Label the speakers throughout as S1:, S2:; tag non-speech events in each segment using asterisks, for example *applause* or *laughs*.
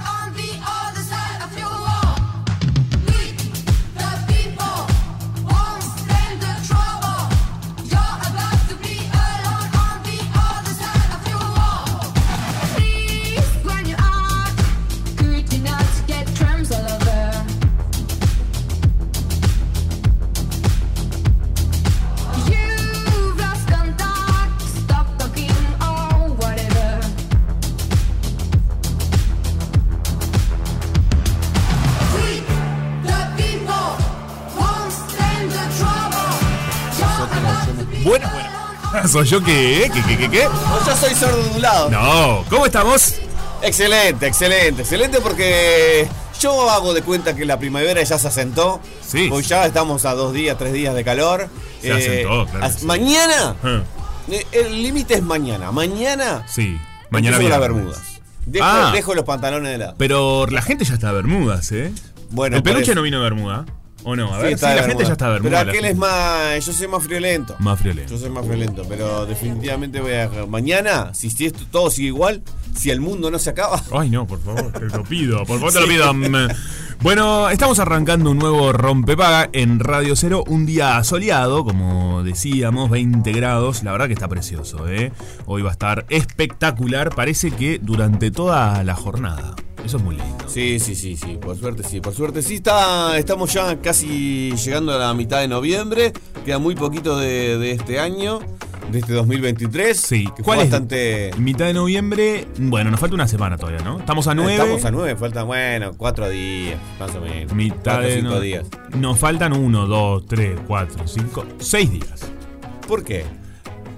S1: on the other side of your wall. We, the people, won't stand the trouble. You're about to be alone on the other side of your wall. Please, when you are, could you not get crumbs all over? You've lost contact. Stop talking or whatever. We, the people, won't stand the trouble. You're about to be
S2: Bueno, *laughs* bueno. ¿Soy yo qué? ¿Qué, qué, qué, qué?
S3: Yo soy sordo de un lado.
S2: No, ¿cómo estamos?
S3: Excelente, excelente, excelente porque yo hago de cuenta que la primavera ya se asentó.
S2: Sí.
S3: Hoy ya estamos a dos días, tres días de calor. Eh,
S2: Se asentó, claro
S3: as-
S2: que sí.
S3: Mañana,
S2: Eh,
S3: eh, el límite es mañana. Mañana,
S2: Sí, mañana
S3: empiezo
S2: viernes.
S3: las bermudas. Dejo,
S2: Ah.
S3: dejo los pantalones de lado.
S2: Pero la gente ya está a Bermudas, ¿eh?
S3: Bueno,
S2: El peluche
S3: parece-
S2: no vino a Bermuda. ¿O no? A
S3: Sí,
S2: ver, sí,
S3: está
S2: la
S3: de
S2: gente
S3: bermuda.
S2: ya está a Bermuda.
S3: Pero aquel es más. Yo soy más friolento.
S2: Más
S3: Yo
S2: friolento.
S3: soy más friolento, pero definitivamente voy a dejar. Mañana, si, si esto todo sigue igual, si el mundo no se acaba.
S2: Ay, no, por favor, te lo pido, por favor, te lo pido. Mm. Bueno, estamos arrancando un nuevo rompepaga en Radio Cero. Un día soleado, como decíamos, 20 grados. La verdad que está precioso, ¿eh? Hoy va a estar espectacular. Parece que durante toda la jornada. Eso es muy lindo.
S3: Sí, sí, sí, sí, por suerte sí, por suerte sí. Está, estamos ya casi llegando a la mitad de noviembre, queda muy poquito de, de este año, de este 2023.
S2: Sí,
S3: que fue
S2: ¿cuál es?
S3: bastante...
S2: Mitad de noviembre. Bueno, nos falta una semana todavía, ¿no? Estamos a 9.
S3: Estamos a nueve, faltan, bueno, cuatro días, más o menos.
S2: Mitad
S3: cuatro,
S2: de
S3: cinco
S2: no-
S3: días.
S2: Nos faltan 1, 2, 3, 4, 5, 6 días.
S3: ¿Por qué?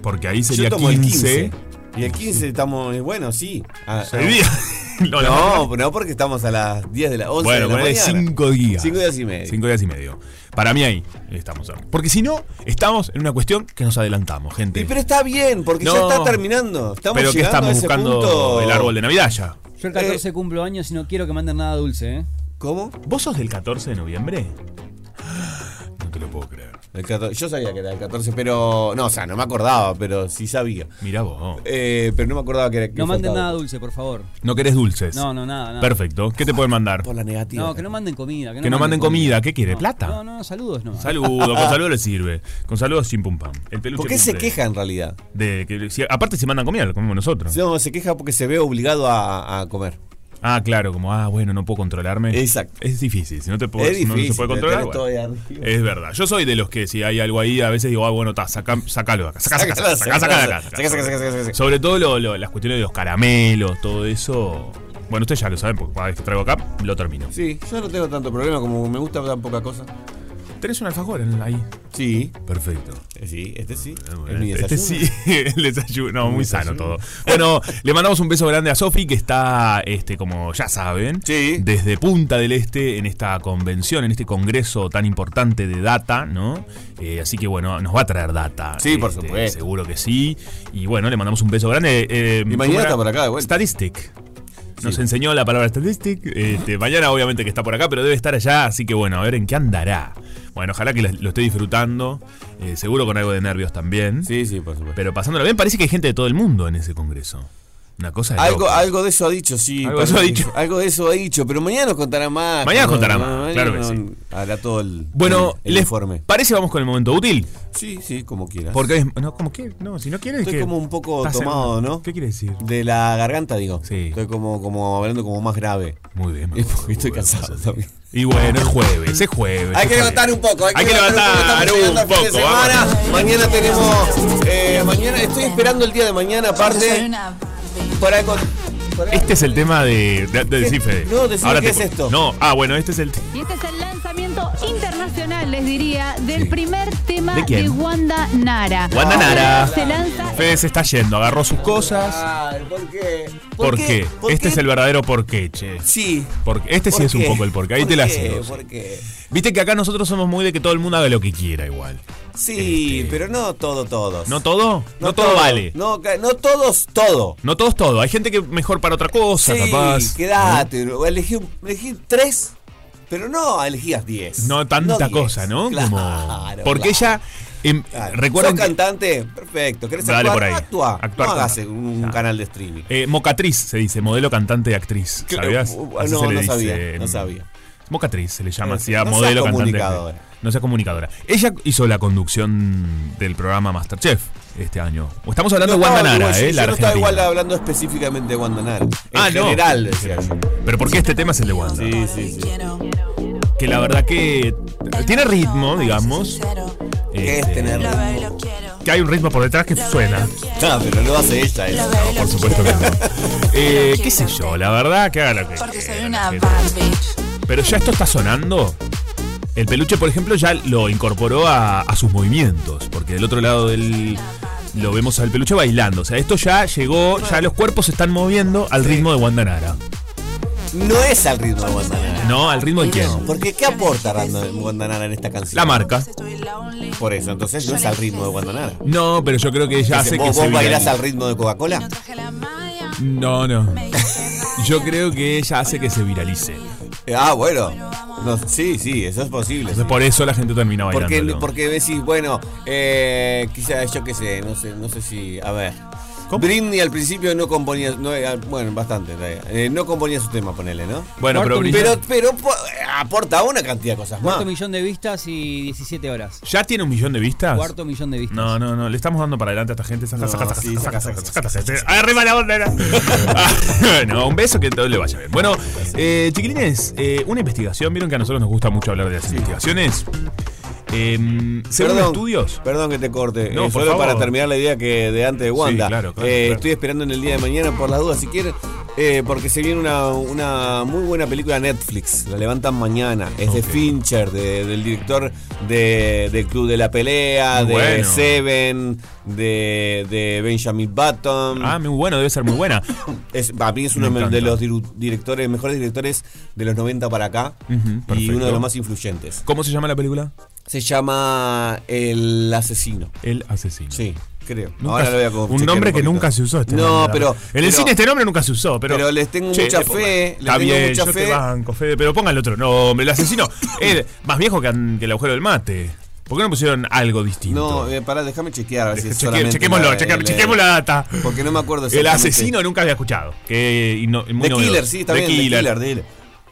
S2: Porque ahí sería
S3: Yo tomo
S2: 15.
S3: el 15. Y el 15 estamos, eh, bueno, sí. a-
S2: Seis días. *laughs* No, la mañana.
S3: *laughs* No, no, porque estamos a las 10 de la 11
S2: Bueno,
S3: de la
S2: ponele
S3: mañana.
S2: 5 días.
S3: 5 días y medio.
S2: 5 días y medio. Para mí ahí estamos. ¿eh? Porque si no, estamos en una cuestión que nos adelantamos, gente.
S3: Y pero está bien, porque ya
S2: No.
S3: está terminando. Estamos
S2: Pero que
S3: llegando a
S2: estamos
S3: ese
S2: buscando
S3: punto.
S2: el árbol de Navidad ya.
S4: Yo el 14
S2: Eh,
S4: cumplo años y no quiero que manden nada dulce, ¿eh?
S3: ¿Cómo?
S2: ¿Vos sos del 14 de noviembre? *gasps* No te lo puedo creer.
S3: El 14, yo sabía que era el 14, pero. No, o sea, no me acordaba, pero sí sabía.
S2: Mirá vos.
S3: Eh, pero no me acordaba que era. que
S4: No manden
S3: faltaba.
S4: nada dulce, por favor.
S2: No querés dulces.
S4: No, no, nada, nada.
S2: Perfecto. ¿Qué te pueden mandar?
S3: Por la negativa.
S4: No, que no manden comida. Que no,
S2: Que no manden comida. ¿Qué quiere?
S4: No,
S2: ¿Plata?
S4: No, no, saludos no.
S2: *laughs* Saludos, con saludos le sirve. Con saludos sin pum pam. El peluche
S3: ¿Por qué se
S2: cumple
S3: queja en realidad?
S2: De que, si- aparte se mandan comida, lo comemos nosotros.
S3: No, se queja porque se ve obligado a, a comer.
S2: Ah, claro, como, ah, bueno, no puedo controlarme.
S3: Exacto.
S2: Es difícil, si no te puedo,
S3: es
S2: no
S3: difícil.
S2: se puede controlar.
S3: tenés
S2: bueno.
S3: todo ahí arriba.
S2: Es verdad. Yo soy de los que si hay algo ahí, a veces digo, ah, bueno, ta, saca, sacalo de acá. Saca, saca, saca,
S3: Sacalo,
S2: saca,
S3: sacalo,
S2: de acá.
S3: saca, saca, saca, saca, saca.
S2: Sobre todo lo- lo- las cuestiones de los caramelos, todo eso. Bueno, ustedes ya lo saben, porque cada vez que traigo acá, lo termino.
S3: Sí, yo no tengo tanto problema como me gusta tan poca cosa.
S2: ¿Tenés un alfajor en- ahí?
S3: Sí.
S2: Perfecto.
S3: Eh, Sí, este sí.
S2: Bueno,
S3: Es mi
S2: este
S3: desayuno.
S2: sí, *laughs* el desayuno, muy sano
S3: desayuno.
S2: todo. Bueno, le mandamos un beso grande a Sofi, que está, este, como ya saben,
S3: Sí.
S2: desde Punta del Este en esta convención, en este congreso tan importante de data, ¿no? Eh, así que bueno, nos va a traer data. este,
S3: Sí, por supuesto.
S2: Seguro que sí. Y bueno, le mandamos un beso grande. eh,
S3: Y mañana
S2: ¿cómo era?
S3: está por acá de vuelta.
S2: Statistic. Nos
S3: Sí.
S2: enseñó la palabra statistic. Este, mañana obviamente que está por acá, pero debe estar allá, así que bueno, a ver en qué andará. Bueno, ojalá que lo, lo esté disfrutando, eh, seguro con algo de nervios también.
S3: Sí, sí, por supuesto.
S2: Pero pasándolo bien, parece que hay gente de todo el mundo en ese congreso. Una cosa de
S3: Algo,
S2: locos.
S3: algo de eso ha dicho, sí.
S2: Algo de eso ha dicho.
S3: Algo de eso ha dicho, pero mañana nos contará más.
S2: Mañana
S3: Cuando-
S2: contará más, claro que
S3: mañana Hará todo el,
S2: Bueno,
S3: el
S2: ¿les
S3: informe.
S2: parece vamos con el momento útil?
S3: Sí, sí, como quieras.
S2: Porque es, no, como que no, si no quieren
S3: Estoy
S2: que
S3: como un poco
S2: Estás en-
S3: tomado, ¿no?
S2: ¿Qué quiere decir?
S3: De la garganta, digo.
S2: Sí.
S3: Estoy como, como hablando como más grave.
S2: Muy bien.
S3: Es
S2: Marcos,
S3: porque estoy
S2: muy bien,
S3: cansado
S2: Marcos.
S3: también.
S2: Y bueno, es jueves, es jueves.
S3: Hay que levantar
S2: está bien.
S3: un poco, hay,
S2: Hay que levantar
S3: estamos llegando
S2: un
S3: al fin de
S2: poco,
S3: semana.
S2: vamos.
S3: Mañana tenemos. eh, mañana, estoy esperando el día de mañana, aparte. Por algo. por algo-
S2: Este es el tema de, de, de- decí, Fede.
S3: No, decí qué
S2: te-
S3: es esto.
S2: No, ah, bueno, este es el tema.
S5: Y este es el lanzamiento internacional, les diría, del
S3: Sí.
S5: primer tema
S2: ¿De quién?
S5: de Wanda Nara.
S2: Wanda Nara.
S5: Se lanza
S2: Fede se está yendo, agarró sus cosas.
S3: Claro, ¿Por qué?
S2: ¿Por qué?
S3: ¿Por
S2: Este
S3: qué?
S2: es el verdadero porqué, che.
S3: Sí.
S2: Porque este sí
S3: ¿Por
S2: es un
S3: qué?
S2: poco el porqué, ahí
S3: ¿Por
S2: te la
S3: qué?
S2: cedo.
S3: ¿Por qué?
S2: Viste que acá nosotros somos muy de que todo el mundo haga lo que quiera igual.
S3: Sí,
S2: Este,
S3: pero no todo, todos.
S2: ¿No todo? No, todo, vale. No.
S3: No, ca- no todos, todo.
S2: todo es todo. Hay gente que mejor para otra cosa,
S3: Sí,
S2: capaz.
S3: quédate. Elegí, un- elegí tres, pero no elegías diez.
S2: No tanta
S3: diez.
S2: cosa, ¿no?
S3: Claro,
S2: Como. Porque
S3: claro.
S2: ella. em,
S3: Claro.
S2: Recuerdan
S3: ¿Sos
S2: que-
S3: cantante? Perfecto. ¿Querés
S2: Dale
S3: actuar?
S2: por ahí.
S3: Actúa.
S2: Actuar
S3: no
S2: con-
S3: hagas un
S2: Claro.
S3: canal de streaming.
S2: Eh, mocatriz se dice, modelo cantante y actriz.
S3: Claro,
S2: ¿Sabías?
S3: uh,
S2: Así
S3: no,
S2: se le
S3: no
S2: dice
S3: sabía, no
S2: en-
S3: sabía.
S2: Mocatriz se le llama
S3: No
S2: así
S3: sé,
S2: a
S3: no
S2: modelo
S3: seas
S2: cantante.
S3: comunicadora.
S2: No sea comunicadora. Ella hizo la conducción del programa Masterchef este año. O Estamos hablando de
S3: No
S2: Wanda
S3: estaba-
S2: Nara,
S3: yo-
S2: ¿eh?
S3: yo
S2: La
S3: no estaba
S2: argentina.
S3: igual hablando específicamente de Wanda Nara. En
S2: Ah, no.
S3: general, decía yo.
S2: Pero ¿por qué este tema es el de Wanda?
S3: Sí, sí, sí.
S2: Que la verdad que tiene ritmo, digamos.
S3: ¿Qué es
S2: Este,
S3: tener ritmo?
S2: Que hay un ritmo por detrás que suena.
S3: No, pero lo hace ella. eso.
S2: No, por supuesto que no. Eh, qué sé yo, la verdad que haga lo que quiera la gente. Pero ya esto está sonando. El peluche, por ejemplo, ya lo incorporó a, a sus movimientos, porque del otro lado del lo vemos al peluche bailando. O sea, esto ya llegó, ya los cuerpos se están moviendo al ritmo de Wanda Nara.
S3: No es al ritmo de Wanda Nara.
S2: ¿No? ¿Al ritmo de quién?
S3: Porque ¿qué aporta Rando- Wanda Nara en esta canción?
S2: La marca.
S3: Por eso, entonces no es al ritmo de Wanda Nara.
S2: No, pero yo creo que ella hace
S3: ¿Vos,
S2: que
S3: vos
S2: se
S3: bailás
S2: viralice.
S3: al ritmo de Coca-Cola?
S2: No, no. Yo creo que ella hace que se viralice.
S3: Eh, Ah, bueno. No, sí, sí, eso es posible.
S2: Entonces por eso la gente termina
S3: Porque,
S2: bailando.
S3: porque decís, bueno, eh, quizás yo qué sé, no sé, no sé si. A ver.
S2: ¿Cómo?
S3: Britney al principio no componía. No, eh, bueno, bastante. en realidad. Eh, no componía su tema, ponele, ¿no?
S2: Bueno, pero
S4: Cuarto
S2: Britney-
S3: Pero, pero po- eh, aporta una cantidad de cosas más.
S4: Cuarto millón de vistas y 17 horas.
S2: ¿Ya tiene un millón de vistas?
S4: Cuarto millón de vistas.
S2: No, no, no, le estamos dando para adelante a esta gente. Saca,
S3: No,
S2: saca, saca,
S3: sí,
S2: saca,
S3: saca,
S2: saca,
S3: saca,
S2: saca, saca, saca. Arriba la bandera. *laughs* Bueno, un beso que todo le vaya bien. Bueno, eh, chiquilines, eh, una investigación. Vieron que a nosotros nos gusta mucho hablar de las investigaciones. Eh, según estudios.
S3: Perdón que te corte.
S2: No,
S3: eh,
S2: por
S3: solo
S2: favor.
S3: para terminar la idea que de antes de Wanda.
S2: claro, claro,
S3: Eh,
S2: claro.
S3: Estoy esperando en el día de mañana por las dudas, si quieren. eh, porque se viene una, una muy buena película de Netflix. La levantan mañana. Es de
S2: Ok.
S3: Fincher, de- del director de, del Club de la Pelea,
S2: Muy
S3: de
S2: bueno.
S3: Seven, de, de Benjamin Button.
S2: Ah, muy bueno, debe ser muy buena.
S3: Es, para mí es uno
S2: Me encanta.
S3: de los diru- directores, mejores directores de los 90 para acá
S2: Ujú,
S3: y uno
S2: perfecto.
S3: de los más influyentes.
S2: ¿Cómo se llama la película?
S3: Se llama El Asesino.
S2: El asesino.
S3: Sí, creo.
S2: Nunca
S3: Ahora
S2: se-
S3: lo voy a
S2: un
S3: chequear
S2: nombre que
S3: poquito.
S2: nunca se usó. este
S3: no,
S2: nombre, la
S3: pero.
S2: verdad. En
S3: pero-
S2: el cine este nombre nunca se usó, pero.
S3: pero les tengo mucha
S2: le pongo-
S3: fe, les
S2: Está
S3: tengo
S2: bien,
S3: mucha
S2: yo te
S3: fe.
S2: banco, Fede, pero pongan el otro nombre.
S3: *coughs*
S2: El asesino es más viejo que, an- que el agujero del mate. ¿Por qué no pusieron algo distinto?
S3: No, eh, pará, déjame chequear. A ver si es
S2: Cheque-
S3: solamente
S2: chequémoslo,
S3: la-
S2: cheque-
S3: el-
S2: chequemos la data.
S3: Porque no me acuerdo
S2: El
S3: exactamente.
S2: asesino nunca había escuchado. Que, y no- y muy
S3: The
S2: novedoso.
S3: Killer, sí, está
S2: The
S3: bien. The
S2: Killer.
S3: Killer, dile.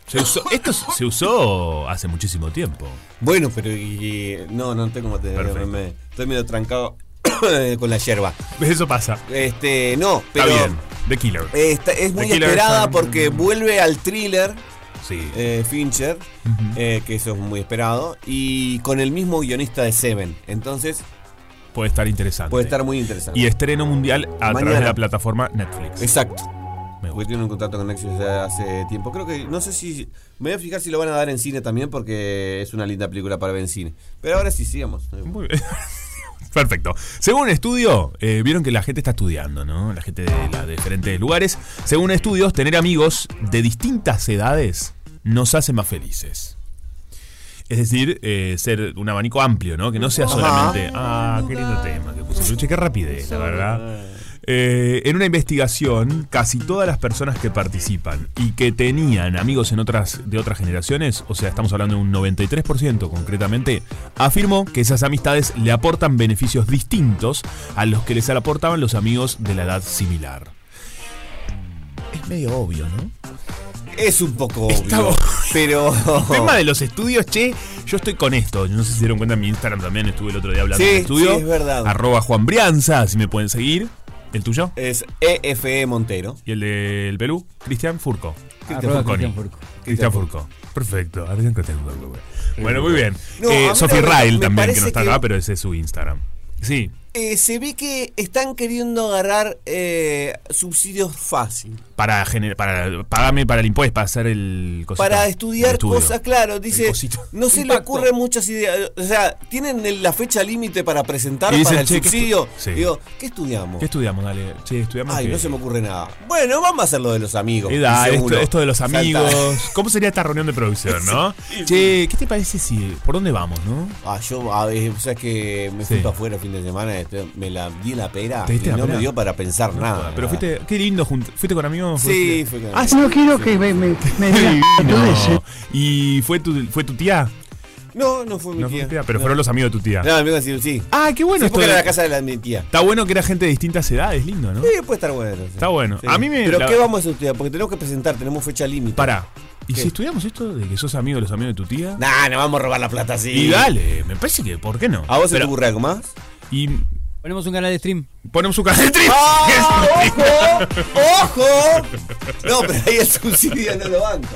S2: Se usó- esto se usó hace muchísimo tiempo.
S3: Bueno, pero. y- y- no, no tengo como te.
S2: Perfecto.
S3: me- estoy medio trancado *coughs* con la yerba.
S2: Eso pasa.
S3: Este, no, pero.
S2: Está bien. The Killer.
S3: eh, está- es muy
S2: The Killer
S3: esperada
S2: está-
S3: porque vuelve al thriller
S2: sí.
S3: eh, Fincher, eh, que eso es muy esperado, y con el mismo guionista de Seven. Entonces,
S2: puede estar interesante.
S3: puede estar muy interesante.
S2: Y estreno mundial a
S3: Mañana.
S2: través de la plataforma Netflix.
S3: Exacto.
S2: Me
S3: Porque
S2: gusta.
S3: tiene un contrato con Netflix desde hace tiempo. Creo que, no sé si. Me voy a fijar si lo van a dar en cine también, porque es una linda película para ver en cine. Pero ahora sí, sigamos.
S2: Muy bien. Perfecto. Según un estudio, eh, vieron que la gente está estudiando, ¿no? La gente de, la- de diferentes lugares. Según estudios, tener amigos de distintas edades nos hace más felices. Es decir, eh, ser un abanico amplio, ¿no? Que no sea solamente. Ah, qué lindo tema que puso Luche, qué rapidez, la verdad. Eh, en una investigación, casi todas las personas que participan y que tenían amigos en otras, de otras generaciones, o sea, estamos hablando de un 93% concretamente, afirmó que esas amistades le aportan beneficios distintos a los que les aportaban los amigos de la edad similar.
S6: Medio obvio, ¿no?
S3: Es un poco obvio,
S2: Está obvio. *laughs*
S3: pero... Oh.
S2: Tema de los estudios, che, yo estoy con esto. No sé si se dieron cuenta en mi Instagram también, estuve el otro día hablando
S3: Sí,
S2: de estudio.
S3: sí, es verdad.
S2: Arroba Juan Brianza, si me pueden seguir. ¿El tuyo?
S3: Es EFE Montero.
S2: Y el del Pelú, Cristian Furco.
S4: Arroba Cristian
S2: Furconi.
S4: Furco.
S2: Cristian Furco. Perfecto, ahora ya encontré el nombre, güey. Bueno, muy bien.
S3: No, a mí
S2: eh,
S3: la
S2: Sophie
S3: verdad,
S2: Rail
S3: me
S2: también, que
S3: parece
S2: no está
S3: que-
S2: acá, pero ese es su Instagram. Sí,
S3: Eh, se ve que están queriendo agarrar eh, subsidios fácil.
S2: para gener- para pagarme para el impuesto, para hacer el cosito,
S3: para
S2: el
S3: estudiar
S2: estudio.
S3: cosas, claro, dice,
S2: cosito.
S3: no se le
S2: Impacto.
S3: ocurren muchas ideas, o sea, tienen el- la fecha límite para presentar
S2: Y dicen,
S3: para el
S2: "Che, ¿qué
S3: subsidio.
S2: estu-?" Sí.
S3: Digo, ¿qué estudiamos?
S2: ¿Qué estudiamos? Dale, che, estudiamos.
S3: Ay,
S2: que-
S3: no se me ocurre nada. Bueno, vamos a hacer lo de los amigos.
S2: Eh, da,
S3: dice
S2: esto,
S3: uno.
S2: esto de los
S3: Salta.
S2: amigos. ¿Cómo sería esta reunión de
S3: *laughs*
S2: producción, no? che, ¿qué te parece si. ¿Por dónde vamos, no?
S3: Ah, yo, a ver, o sea, es que me fui
S2: Sí.
S3: para afuera el fin de semana, después me la di la pera y
S2: ¿Te diste la
S3: no
S2: pera?
S3: me dio para pensar nada.
S2: Pero fuiste. Qué lindo, jun- ¿fuiste con
S3: Ah.
S2: amigos?
S3: Sí,
S2: Fuiste-
S3: fue con-
S2: Ah, sí.
S7: quiero que me, me, me digan
S2: No. ¿Y fue tu, fue tu tía?
S3: No, no fue mi
S2: No fue
S3: tía.
S2: tu tía, pero
S3: no.
S2: fueron los amigos de tu tía.
S3: No, me iba a decir, sí.
S2: Ah, qué bueno
S3: Sí,
S2: esto
S3: porque era
S2: de-
S3: la casa de la mi tía.
S2: Está bueno que era gente de distintas edades, lindo, ¿no?
S3: Sí, puede estar bueno. sí.
S2: Está bueno.
S3: Sí.
S2: A mí me-
S3: Pero
S2: la-
S3: ¿qué vamos a estudiar? Porque tenemos que presentar, tenemos fecha límite.
S2: Pará. ¿Y
S3: ¿Qué?
S2: si estudiamos esto de que sos amigo de los amigos de tu tía?
S3: Nah, no vamos a robar la plata así.
S2: Y dale, me parece que, ¿por qué no?
S3: ¿A vos se te
S2: Pero-
S3: ocurre algo más?
S2: Y
S4: Ponemos un canal de stream.
S2: ponemos un canal de stream. *laughs*
S3: ¡Ah, ¡Ojo! ¡Ojo! No, pero ahí el subsidio no lo banca.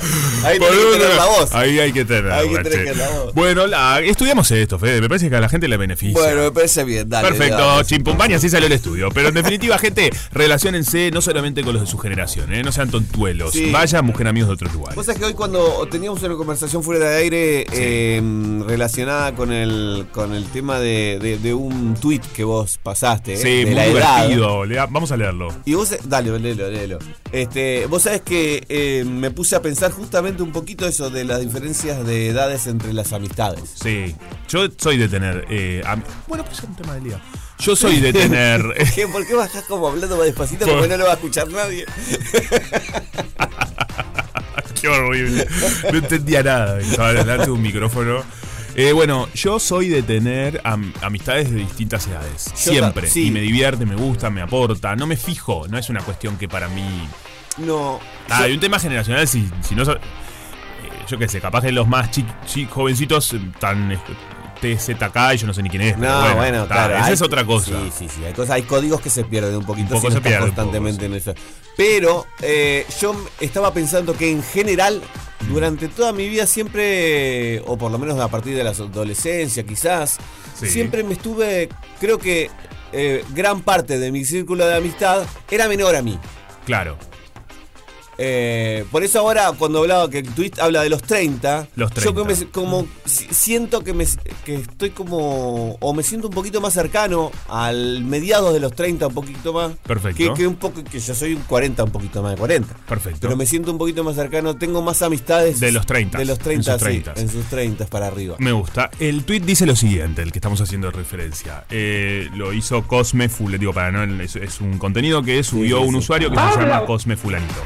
S3: Ahí
S2: Por
S3: tenés que tener
S2: una-
S3: la voz.
S2: Ahí hay que tener,
S3: Hay que tener que la voz.
S2: Bueno, la- estudiamos esto, Fede. Me parece que a la gente le beneficia.
S3: Bueno, me parece bien, dale.
S2: Perfecto,
S3: dale.
S2: chimpumpaña, así salió el estudio. Pero en definitiva, gente, relaciónense no solamente con los de su generación, ¿eh? no sean tontuelos.
S3: Sí.
S2: Vayan, busquen amigos de otros lugares.
S3: Vos sabés que hoy cuando teníamos una conversación fuera de aire eh, relacionada con el, con el tema de, de- de un tweet que vos pasaste, eh,
S2: Sí,
S3: de
S2: muy
S3: la edad.
S2: divertido. Lea- Vamos a leerlo.
S3: Y vos, dale, léelo, léelo. Este, vos sabés que eh, me puse a pensar justamente un poquito eso de las diferencias de edades entre las amistades.
S2: Sí, yo soy de tener. eh, am- bueno, pues es un tema del día. Yo
S3: *laughs*
S2: soy de tener.
S3: ¿Qué? ¿Por qué bajás como hablando más despacito? Porque no lo va a escuchar nadie.
S2: Qué horrible. No entendía nada. Estaba delante de un micrófono. Eh, bueno, yo soy de tener am- amistades de distintas edades.
S3: Yo
S2: siempre.
S3: ta- sí.
S2: Y me divierte, me gusta, me aporta. No me fijo. No es una cuestión que para mí.
S3: No.
S2: Ah,
S3: Yo-
S2: hay un tema generacional. Si, si no. sab- eh, Yo qué sé, capaz que los más chi- chi- jovencitos eh, tan. eh, TZK y yo no sé ni quién es. pero
S3: No, bueno,
S2: está,
S3: claro.
S2: Esa
S3: hay-
S2: es otra cosa.
S3: Sí, sí, sí. Hay, cosas, hay códigos que se pierden un poquito.
S2: Un poco
S3: si no
S2: se
S3: estás
S2: pierde un
S3: constantemente
S2: poco,
S3: en eso. Pero eh, yo m- estaba pensando que en general, durante toda mi vida, siempre, o por lo menos a partir de la adolescencia quizás,
S2: Sí.
S3: siempre me estuve, creo que eh, gran parte de mi círculo de amistad era menor a mí.
S2: Claro.
S3: Eh, por eso ahora cuando hablaba que el tweet habla de los 30,
S2: Los
S3: yo como,
S2: 30.
S3: como si- siento que me que estoy como o me siento un poquito más cercano al mediados de los 30 un poquito más.
S2: Perfecto.
S3: Que, que un poco que yo soy un 40 un poquito más de 40.
S2: Perfecto.
S3: Pero me siento un poquito más cercano, tengo más amistades
S2: De los 30,
S3: De los 30,
S2: en sus
S3: sí,
S2: 30.
S3: en sus 30 para arriba.
S2: Me gusta. El tweet dice lo siguiente, el que estamos haciendo referencia. Eh, lo hizo Cosme Fulanito. Digo, para no, es, es un contenido que subió
S3: Sí, sí,
S2: un
S3: sí. Ah,
S2: usuario que se llama Cosme Fulanito.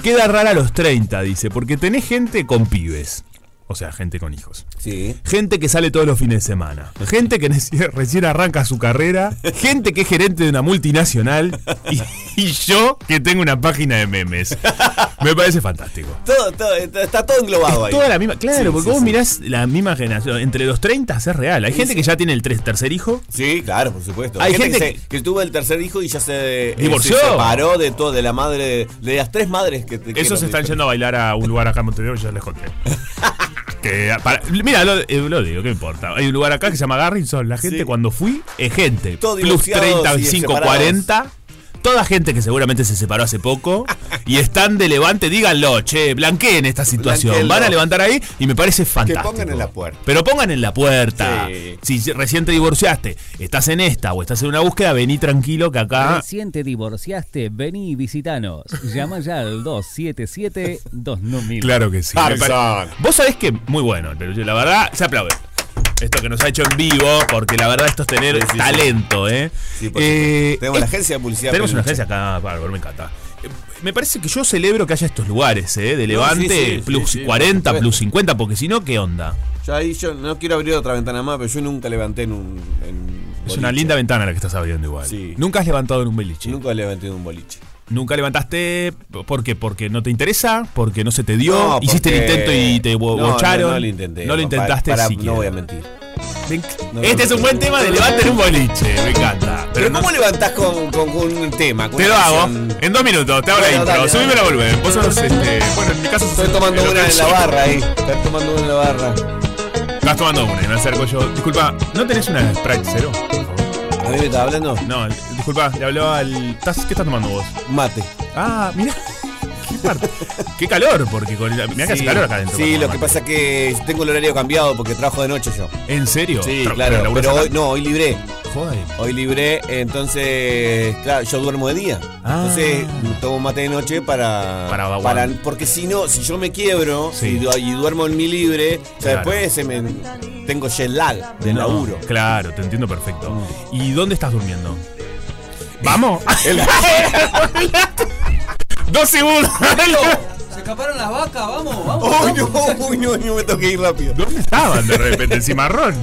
S2: Queda rara a los 30, dice, porque tenés gente con pibes. O sea, gente con hijos.
S3: Sí.
S2: Gente que sale todos los fines de semana. Gente que neci- *laughs* recién arranca su carrera. Gente que es gerente de una multinacional. Y, *laughs* y yo que tengo una página de memes. Me parece fantástico.
S3: Todo, todo- está, está todo englobado ahí.
S2: Toda la misma, claro,
S3: Sí,
S2: porque
S3: sí,
S2: vos
S3: sí.
S2: mirás la misma generación. Entre los 30 es real. Hay gente que ya tiene el tres- tercer hijo.
S3: Sí, claro, por supuesto.
S2: Hay
S3: Hay gente,
S2: gente
S3: que, se- que tuvo el tercer hijo y ya se eh,
S2: Divorció.
S3: se separó de todo, de la madre, de las tres madres que te
S2: Esos están yendo a bailar a un lugar acá en Montevideo, ya
S3: *laughs*
S2: les conté. Que, ah, para- mira, lo, eh, lo digo, ¿qué importa? Hay un lugar acá que se llama Garrison. La gente
S3: Sí.
S2: cuando fui es gente.
S3: Todos
S2: plus
S3: divorciados
S2: 35,
S3: y separados.
S2: 40. Toda gente que seguramente se separó hace poco y están de levante, díganlo, che, blanqueen esta situación.
S3: Blanquéenlo.
S2: Van a levantar ahí y me parece fantástico.
S3: pongan en la puerta.
S2: Pero pongan en la puerta.
S3: Sí.
S2: Si recién te divorciaste, estás en esta o estás en una búsqueda, vení tranquilo que acá
S4: Recién te divorciaste, vení y visitanos. Llama ya al 277-2000.
S2: Claro que sí.
S3: Tarzán.
S2: Me pare- Vos sabés que muy bueno, pero yo, la verdad se aplaude. Esto que nos ha hecho en vivo, porque la verdad esto es tener
S3: Sí, sí, sí.
S2: talento, ¿eh?
S3: Sí, por
S2: Eh,
S3: supuesto. Tenemos la
S2: eh,
S3: agencia de publicidad.
S2: Tenemos una
S3: Peluche.
S2: agencia acá, bárbaro, me encanta. Eh, Me parece que yo celebro que haya estos lugares, ¿eh? De Levante,
S3: sí, sí,
S2: plus
S3: sí, sí,
S2: 40,
S3: por supuesto.
S2: plus 50, porque si no, ¿qué onda?
S3: Yo ahí yo no quiero abrir otra ventana más, pero yo nunca levanté en un. en un
S2: Es una
S3: boliche.
S2: linda ventana la que estás abriendo igual.
S3: Sí.
S2: Nunca has levantado en un beliche.
S3: Nunca levanté en un boliche.
S2: Nunca levantaste, ¿por qué? Porque no te interesa, porque no se te dio,
S3: No,
S2: hiciste el
S3: porque-
S2: intento y te bo-
S3: No, no,
S2: bocharon.
S3: No, lo intenté.
S2: No lo
S3: papá,
S2: intentaste
S3: para-
S2: siquiera.
S3: No voy a mentir. No,
S2: este
S3: no,
S2: es un
S3: no.
S2: buen tema de levanten un boliche, me encanta. Pero,
S3: Pero
S2: no
S3: ¿cómo levantás con, con, con un tema? Con
S2: Te lo
S3: una
S2: hago.
S3: canción?
S2: En dos minutos, te hago
S3: Bueno,
S2: la
S3: dale,
S2: intro. Subime
S3: dale.
S2: la volumen. Vos sos este. Bueno, en mi caso sos
S3: Estoy tomando
S2: el
S3: una en la
S2: otaku.
S3: barra ahí. Estoy tomando una en la barra.
S2: Estás tomando una y me acerco yo. Disculpa, ¿no tenés una Sprite cero? por favor?
S3: ¿A mí me estaba hablando?
S2: No, el- disculpa, le hablaba al. ¿Estás- ¿Qué estás tomando vos?
S3: Mate.
S2: Ah, mira. Qué, parte- qué calor, porque con la- mirá que hace calor acá adentro.
S3: Sí,
S2: cuando
S3: lo que
S2: tomas.
S3: pasa es que tengo el horario cambiado porque trabajo de noche yo.
S2: ¿En serio?
S3: Sí,
S2: Tra-
S3: claro.
S2: laburás
S3: Pero
S2: acá.
S3: hoy, no, hoy libré.
S2: Joder.
S3: Hoy libré, entonces, claro, yo duermo de día.
S2: Ah.
S3: Entonces, tomo mate de noche para.
S2: Para vaguar.
S3: Porque si no, si yo me quiebro
S2: Sí.
S3: y, du- y duermo en mi libre, o sea,
S2: Claro.
S3: después se me, tengo jet lag de
S2: No, *laughs*
S3: laburo. *laughs* Mm.
S2: Claro, te entiendo perfecto. ¿Y dónde estás durmiendo? ¡Vamos! *laughs* ¡Dos segundos!
S6: Se escaparon las vacas, vamos, vamos.
S3: ¡Uy, no! ¡Uy, no! no, Me tengo que ir rápido.
S2: ¿Dónde estaban de repente? El cimarrón.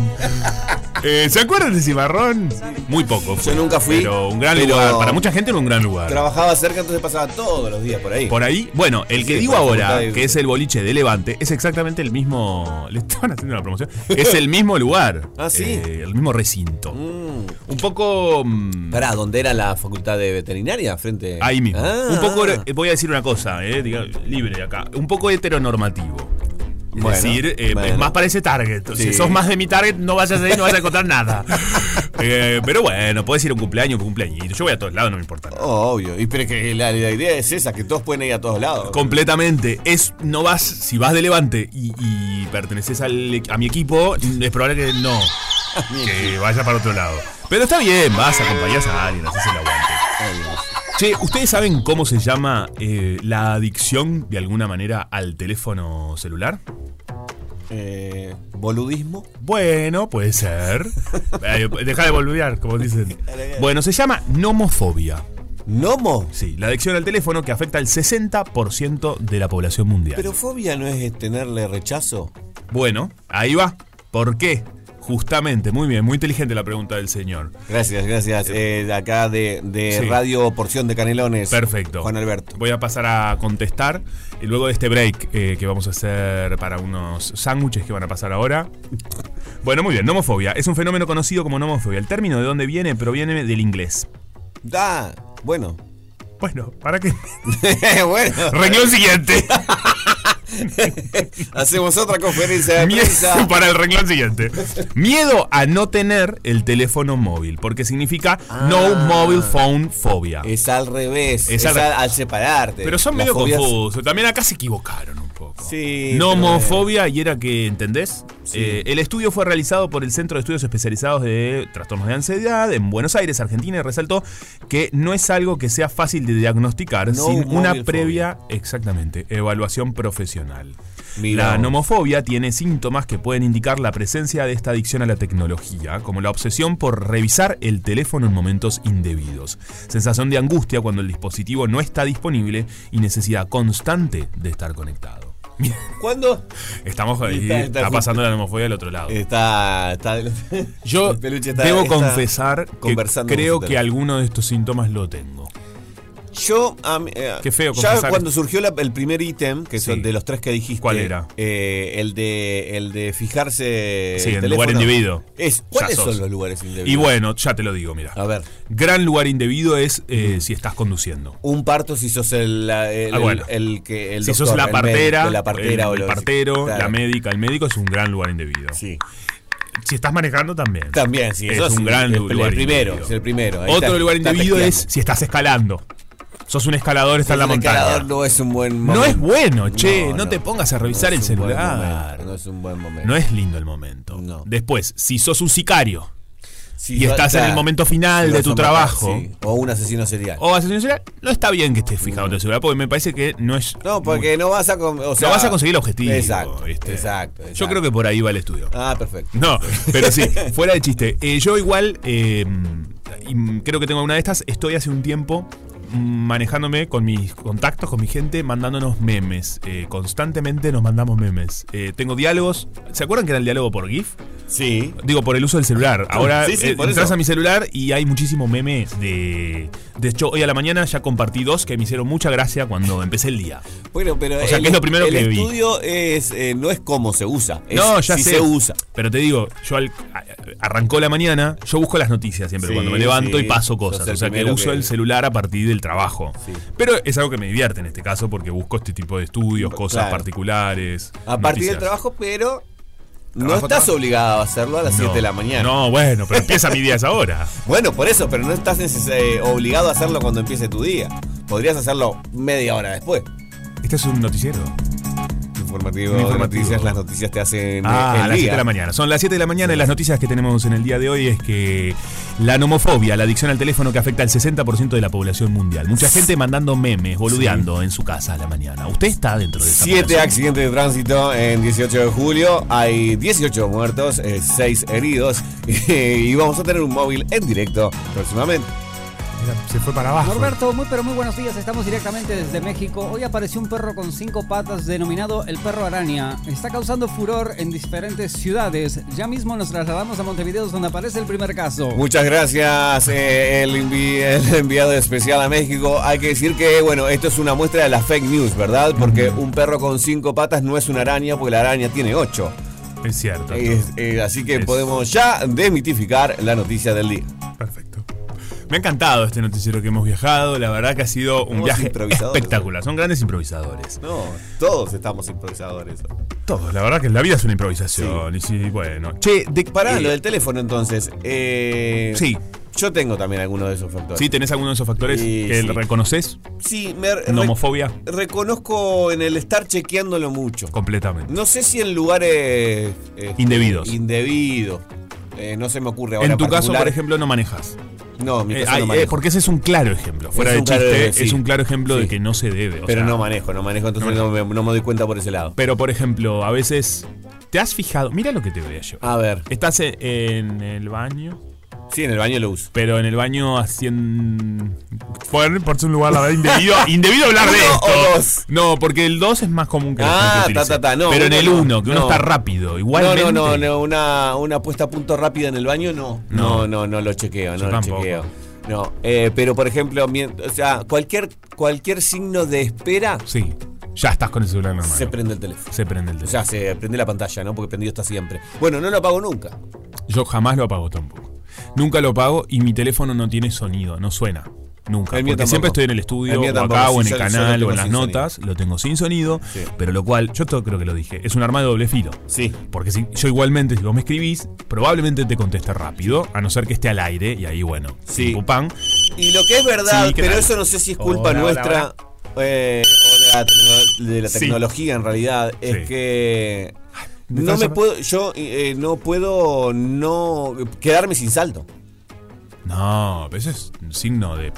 S2: Eh, ¿Se acuerdan de cimarrón? Muy poco. fue,
S3: Yo nunca fui,
S2: Pero un gran
S3: pero-
S2: lugar. Para mucha gente era un gran lugar.
S3: Trabajaba cerca, entonces pasaba todos los días por ahí.
S2: Por ahí, bueno, el que
S3: Sí,
S2: digo
S3: por la
S2: ahora,
S3: facultad de-
S2: que es el boliche de Levante, es exactamente el mismo. Le estaban haciendo una promoción. Es el mismo lugar.
S3: Ah, sí.
S2: Eh, el mismo recinto.
S3: Mm.
S2: Un poco. mm,
S3: Pará, ¿dónde era la facultad de veterinaria? Frente.
S2: Ahí mismo.
S3: Ah,
S2: un poco,
S3: ah.
S2: eh, voy a decir una cosa, eh, diga- libre acá. Un poco heteronormativo. Es
S3: Bueno,
S2: decir, eh,
S3: bueno.
S2: más para ese target. Si
S3: Sí.
S2: sos más de mi target, no vayas ahí, no vas a
S3: *laughs*
S2: encontrar nada. Eh, pero bueno, puedes ir a un cumpleaños, un cumpleaños. Yo voy a todos lados, no me importa. nada.
S3: Oh, obvio. Y pero que la, la idea es esa, que todos pueden ir a todos lados.
S2: Completamente. Es, no vas, si vas de Levante y, y perteneces al- e, a mi equipo, es probable que no. que vaya para otro lado. Pero está bien, vas, acompañás a alguien, haces el aguante. Che, ¿ustedes saben cómo se llama eh, la adicción de alguna manera al teléfono celular?
S3: Eh, boludismo.
S2: Bueno, puede ser. Eh, Deja de volver, como dicen. Bueno, se llama nomofobia.
S3: ¿Nomo?
S2: Sí, la adicción al teléfono que afecta al 60% de la población mundial.
S3: Pero fobia no es tenerle rechazo.
S2: Bueno, ahí va. ¿Por qué? Justamente, muy bien, muy inteligente la pregunta del señor.
S3: Gracias, gracias. Eh, de acá de, de
S2: Sí.
S3: Radio Porción de Canelones.
S2: Perfecto.
S3: Juan Alberto.
S2: Voy a pasar a contestar y luego de este break eh, que vamos a hacer para unos sándwiches que van a pasar ahora. Bueno, muy bien, nomofobia. Es un fenómeno conocido como nomofobia. El término de dónde viene proviene del inglés.
S3: Da, bueno. *laughs*
S2: Bueno, ¿para qué?
S3: bueno.
S2: Renglón siguiente.
S3: Hacemos otra conferencia de
S2: Mie-
S3: prensa.
S2: *laughs* para el renglón siguiente. Miedo a no tener el teléfono móvil, porque significa no mobile phone phobia.
S3: Es al revés. Es,
S2: Es al-
S3: al, al separarte.
S2: Pero son
S3: Las
S2: medio
S3: fobias-
S2: confusos. También acá se equivocaron un poco.
S3: Sí,
S2: No
S3: pero,
S2: homofobia y era que, ¿entendés?
S3: Sí.
S2: Eh, el estudio fue realizado por el Centro de Estudios Especializados de Trastornos de Ansiedad en Buenos Aires, Argentina, y resaltó que no es algo que sea fácil de diagnosticar
S3: No
S2: sin una
S3: homofobia.
S2: previa, exactamente, evaluación profesional.
S3: Mira.
S2: La nomofobia tiene síntomas que pueden indicar la presencia de esta adicción a la tecnología, como la obsesión por revisar el teléfono en momentos indebidos, sensación de angustia cuando el dispositivo no está disponible y necesidad constante de estar conectado. Mira,
S3: ¿Cuándo?
S2: Estamos ahí,
S3: Está-
S2: está,
S3: está justo.
S2: pasando la nomofobia al otro lado.
S3: Está. está *laughs*
S2: Yo
S3: el peluche está-
S2: debo
S3: está
S2: confesar que
S3: conversando con
S2: creo
S3: su
S2: que
S3: teléfono.
S2: alguno de estos síntomas lo tengo.
S3: Yo. a mí, eh,
S2: Qué feo
S3: Ya
S2: confesar
S3: cuando surgió la- el primer ítem, que
S2: Sí.
S3: son de los tres que dijiste.
S2: ¿Cuál era?
S3: eh, el, de, el de fijarse.
S2: Sí,
S3: el
S2: en lugar
S3: teléfono.
S2: individuo.
S3: Es,
S2: Ya
S3: ¿Cuáles
S2: sos.
S3: son los lugares indebidos?
S2: Y bueno, ya te lo digo, mira.
S3: A ver.
S2: Gran lugar indebido es eh, si estás conduciendo.
S3: Un parto si sos el, la- el,
S2: Ah, bueno.
S3: el- el que el
S2: si
S3: doctor,
S2: sos la
S3: el médico,
S2: partera,
S3: la partera
S2: el,
S3: o
S2: el
S3: lo-
S2: partero,
S3: claro.
S2: la médica, el médico es un gran lugar indebido.
S3: Sí.
S2: Si estás manejando también.
S3: También, sí,
S2: es
S3: eso
S2: un
S3: sí,
S2: gran
S3: el- el
S2: lugar.
S3: primero,
S2: indebido.
S3: es el primero, ahí
S2: Otro
S3: está,
S2: lugar
S3: está
S2: indebido es
S3: testeando.
S2: si estás escalando. Sos un escalador, estás en la
S3: El escalador
S2: montaña.
S3: no es un buen
S2: No
S3: momento.
S2: es bueno, che, no te pongas a revisar
S3: No
S2: el
S3: es un buen
S2: celular.
S3: momento, No es un buen momento.
S2: No es lindo el momento.
S3: No.
S2: Después, si sos un sicario
S3: Si
S2: y
S3: no-
S2: estás en
S3: está-
S2: el momento final
S3: si
S2: de
S3: vas
S2: tu
S3: a matar,
S2: trabajo Oh.
S3: sí, O un asesino serial.
S2: o asesino serial, no está bien que estés fijado en tu celular porque me parece que no es.
S3: No, porque no vas a, con- o sea,
S2: no vas a conseguir el objetivo.
S3: Exacto,
S2: ¿viste?
S3: exacto,
S2: Yo
S3: exacto.
S2: creo que por ahí va el estudio.
S3: Ah, perfecto.
S2: No, pero sí, fuera de chiste. Eh, yo igual, eh, y creo que tengo una de estas, estoy hace un tiempo mm, manejándome con mis contactos, con mi gente, mandándonos memes. Eh, constantemente nos mandamos memes. Eh, tengo diálogos. ¿Se acuerdan que era el diálogo por GIF?
S3: Sí.
S2: Digo, por el uso del celular. Ahora
S3: Sí, sí,
S2: eh,
S3: por
S2: entras
S3: eso.
S2: a mi celular y hay muchísimos memes de. De hecho, hoy a la mañana ya compartí dos que me hicieron mucha gracia cuando empecé el día.
S3: Bueno, pero
S2: O sea, que es lo primero
S3: el
S2: que vi.
S3: estudio es, eh, no es cómo se usa. es
S2: no, ya
S3: si
S2: sé.
S3: se usa.
S2: Pero te digo, yo al- a- arrancó la mañana, yo busco las noticias siempre
S3: Sí,
S2: cuando me levanto
S3: sí.
S2: y paso
S3: Sos
S2: cosas.
S3: el
S2: O sea que
S3: primero
S2: uso
S3: que-
S2: el celular a partir del trabajo.
S3: Sí.
S2: Pero es algo que me divierte en este caso porque busco este tipo de estudios, cosas
S3: Claro.
S2: particulares.
S3: A partir del
S2: noticias.
S3: trabajo, pero no
S2: Trabajo,
S3: estás
S2: trabajo.
S3: obligado a hacerlo a las
S2: No.
S3: 7 de la mañana.
S2: No, bueno, pero empieza mi día a
S3: *laughs*
S2: esa hora.
S3: Bueno, por eso, pero no estás neces- eh, obligado a hacerlo cuando empiece tu día. Podrías hacerlo media hora después.
S2: Este es un noticiero.
S3: Informativo,
S2: Un informativo.
S3: noticias, las noticias te hacen eh,
S2: Ah,
S3: el
S2: a las 7
S3: día.
S2: de la mañana. Son las 7 de la mañana y las noticias que tenemos en el día de hoy es que la nomofobia, la adicción al teléfono que afecta al 60% de la población mundial. Mucha gente mandando memes, boludeando en su casa a la mañana. ¿Usted está dentro de esa
S3: Siete
S2: población?
S3: accidentes de tránsito en 18 de julio. Hay 18 muertos, 6 heridos. *laughs* Y vamos a tener un móvil en directo próximamente.
S2: Mira, Se fue para abajo.
S6: Norberto, muy pero muy buenos días. Estamos directamente desde México. Hoy apareció un perro con cinco patas denominado el perro araña. Está causando furor en diferentes ciudades. Ya mismo nos trasladamos a Montevideo donde aparece el primer caso.
S3: Muchas gracias, eh, el, envi- el enviado especial a México. Hay que decir que, bueno, esto es una muestra de las fake news, ¿verdad? Porque un perro con cinco patas no es una araña, porque la araña tiene ocho.
S2: Es cierto.
S3: Es- eh, así que
S2: Es-
S3: podemos ya desmitificar la noticia del día.
S2: Perfecto. Me ha encantado este noticiero que hemos viajado. La verdad que ha sido un
S3: Somos
S2: viaje
S3: improvisadores,
S2: espectacular. Son grandes improvisadores.
S3: No, todos estamos improvisadores.
S2: Todos, la verdad que la vida es una improvisación. Y sí, bueno. Che, de,
S3: Pará,
S2: eh,
S3: lo del teléfono entonces. Eh,
S2: Sí.
S3: Yo tengo también alguno de esos factores.
S2: ¿Sí tenés alguno de esos factores
S3: Sí,
S2: que
S3: sí.
S2: reconoces?
S3: Sí, me re-
S2: Nomofobia.
S3: reconozco en el estar chequeándolo mucho.
S2: Completamente.
S3: No sé si en lugares eh,
S2: Indebidos.
S3: Indebidos. Eh, no se me ocurre ahora.
S2: en tu caso,
S3: particular.
S2: por ejemplo, no manejas.
S3: No, en mi
S2: Eh,
S3: caso
S2: ay,
S3: no
S2: eh,
S3: manejo.
S2: porque ese es un claro ejemplo. Fuera
S3: Es
S2: de
S3: un claro
S2: chiste,
S3: de- sí.
S2: es un claro ejemplo de
S3: Sí.
S2: que no se debe. o
S3: Pero
S2: sea,
S3: no manejo, no manejo, entonces
S2: no
S3: no, me, no me doy cuenta por ese lado.
S2: Pero, por ejemplo, a veces te has fijado. Mira lo que te voy a llevar.
S3: A ver,
S2: Estás e- en el baño,
S3: eh, sí, en el baño lo uso.
S2: pero en el baño haciendo. Por, por un lugar, la verdad,
S3: *laughs*
S2: indebido, indebido hablar de
S3: Uno
S2: esto.
S3: o dos.
S2: No, porque el 2 es más común que la
S3: Ah,
S2: gente utilice.
S3: ta, ta, ta, no,
S2: Pero en
S3: uno
S2: el
S3: no,
S2: 1, que uno
S3: no.
S2: está rápido.
S3: No,
S2: Igualmente.
S3: no, no, no, una, una puesta a punto rápida en el baño, no.
S2: No.
S3: No, no, no, lo chequeo,
S2: Yo
S3: no lo
S2: tampoco.
S3: chequeo. No, eh, pero por ejemplo, mien- o sea, cualquier, cualquier signo de espera
S2: Sí, ya estás con el celular en la mano.
S3: se prende el teléfono.
S2: Se prende el
S3: O
S2: teléfono.
S3: sea, se prende la pantalla, ¿no? Porque prendido está siempre. Bueno, no lo apago nunca.
S2: Yo jamás lo apago tampoco. Nunca lo apago y mi teléfono no tiene sonido, no suena. Nunca.
S3: El mío
S2: Porque
S3: tampoco.
S2: siempre estoy en el
S3: El
S2: estudio,
S3: mío
S2: o
S3: tampoco, sí,
S2: acá, o en
S3: yo lo-
S2: el
S3: yo lo
S2: canal,
S3: tengo
S2: o en las
S3: sin
S2: notas, lo tengo sin sonido,
S3: Sí.
S2: pero lo cual, yo todo creo que lo dije, es un arma de doble filo.
S3: Sí.
S2: Porque si yo igualmente, si vos me escribís, probablemente te conteste rápido, a no ser que esté al aire, y ahí bueno,
S3: Sí.
S2: pim, pum, pam.
S3: Y lo que es verdad,
S2: Sí, ¿qué
S3: pero
S2: tal?
S3: eso no sé si es culpa
S2: Hola, hola,
S3: nuestra eh, o de la, tecno- de la
S2: Sí.
S3: tecnología en realidad, es
S2: Sí.
S3: que no
S2: me estás
S3: me
S2: hablando-
S3: puedo, yo eh, no puedo no quedarme sin saldo.
S2: No, pero eso es un signo de.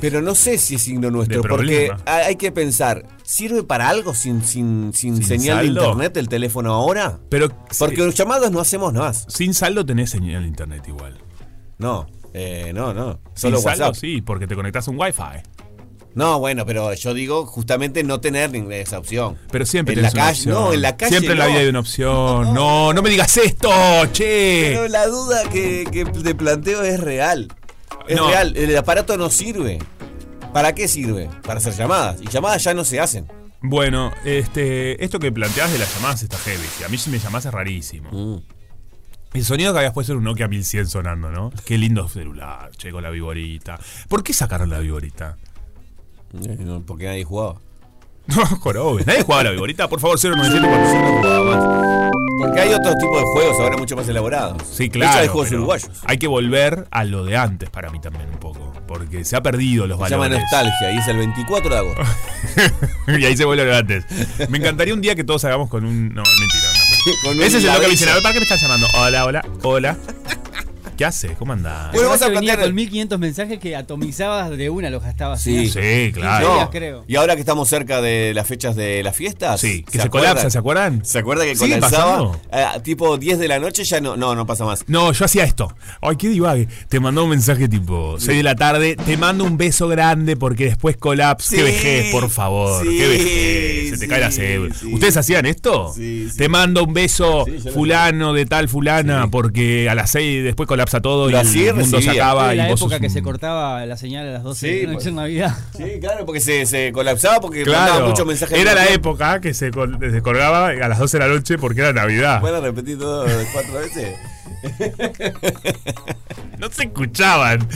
S3: Pero no sé si es signo nuestro,
S2: De
S3: porque
S2: problema.
S3: hay hay que pensar, ¿sirve para algo sin, sin, sin,
S2: ¿Sin
S3: señal
S2: saldo?
S3: de internet el teléfono ahora?
S2: Pero
S3: Porque los llamados no hacemos más.
S2: sin saldo tenés señal de internet igual.
S3: No, eh, no, no. Solo
S2: sin saldo
S3: WhatsApp.
S2: sí, porque te conectás a un wifi.
S3: No, bueno, pero yo digo justamente no tener ninguna esa opción.
S2: Pero siempre
S3: en la
S2: tenés una
S3: calle,
S2: opción.
S3: no, en la calle.
S2: Siempre en la
S3: no.
S2: vida hay
S3: *laughs*
S2: una opción. No, no me digas esto,
S3: Pero
S2: che.
S3: la duda que, que te planteo es real. Es
S2: No.
S3: real. El aparato no sirve. ¿Para qué sirve? Para hacer llamadas. Y llamadas ya no se hacen.
S2: Bueno, este, esto que planteás de las llamadas está heavy. que A mí si me llamás es rarísimo.
S3: Mm.
S2: El sonido que habías puesto era un Nokia 1100 sonando, ¿no? Qué lindo celular, che, con la viborita. ¿Por qué sacaron la viborita? *laughs*
S3: Eh, no, Porque nadie jugaba.
S2: No, jorobes. Nadie jugaba a la viborita. Por favor, 097
S3: Porque hay otros tipos de juegos ahora mucho más elaborados.
S2: Sí,
S3: De hecho,
S2: claro.
S3: hay juegos
S2: pero
S3: uruguayos.
S2: Hay que volver a lo de antes para mí también un poco. Porque se ha perdido los
S3: Se llama
S2: valores.
S3: Nostalgia y es el 24 de
S2: *laughs*
S3: agosto.
S2: y ahí se vuelve lo de antes. Me encantaría un día que todos hagamos con un. No, mentira. no.
S3: *laughs* Con un
S2: Ese es el loco
S3: ladrillo.
S2: vicinal. ¿Para qué me están llamando? Hola, hola, hola. ¿Qué haces? ¿Cómo andás?
S3: Bueno, vamos a
S6: Que venía
S3: plantear-
S6: con 1500 mensajes que atomizabas de una, los gastabas.
S3: Sí.
S2: Sí,
S6: No.
S2: claro.
S6: creo.
S3: Y ahora que estamos cerca de las fechas de las fiestas.
S2: Sí, que se,
S3: acuerdan?
S2: colapsa, ¿se acuerdan?
S3: ¿Se acuerda que
S2: ¿Sigue
S3: colapsaba?
S2: pasando?
S3: Eh, tipo 10 de la noche ya no, no, no pasa más.
S2: No, yo hacía esto. Ay, qué divague. Te mandó un mensaje tipo 6 de la tarde. Te mando un beso grande porque después colapsa. Qué
S3: Sí,
S2: vejez, por favor.
S3: sí,
S2: qué vejez. se te
S8: sí,
S2: cae la cédula.
S8: sí.
S2: ¿Ustedes hacían esto? Te mando un beso,
S8: Sí, yo lo
S2: fulano de tal, fulana, porque a las 6 después colapsa todo y
S3: Lo hacía y
S2: el mundo se
S3: recibía.
S2: acaba.
S6: Era
S2: Y
S6: la
S2: vos
S6: época
S2: sos
S6: que
S2: un-
S6: se cortaba la señal a las 12
S3: Sí,
S6: de la noche
S3: pues.
S6: en Navidad. *laughs*
S3: Sí, claro, porque se, se colapsaba porque mandaba
S2: Claro,
S3: muchos mensajes.
S2: era
S3: al
S2: la
S3: mismo
S2: época que se col- se colgaba a las 12 de la noche porque era
S3: tiempo.
S2: Navidad.
S3: ¿Puedo repetir todo cuatro veces?
S2: No se escuchaban.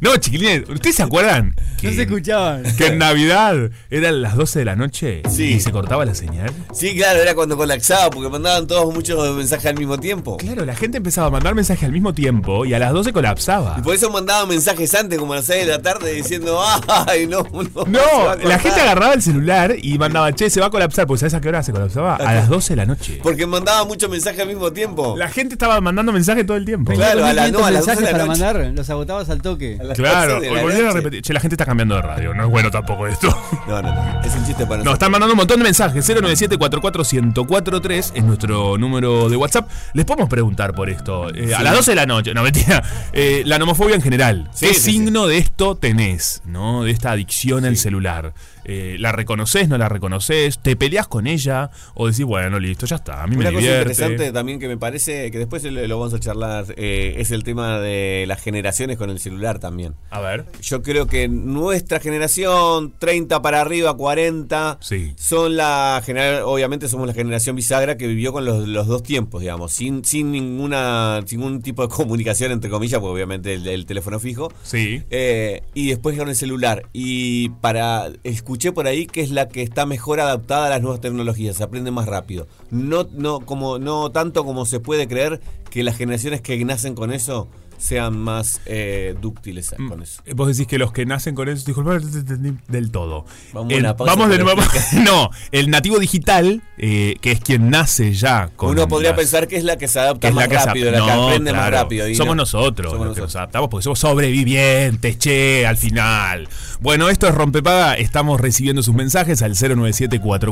S2: No, chiquilines, ¿ustedes se acuerdan?
S6: No se escuchaban.
S2: Que en Navidad eran las 12 de la noche
S3: Sí.
S2: y se cortaba la señal.
S3: Sí, claro, era cuando colapsaba porque mandaban todos muchos mensajes al mismo tiempo.
S2: Claro, la gente empezaba a mandar mensajes al mismo tiempo y a las 12 colapsaba.
S3: Y por eso mandaban mensajes antes, como a las 6 de la tarde, diciendo, ¡ay, no! No, se va
S2: No,
S3: a
S2: la
S3: cortar".
S2: gente agarraba el celular y mandaba, che, se va a colapsar. Pues ¿sabes a qué hora se colapsaba? A las 12 de la noche.
S3: Porque mandaban muchos mensajes al mismo tiempo.
S2: La gente estaba mandando mensajes todo el tiempo.
S3: Claro. a la- no, a las 12
S6: mensajes
S3: de la
S6: para
S3: noche.
S6: mandar, los agotabas al toque.
S3: A las
S2: Claro,
S3: 12 de la
S2: volvieron a
S3: noche.
S2: repetir. Che, la gente está cambiando de radio. No es bueno tampoco esto.
S3: No, no, no. Es un chiste para
S2: Nos
S3: nosotros.
S2: están mandando un montón de mensajes. 097-44143 es nuestro número de WhatsApp. Les podemos preguntar por esto. Eh, A las 12 de la noche, no mentira. Eh, la nomofobia en general.
S3: Sí,
S2: ¿Qué
S3: sí,
S2: signo de esto tenés? ¿No? De esta adicción al celular. Eh, ¿La reconoces? ¿No la reconoces? ¿Te peleas con ella? ¿O decís, bueno, listo, ya está? A mí me
S3: Una cosa interesante
S2: divierte.
S3: también que me parece, que después lo, lo vamos a charlar, eh, es el tema de las generaciones con el celular también.
S2: A ver.
S3: Yo creo que nuestra generación, 30 para arriba, 40,
S2: Sí.
S3: son la general, obviamente somos la generación bisagra que vivió con los, los dos tiempos, digamos, sin, sin ninguna, sin ningún tipo de comunicación entre comillas, porque obviamente el, el teléfono fijo.
S2: Sí.
S3: Eh, y después con el celular. Y para escuché por ahí que es la que está mejor adaptada a las nuevas tecnologías, se aprende más rápido. No, no, como, no tanto como se puede creer que las generaciones que nacen con eso sean más eh, dúctiles a-
S2: Mm.
S3: con eso.
S2: Eh, Vos decís que los que nacen con eso, disculpa, no te entendí del todo.
S3: Vamos
S2: El-
S3: a una pausa
S2: vamos de
S3: para
S2: nuevo. *laughs* No, el nativo digital, eh, que es quien nace ya con.
S3: Uno podría
S2: las-
S3: pensar que es la que se adapta
S2: es
S3: más
S2: que se-
S3: rápido, la que
S2: No,
S3: aprende más
S2: claro.
S3: rápido. y
S2: somos
S3: no.
S2: nosotros
S3: Somos
S2: los que nos
S3: nosotros.
S2: adaptamos porque somos sobrevivientes, che, al final. Bueno, esto es Rompepaga. Estamos recibiendo sus mensajes al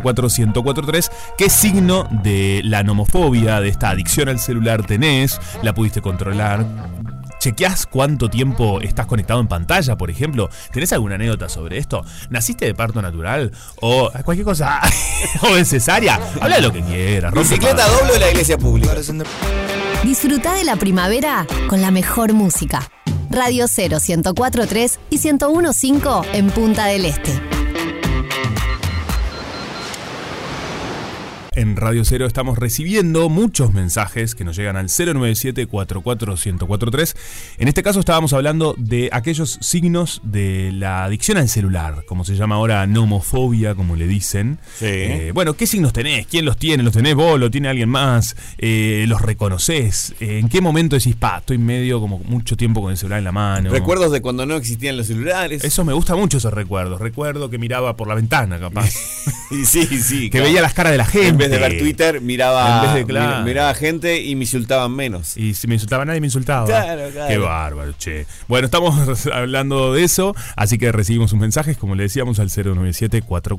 S2: 097-44143. ¿Qué signo de la nomofobia, de esta adicción al celular tenés? ¿La pudiste controlar? ¿Chequeás cuánto tiempo estás conectado en pantalla, por ejemplo? ¿Tenés alguna anécdota sobre esto? ¿Naciste de parto natural? ¿O cualquier cosa? *laughs* ¿O de cesárea? Habla de lo que quieras.
S3: Bicicleta
S2: rompepaga.
S3: doble de la iglesia pública.
S9: Disfruta de la primavera con la mejor música. Radio 0 1043 y 1015 en Punta del Este.
S2: En Radio Cero estamos recibiendo muchos mensajes que nos llegan al 097-44143. En este caso estábamos hablando de aquellos signos de la adicción al celular, como se llama ahora nomofobia, como le dicen.
S3: Sí.
S2: Eh, bueno, ¿qué signos tenés? ¿Quién los tiene? ¿Los tenés vos? ¿Lo tiene alguien más? Eh, ¿Los reconoces? ¿En qué momento decís, pa, estoy medio como mucho tiempo con el celular en la mano?
S3: Recuerdos de cuando no existían los celulares.
S2: Eso me gusta mucho esos recuerdos. Recuerdo que miraba por la ventana,
S3: *laughs*
S2: capaz.
S3: *laughs* Y sí, sí.
S2: que veía las caras de la gente.
S3: En vez de ver Twitter, miraba,
S2: En vez de- claro.
S3: mir- miraba gente y me insultaban menos.
S2: Y si me insultaba nadie me insultaba.
S3: Claro, claro.
S2: Qué bárbaro, che. Bueno, estamos *laughs* hablando de eso, así que recibimos sus mensajes, como le decíamos, al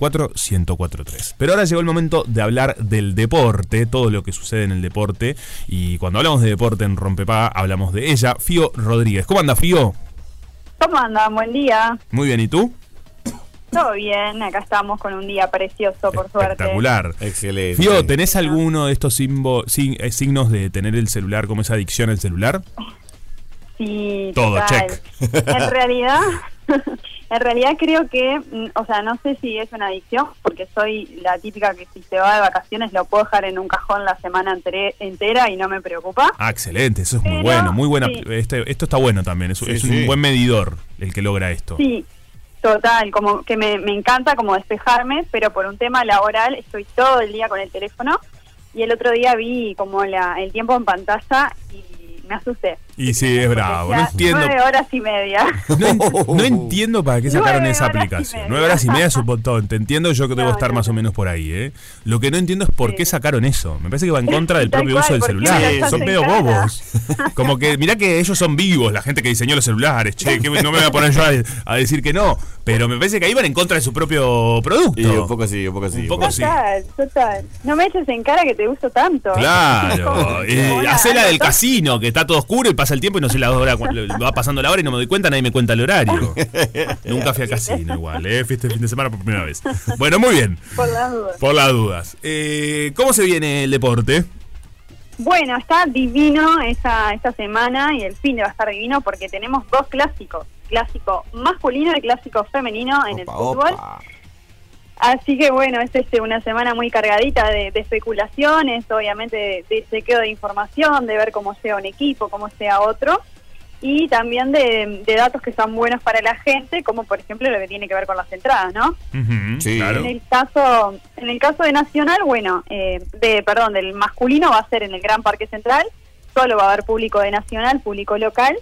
S2: 097-44-1043. Pero ahora llegó el momento de hablar del deporte, todo lo que sucede en el deporte. Y cuando hablamos de deporte en Rompepaga, hablamos de ella, Fío Rodríguez. ¿Cómo anda, Fío?
S10: ¿Cómo andan? Buen día.
S2: Muy bien, ¿y tú?
S10: Todo bien, acá estamos con un día precioso, por suerte.
S2: Espectacular.
S3: Excelente.
S2: Fío, ¿tenés alguno de estos simbo- sin- eh, signos de tener el celular, como esa adicción al celular?
S10: Sí,
S2: Todo,
S10: total.
S2: check.
S10: En realidad, *laughs* en realidad creo que, mm, o sea, no sé si es una adicción, porque soy la típica que si se va de vacaciones lo puedo dejar en un cajón la semana entre- entera y no me preocupa.
S2: Ah, excelente, eso es muy
S10: Pero,
S2: bueno, muy buena.
S10: sí.
S2: este- esto está bueno también, es, es
S3: sí.
S2: un buen medidor el que logra esto.
S10: Sí, total, como que me, me encanta como despejarme, pero por un tema laboral estoy todo el día con el teléfono y el otro día vi como la, el tiempo en pantalla y me asusté.
S2: Y sí, es bravo, no
S10: Ya,
S2: entiendo.
S10: Nueve horas y
S2: *laughs*
S10: media. *laughs*
S2: No, en- no entiendo para qué sacaron
S10: Nueve
S2: esa
S10: horas y
S2: aplicación.
S10: media.
S2: Nueve horas y media es un montón. Te entiendo, yo que debo
S10: No,
S2: estar
S10: no,
S2: más o
S10: no.
S2: menos por ahí. ¿eh? Lo que no entiendo es por
S10: Sí.
S2: qué sacaron eso. Me parece que va en contra del
S10: Tal
S2: propio
S10: cual,
S2: uso del
S10: ¿por qué
S2: celular.
S10: me lo
S2: Son
S10: hacen
S2: medio
S10: cara?
S2: bobos. Como que, mirá que ellos son vivos, la gente que diseñó los celulares. Che, que no me voy a poner yo a, a decir que no. Pero me parece que iban en contra de su propio producto.
S3: Y un poco sí, un poco sí.
S2: Un poco Oh, sí.
S10: Total, total. No me eches en cara que te uso tanto.
S2: Claro, eh,
S3: *laughs*
S10: Hola,
S2: hacé la del
S10: ¿no?
S2: casino, que está todo oscuro y pasa el tiempo y no sé la hora, cu- lo- va pasando la hora y no me doy cuenta, nadie me cuenta el horario. Nunca fui a casino igual, ¿eh? Fui este fin de semana por primera vez. Bueno, muy bien,
S10: Por las dudas.
S2: por las dudas. Eh, ¿Cómo se viene el deporte?
S10: Bueno, está divino esta, esta semana y el fin de va a estar divino porque tenemos dos clásicos, clásico masculino y clásico femenino en el fútbol. Así que bueno, es este, una semana muy cargadita de, de especulaciones, obviamente de, de chequeo de información, de ver cómo sea un equipo, cómo sea otro, y también de, de datos que son buenos para la gente, como por ejemplo lo que tiene que ver con las entradas, ¿no?
S2: sí, claro.
S10: En el caso, en el caso de Nacional, bueno, eh, de, perdón, del masculino va a ser en el Gran Parque Central, solo va a haber público de Nacional, público local,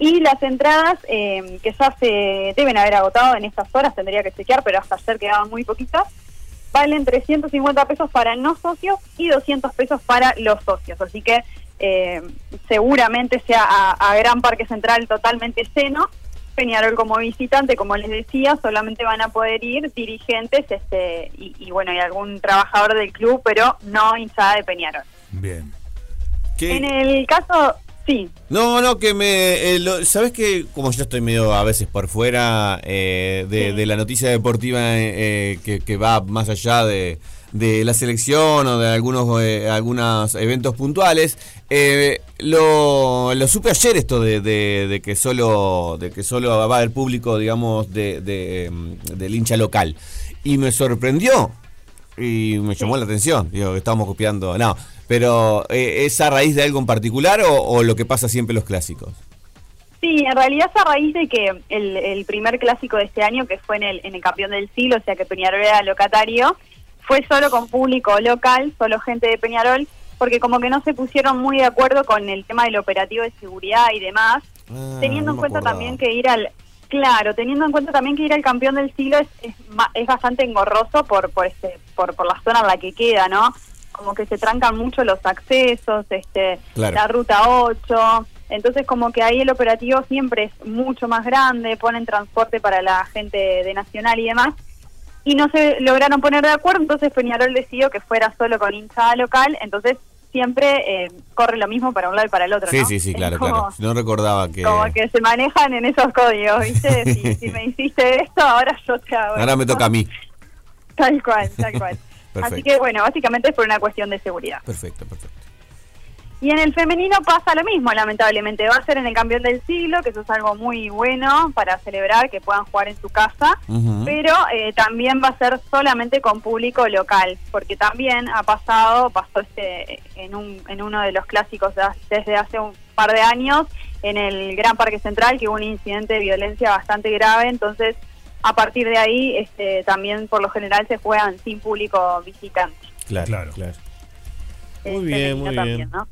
S10: y las entradas eh, que ya se deben haber agotado en estas horas, tendría que chequear, pero hasta ayer quedaban muy poquitas, valen 350 pesos para no socios y 200 pesos para los socios, así que eh, seguramente sea a, a Gran Parque Central totalmente lleno. Peñarol como visitante, como les decía, solamente van a poder ir dirigentes este, y, y, bueno, y algún trabajador del club, pero no hinchada de Peñarol.
S2: Bien.
S10: En el caso, sí,
S3: No, no, que me. eh, lo- ¿Sabes que Como yo estoy medio a veces por fuera eh, de, de la noticia deportiva eh, eh, que, que va más allá de, de la selección o de algunos, eh, algunos eventos puntuales, eh, lo, lo supe ayer esto de, de- de que solo de que solo va a haber público, digamos, de, de, em, del hincha local. Y me sorprendió y me llamó la atención. Digo, que estamos copiando. No, pero eh, ¿es a raíz de algo en particular o, o lo que pasa siempre en los clásicos?
S10: sí, en realidad es a raíz de que el, el primer clásico de este año, que fue en el, en el campeón del siglo, o sea que Peñarol era locatario, fue solo con público local, solo gente de Peñarol, porque como que no se pusieron muy de acuerdo con el tema del operativo de seguridad y demás. teniendo en cuenta también que ir al claro teniendo en cuenta también que ir al campeón del siglo es, es, ma- es bastante engorroso por por este por, por la zona en la que queda no como que se trancan mucho los accesos este
S1: Claro.
S10: la ruta 8 entonces como que ahí el operativo siempre es mucho más grande ponen transporte para la gente de nacional y demás y no se lograron poner de acuerdo, entonces Peñarol decidió que fuera solo con hinchada local, entonces siempre eh, corre lo mismo para un lado y para el otro.
S3: Sí,
S10: ¿no?
S3: sí, sí,
S10: Es
S3: claro,
S10: como-
S3: claro. No recordaba que.
S10: como que se manejan en esos códigos,
S3: *laughs*
S10: ¿viste? Si, si me hiciste esto, ahora yo te hago.
S3: Ahora me toca a mí.
S10: Tal cual, tal cual. Así
S3: *laughs* Perfecto.
S10: que bueno, básicamente es por una cuestión de seguridad.
S3: Perfecto, perfecto.
S10: Y en el femenino pasa lo mismo, lamentablemente. Va a ser en el campeón del siglo, que eso es algo muy bueno para celebrar, que puedan jugar en su casa.
S1: Ujú.
S10: Pero eh, también va a ser solamente con público local, porque también ha pasado, pasó este, en, un, en uno de los clásicos de hace- desde hace un par de años, en el Gran Parque Central, que hubo un incidente de violencia bastante grave. Entonces, a partir de ahí, este, también por lo general se juegan sin público visitante.
S3: Claro,
S2: claro.
S10: Muy
S8: bien, muy bien.
S10: Este, ¿no?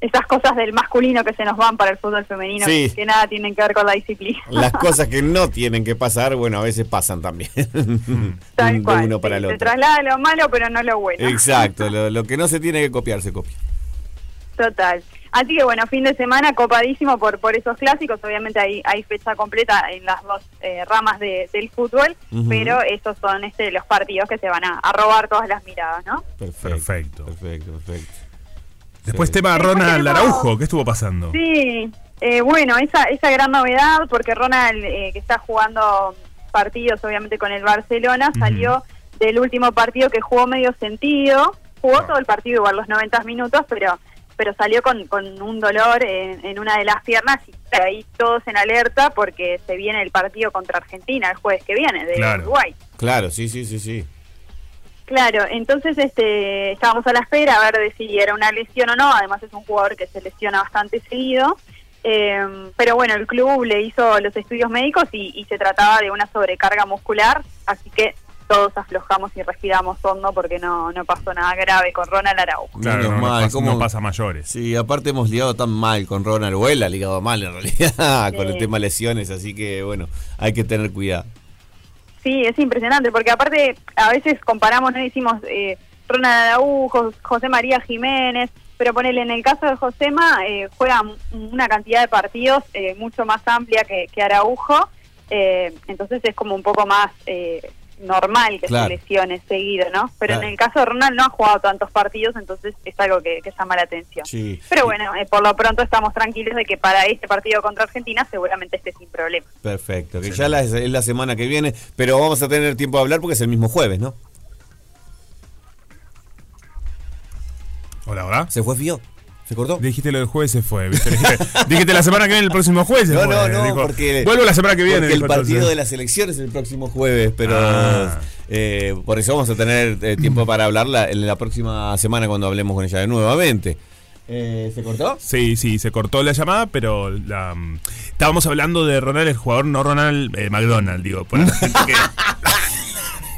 S10: Esas cosas del masculino que se nos van para el fútbol femenino,
S3: Sí.
S10: que nada tienen que ver con la disciplina. *laughs*
S3: Las cosas que no tienen que pasar, bueno, a veces pasan también. *laughs* de uno para el
S10: se
S3: otro.
S10: traslada lo malo, pero no lo bueno.
S3: Exacto, lo, lo que no se tiene que copiar se copia.
S10: *laughs* Total. Así que bueno, fin de semana copadísimo por por esos clásicos. Obviamente hay, hay fecha completa en las dos eh, ramas de- del fútbol,
S3: Ujú.
S10: pero esos son este los partidos que se van a, a robar todas las miradas, ¿no?
S3: Perfecto. Perfecto, perfecto.
S2: Después tema Ronald Araujo, ¿qué estuvo pasando?
S10: Sí, eh, bueno, esa, esa gran novedad, porque Ronald, eh, que está jugando partidos obviamente con el Barcelona, salió del último partido que jugó medio sentido, jugó todo el partido igual los 90 minutos, pero pero salió con, con un dolor en, en una de las piernas y ahí todos en alerta porque se viene el partido contra Argentina el jueves que viene de
S3: Claro.
S10: Uruguay.
S3: Claro, sí, sí, sí, sí.
S10: Claro, entonces este, estábamos a la espera a ver de si era una lesión o no, además es un jugador que se lesiona bastante seguido, Eh, pero bueno, el club le hizo los estudios médicos y, y se trataba de una sobrecarga muscular, así que todos aflojamos y respiramos hondo porque no, no pasó nada grave con Ronald Araujo.
S2: Claro,
S3: Menos
S2: no, no
S3: mal,
S2: pasa-
S3: ¿cómo?
S2: no pasa mayores.
S3: Sí, aparte hemos liado tan mal con Ronald, o él ha ligado mal en realidad, *laughs* con el
S10: Sí.
S3: tema lesiones, así que bueno, hay que tener cuidado.
S10: Sí, es impresionante, porque aparte a veces comparamos, no decimos eh, Ronald Araujo, José María Jiménez, pero ponele, en el caso de Josema eh, juega m- una cantidad de partidos eh, mucho más amplia que, que Araujo, eh, entonces es como un poco más eh, normal que
S3: Claro.
S10: se lesione seguido, ¿no? Pero
S3: Claro.
S10: en el caso de Ronald no ha jugado tantos partidos, entonces es algo que, que llama la atención.
S3: Sí.
S10: Pero bueno, eh, por lo pronto estamos tranquilos de que para este partido contra Argentina seguramente esté sin problema.
S3: Perfecto, que ya la- es la semana que viene, pero vamos a tener tiempo de hablar porque es el mismo jueves, ¿no?
S2: Hola, hola.
S3: ¿Se fue Fío? ¿Se cortó?
S2: Dijiste lo del jueves, se fue. *laughs* ¿viste? Dijiste, dijiste la semana que viene, el próximo jueves. se
S3: No,
S2: fue.
S3: no, no,
S2: Dijo,
S3: porque.
S2: Vuelvo la semana que viene.
S3: Porque el
S2: dijo entonces.
S3: partido de la selección es el próximo jueves, pero.
S2: Ah.
S3: eh, por eso vamos a tener eh, tiempo para hablarla en la próxima semana cuando hablemos con ella nuevamente. Eh, ¿Se cortó? *laughs*
S2: Sí, sí, se cortó la llamada, pero la, mm, estábamos hablando de Ronald, el jugador, no Ronald eh, McDonald, digo, por la gente que,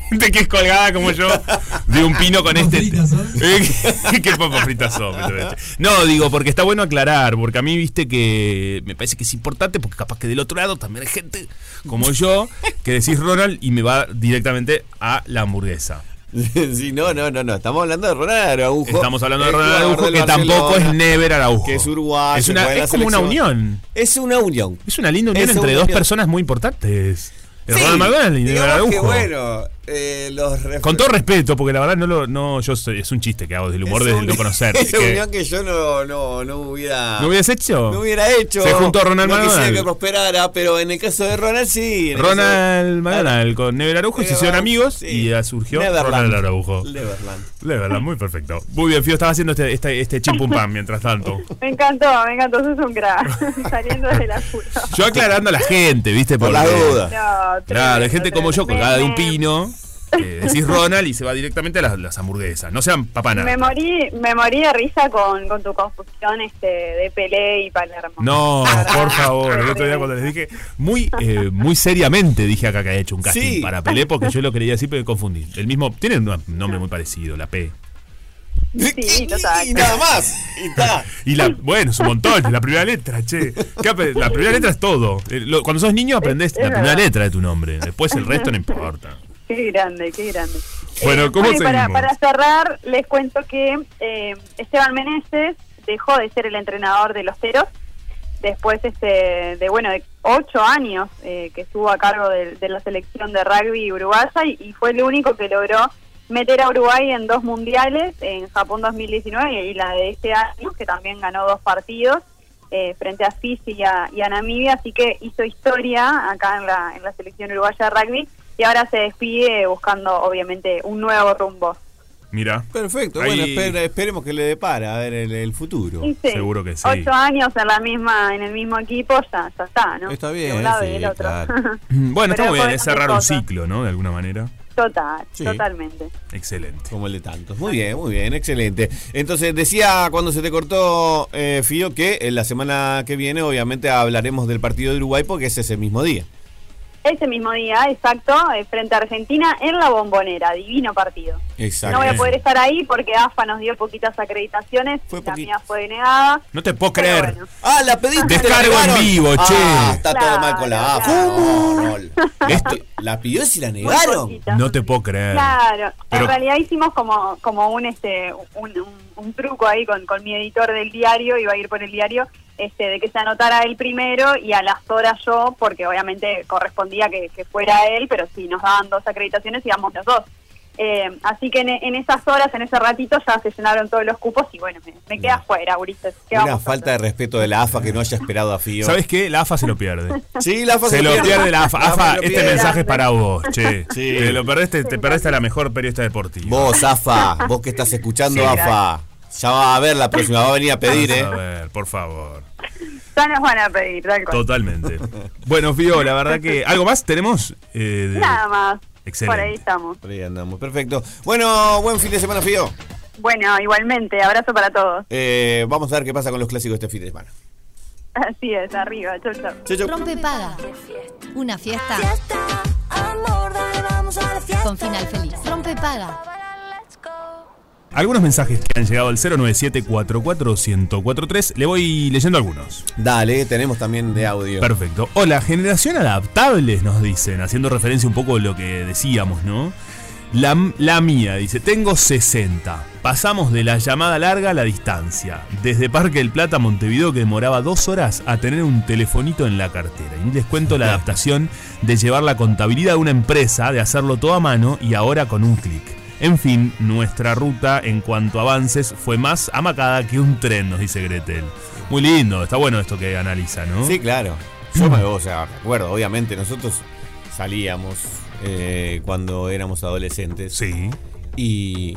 S2: gente que es colgada como yo de un pino con este. *laughs* Eh, Qué papas fritas son, justamente. No, digo, porque está bueno aclarar, porque a mí viste que me parece que es importante, porque capaz que del otro lado también hay gente como yo que decís Ronald y me va directamente a la hamburguesa.
S3: sí, no, no, no, no. Estamos hablando de Ronald Araujo.
S2: Estamos hablando de
S3: El
S2: Ronald
S3: jugador
S2: Araujo,
S3: del
S2: que tampoco es
S3: Barcelona,
S2: Never Araujo.
S3: Que es uruguayo.
S2: Es, una-
S3: juega en la
S2: es como una
S3: selección.
S2: unión.
S3: Es una unión.
S2: Es una linda unión
S3: Es
S2: entre
S3: una
S2: dos
S3: unión.
S2: personas muy importantes. El
S3: Sí,
S2: Ronald McDonald y el
S3: digamos
S2: Araujo.
S3: que bueno, eh, los ref-
S2: Con todo respeto, porque la verdad no lo, no, yo soy- es un chiste que hago del humor
S3: es
S2: desde
S3: un-
S2: el no
S3: *laughs*
S2: conocer.
S3: Es una
S2: que-
S3: unión que yo no, no, no hubiera.
S2: ¿No hubieras hecho?
S3: no hubiera hecho.
S2: Se juntó Ronald
S3: no quisiera
S2: McDonald.
S3: que prosperara, pero en el caso de Ronald sí. en el
S2: Ronald McDonald con Never Araujo se
S3: Never
S2: hicieron
S3: Araujo,
S2: amigos
S3: sí.
S2: y ya
S3: caso de-
S2: surgió
S3: Neverland.
S2: Ronald Araujo.
S3: Neverland.
S2: De verdad, muy perfecto. Muy bien, Fío, estaba haciendo este, este, este chin pum pam mientras tanto.
S10: Me encantó, me encantó, sos un
S2: *laughs*
S10: crack, saliendo de la puta.
S2: Yo aclarando a la gente, ¿viste?
S3: Por las
S2: Porque-
S3: dudas.
S10: No,
S2: Claro,
S10: tremendo,
S2: hay gente como yo,
S10: tremendo.
S2: colgada de un
S10: Me-
S2: pino, que decís Ronald y se va directamente a las, las hamburguesas. No sean papanas.
S10: Me morí, me morí de risa con, con tu confusión este de Pelé y Palermo.
S2: No,
S10: La verdad,
S2: por favor. El otro día cuando les dije, muy, eh, muy seriamente dije acá que había hecho un casting
S3: Sí.
S2: para Pelé porque yo lo quería decir, pero me confundí. El mismo, tiene un nombre muy parecido, la P. *laughs*
S10: Sí, total.
S3: *laughs* Y nada más. Y está.
S2: Y la, bueno, es un montón, la primera letra, che. ¿Qué ap- La primera letra es todo. Eh, lo- Cuando sos niño aprendés la primera letra de tu nombre. Después el resto no importa.
S10: Qué grande, qué grande. Eh,
S2: Bueno, ¿cómo
S10: y para,
S2: seguimos?
S10: para cerrar, les cuento que eh, Esteban Meneses dejó de ser el entrenador de los Teros después este de bueno de ocho años eh, que estuvo a cargo de, de la selección de rugby uruguaya y, y fue el único que logró meter a Uruguay en dos mundiales en Japón 2019 y la de este año que también ganó dos partidos eh, frente a Fiji y a, y a Namibia así que hizo historia acá en la, en la selección uruguaya de rugby y ahora se despide buscando obviamente un nuevo rumbo
S2: Mira,
S3: Perfecto.
S2: Ahí-
S3: Bueno, espere- esperemos que le depara a ver el, el futuro.
S10: Y sí,
S2: seguro que sí.
S10: ocho años en la misma en el mismo equipo ya, ya está no
S3: Está
S10: de
S3: bien.
S10: un lado y
S3: sí,
S10: del otro
S3: claro.
S10: *laughs*
S2: Bueno, está
S10: Pero
S2: muy bien,
S10: fue
S2: es cerrar
S10: otra
S2: un
S10: cosa.
S2: ciclo, ¿no? De alguna manera.
S10: Total,
S3: Sí.
S10: totalmente.
S2: Excelente.
S3: Como el de tantos. Muy bien, muy bien, excelente. Entonces, decía cuando se te cortó, eh, Fío, que eh, la semana que viene obviamente hablaremos del partido de Uruguay porque es ese mismo día.
S10: Ese mismo día, exacto, eh, frente a Argentina en la bombonera, divino partido.
S3: Exacto.
S10: No voy a poder estar ahí porque AFA nos dio poquitas acreditaciones,
S3: Fue
S10: la
S3: poquito.
S10: mía fue negada.
S2: No te puedo
S10: pero
S2: creer.
S10: bueno.
S3: Ah, la pediste. te la
S2: Descargo en
S3: negaron.
S2: vivo,
S3: Ah,
S2: che.
S3: Está todo mal con la AFA.
S10: Claro,
S3: No, no, la- la pidió y si la
S10: Muy
S3: negaron.
S10: poquita.
S2: No te puedo
S3: Eh,
S2: creer.
S10: Claro,
S2: Pero-
S10: en realidad hicimos como como un este un, un- un truco ahí con, con mi editor del diario, iba a ir por el diario, este de que se anotara él primero y a las horas yo, porque obviamente correspondía que, que fuera él, pero si nos daban dos acreditaciones íbamos los dos. Eh, así que en, en esas horas, en ese ratito, ya se llenaron todos los cupos y bueno, me, me quedé
S3: No.
S10: afuera, Ulises. ¿qué
S3: Una
S10: vamos a
S3: falta de
S10: hacer?
S3: respeto de la AFA que no haya esperado a Fío.
S2: ¿Sabes qué? La AFA se
S10: *laughs*
S2: lo pierde.
S3: Sí, la AFA
S2: Se lo pierde *laughs* la AFA. AFA,
S3: lo
S2: este
S3: pierde.
S2: mensaje es para vos, *laughs* che.
S3: Sí.
S2: Te lo perdiste, te perdiste a la mejor periodista deportiva.
S3: Vos, AFA, vos que estás escuchando,
S2: Sí.
S3: AFA. Ya va a ver la próxima, va a venir a pedir,
S2: Vamos
S3: ¿eh?
S2: A ver, por favor.
S10: Ya nos van a pedir, tal cual.
S2: Totalmente. Bueno, Fío, la verdad que. ¿Algo más tenemos? Eh, de-
S10: Nada más.
S2: Excelente.
S10: Por ahí estamos.
S3: Por ahí andamos, perfecto. Bueno, buen fin de semana, Fío.
S10: Bueno, igualmente, abrazo para todos. *laughs*
S3: Eh, vamos a ver qué pasa con los clásicos este fin de semana.
S10: Así es, arriba, chau, chau.
S3: Chau, chau.
S9: Rompe paga. Una fiesta con final feliz. Rompe paga.
S2: Algunos mensajes que han llegado al 097 1043 Le voy leyendo algunos.
S3: Dale, eh, tenemos también de audio.
S2: Perfecto. Hola, generación adaptables, nos dicen, haciendo referencia un poco a lo que decíamos, ¿no? La, la mía dice, tengo 60. Pasamos de la llamada larga a la distancia. Desde Parque del Plata a Montevideo, que demoraba dos horas, a tener un telefonito en la cartera. Y les cuento la adaptación de llevar la contabilidad de una empresa, de hacerlo todo a mano y ahora con un clic. En fin, nuestra ruta en cuanto a avances fue más amacada que un tren, nos dice Gretel. Muy lindo, está bueno esto que analiza, ¿no?
S3: Sí, claro. Yo me o sea, recuerdo, obviamente, nosotros salíamos eh, cuando éramos adolescentes.
S2: Sí.
S3: Y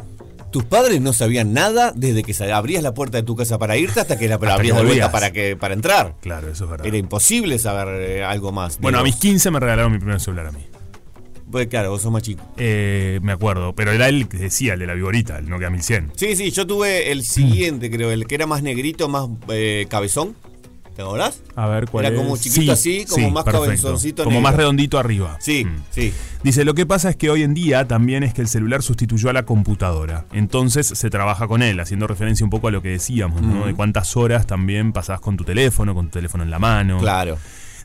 S3: tus padres no sabían nada desde que sal- abrías la puerta de tu casa para irte hasta que la
S2: Hasta
S3: abrías
S2: que
S3: de vuelta
S2: volvías.
S3: para, que, para entrar.
S2: Claro, eso es verdad.
S3: Era imposible saber eh, algo más. de
S2: Bueno, a
S3: vos.
S2: mis 15 me regalaron mi primer celular a mí.
S3: Pues claro, vos sos más chico.
S2: Eh, me acuerdo, pero era el que decía, el de la vigorita, el Nokia 1100.
S3: Sí, sí, yo tuve el siguiente, creo, el que era más negrito, más eh, cabezón. ¿Te acordás?
S2: A ver cuál
S3: Era
S2: es?
S3: como chiquito así, como
S2: sí,
S3: más
S2: perfecto.
S3: cabezoncito
S2: Como
S3: negro.
S2: más redondito arriba. Mm.
S3: Sí, sí.
S2: Dice, lo que pasa es que hoy en día también es que el celular sustituyó a la computadora. Entonces se trabaja con él, haciendo referencia un poco a lo que decíamos, ¿no?
S3: Ujú.
S2: De cuántas horas también pasás con tu teléfono, con tu teléfono en la mano.
S3: Claro.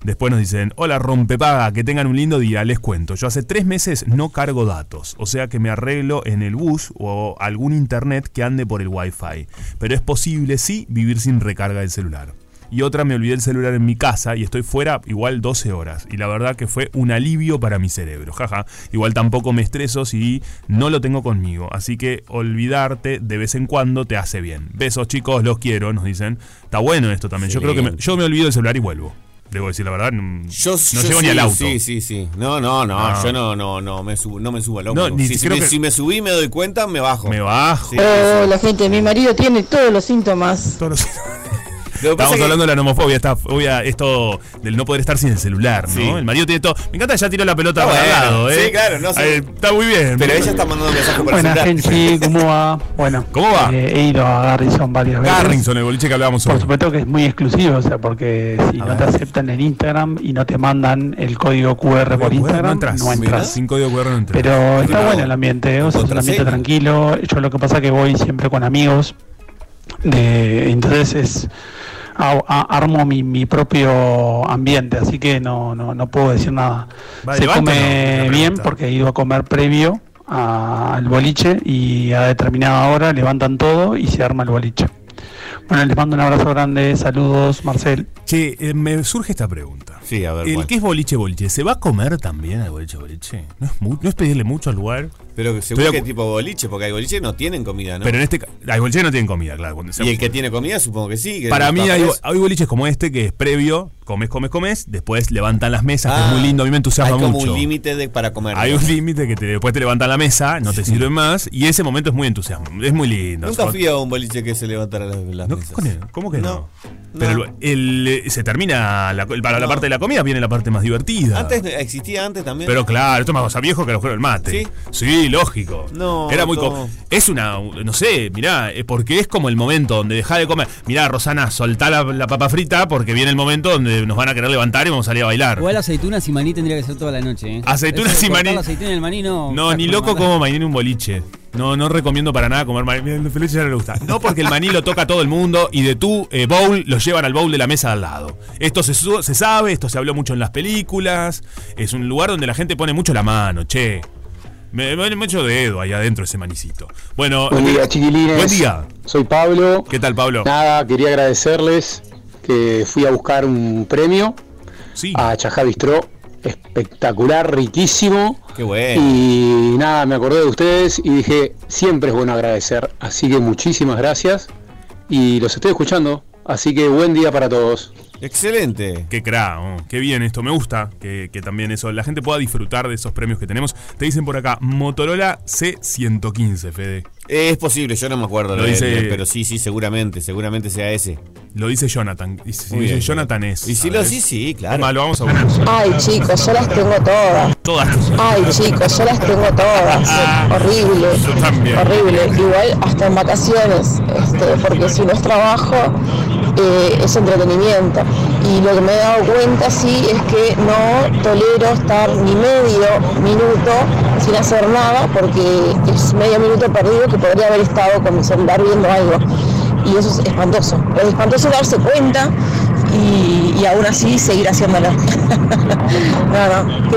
S2: Después nos dicen, hola rompepaga, que tengan un lindo día, les cuento. Yo hace tres meses no cargo datos, o sea que me arreglo en el bus o algún internet que ande por el wifi. Pero es posible, sí, vivir sin recarga del celular. Y otra, me olvidé el celular en mi casa y estoy fuera igual 12 horas. Y la verdad que fue un alivio para mi cerebro, jaja. Igual tampoco me estreso si no lo tengo conmigo. Así que olvidarte de vez en cuando te hace bien. Besos chicos, los quiero, nos dicen. Está bueno esto también. Yo creo que me- yo me olvido del celular y vuelvo. Debo decir la verdad, mm,
S3: Yo,
S2: no
S3: yo
S2: llego ni
S3: sí,
S2: al auto.
S3: Sí, sí, sí. No, no, no,
S2: No.
S3: yo no, no, no me subo, no me subo al
S2: No,
S3: hombro.
S2: ni
S3: si, si
S2: creo
S3: me,
S2: que-
S3: si me subí y me doy cuenta, me bajo.
S2: Me bajo.
S7: Oh, la gente, mi marido tiene todos los síntomas.
S3: *laughs* Lo que pasa
S2: Estamos
S3: que-
S2: hablando de la nomofobia, esta fobia, esto del no poder estar sin el celular, ¿no?
S3: Sí.
S2: El marido tiene todo. Me encanta, ya tiró la pelota
S3: Está
S2: para el
S3: bueno,
S2: lado, ¿eh?
S3: sí, claro, no sé.
S2: Eh, está muy bien.
S3: Pero ella está mandando mensajes por el
S7: Buena
S3: celular. *laughs*
S7: gente, ¿cómo va? Bueno,
S2: ¿Cómo va?
S7: eh, he ido a Garrison varias veces.
S2: Garrison, el boliche que hablábamos
S7: Por
S2: hoy.
S7: supuesto que es muy exclusivo, o sea, porque si
S2: A
S7: no te
S2: ver.
S7: aceptan en Instagram y no te mandan el código QR por
S2: No
S7: Instagram,
S2: entras.
S7: no
S2: Mirá,
S7: entras.
S2: Sin código QR no entras.
S7: Pero está
S3: Claro.
S7: bueno el ambiente, o sea, es un ambiente
S3: Contraseña.
S7: tranquilo. Yo lo que pasa que voy siempre con amigos, de, entonces es a- a- armo mi, mi propio ambiente, así que no, no, no puedo decir nada.
S2: ¿Va de
S7: Se
S2: debate o no? La
S7: come
S2: pregunta.
S7: bien porque he ido a comer previo a- al boliche y a determinada hora levantan todo y se arma el boliche. Bueno, les mando un abrazo grande, saludos, Marcel.
S2: Che, eh, me surge esta pregunta.
S3: Sí, a ver.
S2: El
S3: bueno.
S2: que es boliche boliche, ¿se va a comer también al boliche boliche? No es, mu- no es pedirle mucho al lugar.
S3: Pero seguro
S2: Estoy de
S3: que
S2: acu-
S3: tipo boliche, porque hay boliches que no tienen comida, ¿no?
S2: Pero en este caso, al boliche no tienen comida, claro. cuando se-
S3: y el que tiene comida, supongo que sí. que
S2: Para
S3: no
S2: mí
S3: está
S2: hay,
S3: preso.
S2: hay boliches como este que es previo, comes, comes, comes, después levantan las mesas, que
S3: Ah,
S2: es muy lindo, a mí me entusiasma
S3: Hay como
S2: mucho.
S3: un límite de- para comer.
S2: Hay
S3: ¿no?
S2: un límite que te- después te levantan la mesa, no te sirven más, y ese momento es muy entusiasmo, es muy lindo.
S3: Nunca
S2: Son-
S3: fui a un boliche que se levantara las, las
S2: No,
S3: mesas.
S2: con él, ¿Cómo que no?
S3: No,
S2: Pero
S3: no.
S2: el- el- eh, se termina, la, co- para la
S3: No.
S2: parte de la comida viene la parte más divertida.
S3: Antes existía antes también.
S2: Pero claro, esto es más cosa viejo que el agujero del mate.
S3: ¿Sí?
S2: lógico.
S3: No,
S2: Era muy. co-
S3: no.
S2: Es una. No sé, mirá, eh, porque es como el momento donde dejá de comer. Mirá, Rosana, soltá la, la papa frita porque viene el momento donde nos van a querer levantar y vamos a salir a bailar.
S4: Igual aceitunas y maní tendría que ser toda la noche. ¿eh?
S2: Aceitunas
S4: Eso de
S2: y
S4: cortar
S2: maní.
S4: la aceituna y el maní no.
S2: No, ni loco como maní en un boliche. No, no recomiendo para nada comer maní. Mira, el Felice ya no le gusta. No porque el maní lo toca a todo el mundo y de tu eh, bowl lo llevan al bowl de la mesa de al lado. Esto se, su- se sabe, esto se habló mucho en las películas. Es un lugar donde la gente pone mucho la mano, che. Me, me, me echo dedo ahí adentro ese manicito. Bueno, eh,
S8: Buen día, chiquilines. Ah,
S2: Buen día.
S8: Soy Pablo.
S2: ¿qué tal, Pablo?
S8: Nada, quería agradecerles que fui a buscar un premio
S2: Sí.
S8: a Chajá Bistró. Espectacular, riquísimo.
S3: Qué bueno.
S8: Y nada, me acordé de ustedes y dije, siempre es bueno agradecer. Así que muchísimas gracias. Y los estoy escuchando. Así que buen día para todos.
S3: Excelente.
S2: Qué cra, oh, qué bien esto, me gusta que, que también eso, la gente pueda disfrutar de esos premios que tenemos. Te dicen por acá, Motorola C115, Fede.
S3: Eh, Es posible, yo no me acuerdo,
S2: Lo
S3: la-
S2: dice-
S3: pero sí, sí, seguramente, seguramente sea ese.
S2: Lo dice Jonathan. Y si
S3: Muy
S2: dice
S3: bien.
S2: Jonathan es.
S3: Y si lo
S2: ¿sabes?
S3: sí, sí,
S2: Es más,
S3: claro.
S2: lo vamos a buscar.
S11: Ay chicos, yo las tengo todas.
S2: Todas.
S11: Ay chicos, yo las tengo todas. Horrible.
S2: Ah, Yo también.
S11: Horrible. Igual hasta en vacaciones. Este, porque si no es trabajo, eh, es entretenimiento. Y lo que me he dado cuenta sí es que no tolero estar ni medio minuto sin hacer nada porque es medio minuto perdido que podría haber estado con mi celular viendo algo. Y eso es espantoso. Es espantoso darse cuenta y, y aún así seguir haciéndolo. *laughs* no, no.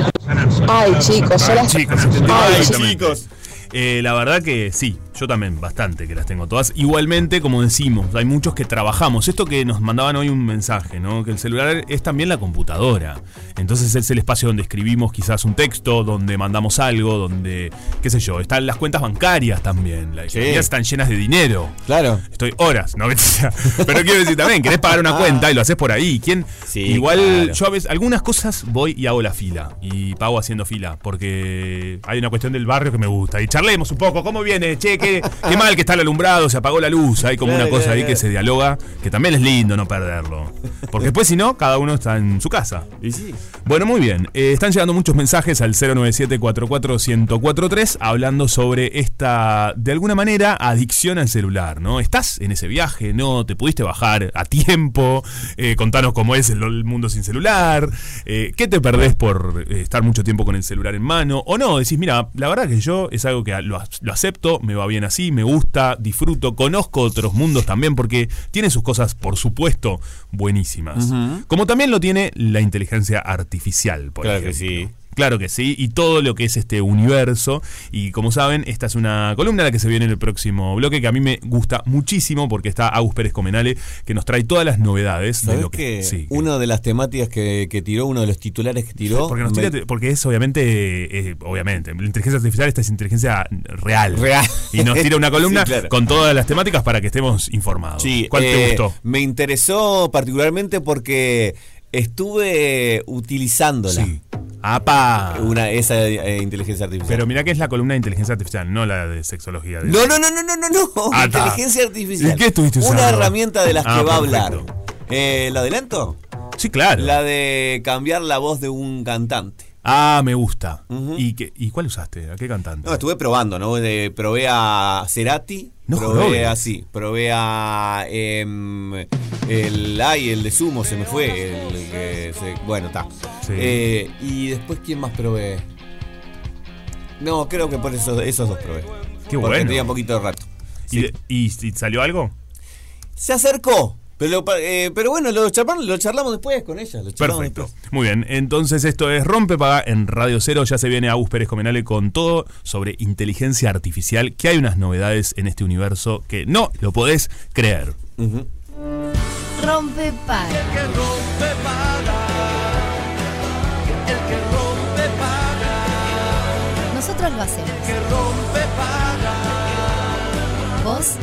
S11: Ay chicos, yo
S2: Ay,
S11: las
S2: chicos,
S11: Ay,
S2: exactamente.
S11: chicos.
S2: Eh, la verdad que sí, yo también, bastante que las tengo todas. Igualmente, como decimos, hay muchos que trabajamos. Esto que nos mandaban hoy un mensaje, ¿no? Que el celular es también la computadora. Entonces es el espacio donde escribimos quizás un texto, donde mandamos algo, donde, qué sé yo, están las cuentas bancarias también. Las economías están llenas de dinero.
S3: Claro.
S2: Estoy horas, no *laughs* mentira. Pero quiero decir también, querés pagar una cuenta y lo haces por ahí. ¿Quién? Igual
S3: claro.
S2: yo a veces, algunas cosas voy y hago la fila. Y pago haciendo fila. Porque hay una cuestión del barrio que me gusta. Y charlemos un poco. ¿Cómo viene? Che, qué, qué mal que está el alumbrado, se apagó la luz. Hay como
S3: Claro,
S2: una cosa
S3: claro,
S2: ahí que
S3: claro.
S2: se dialoga, que también es lindo no perderlo. Porque después, si no, cada uno está en su casa.
S3: Y sí.
S2: Bueno, muy bien. Eh, están llegando muchos mensajes al 097-44-1043 hablando sobre esta, de alguna manera, adicción al celular, ¿no? ¿Estás en ese viaje? ¿No? ¿Te pudiste bajar a tiempo? Eh, contanos cómo es el, el mundo sin celular. Eh, ¿Qué te perdés por eh, estar mucho tiempo con el celular en mano? O no, decís, mira, la verdad que yo es algo que lo, ac- lo acepto, me va bien así, me gusta, disfruto, conozco otros mundos también porque tiene sus cosas, por supuesto, buenísimas.
S3: Ujú.
S2: Como también lo tiene la inteligencia artificial, por
S3: Claro
S2: ejemplo.
S3: que sí.
S2: Claro que sí, y todo lo que es este universo. Y como saben, esta es una columna la que se viene en el próximo bloque, que a mí me gusta muchísimo porque está Agus Pérez Comenale, que nos trae todas las novedades de
S3: ¿Sabés
S2: lo que...
S3: que
S2: Sí.
S3: una de las temáticas que, que tiró, uno de los titulares que tiró...
S2: Porque, nos tira-
S3: me-
S2: porque es obviamente, eh, obviamente, la inteligencia artificial esta es inteligencia real.
S3: Real.
S2: Y nos tira una
S3: *laughs*
S2: columna
S3: Sí, claro.
S2: con todas las temáticas para que estemos informados.
S3: Sí,
S2: ¿Cuál te
S3: eh,
S2: gustó?
S3: Me interesó particularmente porque estuve utilizándola. Ah.
S2: Sí. ¡Apa!
S3: Una, esa eh, inteligencia artificial.
S2: Pero mirá que es la columna de inteligencia artificial, no la de sexología. de-
S3: No, no, no, no, no, no, no.
S2: Ah, está.
S3: inteligencia artificial.
S2: ¿Y qué estuviste usando?
S3: Una herramienta de las
S2: Ah,
S3: que va a
S2: perfecto.
S3: hablar. Eh, ¿La adelanto?
S2: Sí, claro.
S3: La de cambiar la voz de un cantante.
S2: Ah, me gusta. ¿Y, qué- ¿Y cuál usaste? ¿A qué cantante?
S3: No, estuve probando, ¿no? Eh, probé a Cerati.
S2: No
S3: probé
S2: jodas.
S3: así. Probé a. em, el. Ay, el de Sumo se me fue. el que se- bueno, está.
S2: Sí.
S3: Eh, y después, ¿quién más probé? No, creo que por esos, esos dos probé. Porque
S2: Qué bueno.
S3: Tenía un poquito de rato.
S2: ¿Y, y- y salió algo?
S3: Se acercó. Pero, eh, pero bueno, lo charlamos, lo charlamos después con ella. lo charlamos
S2: Perfecto. Muy bien. Entonces esto es Rompe Paga en Radio Cero. Ya se viene Agus Pérez Comenale con todo sobre inteligencia artificial, que hay unas novedades en este universo que no lo podés creer.
S9: Rompe paga. Nosotros lo hacemos. Vos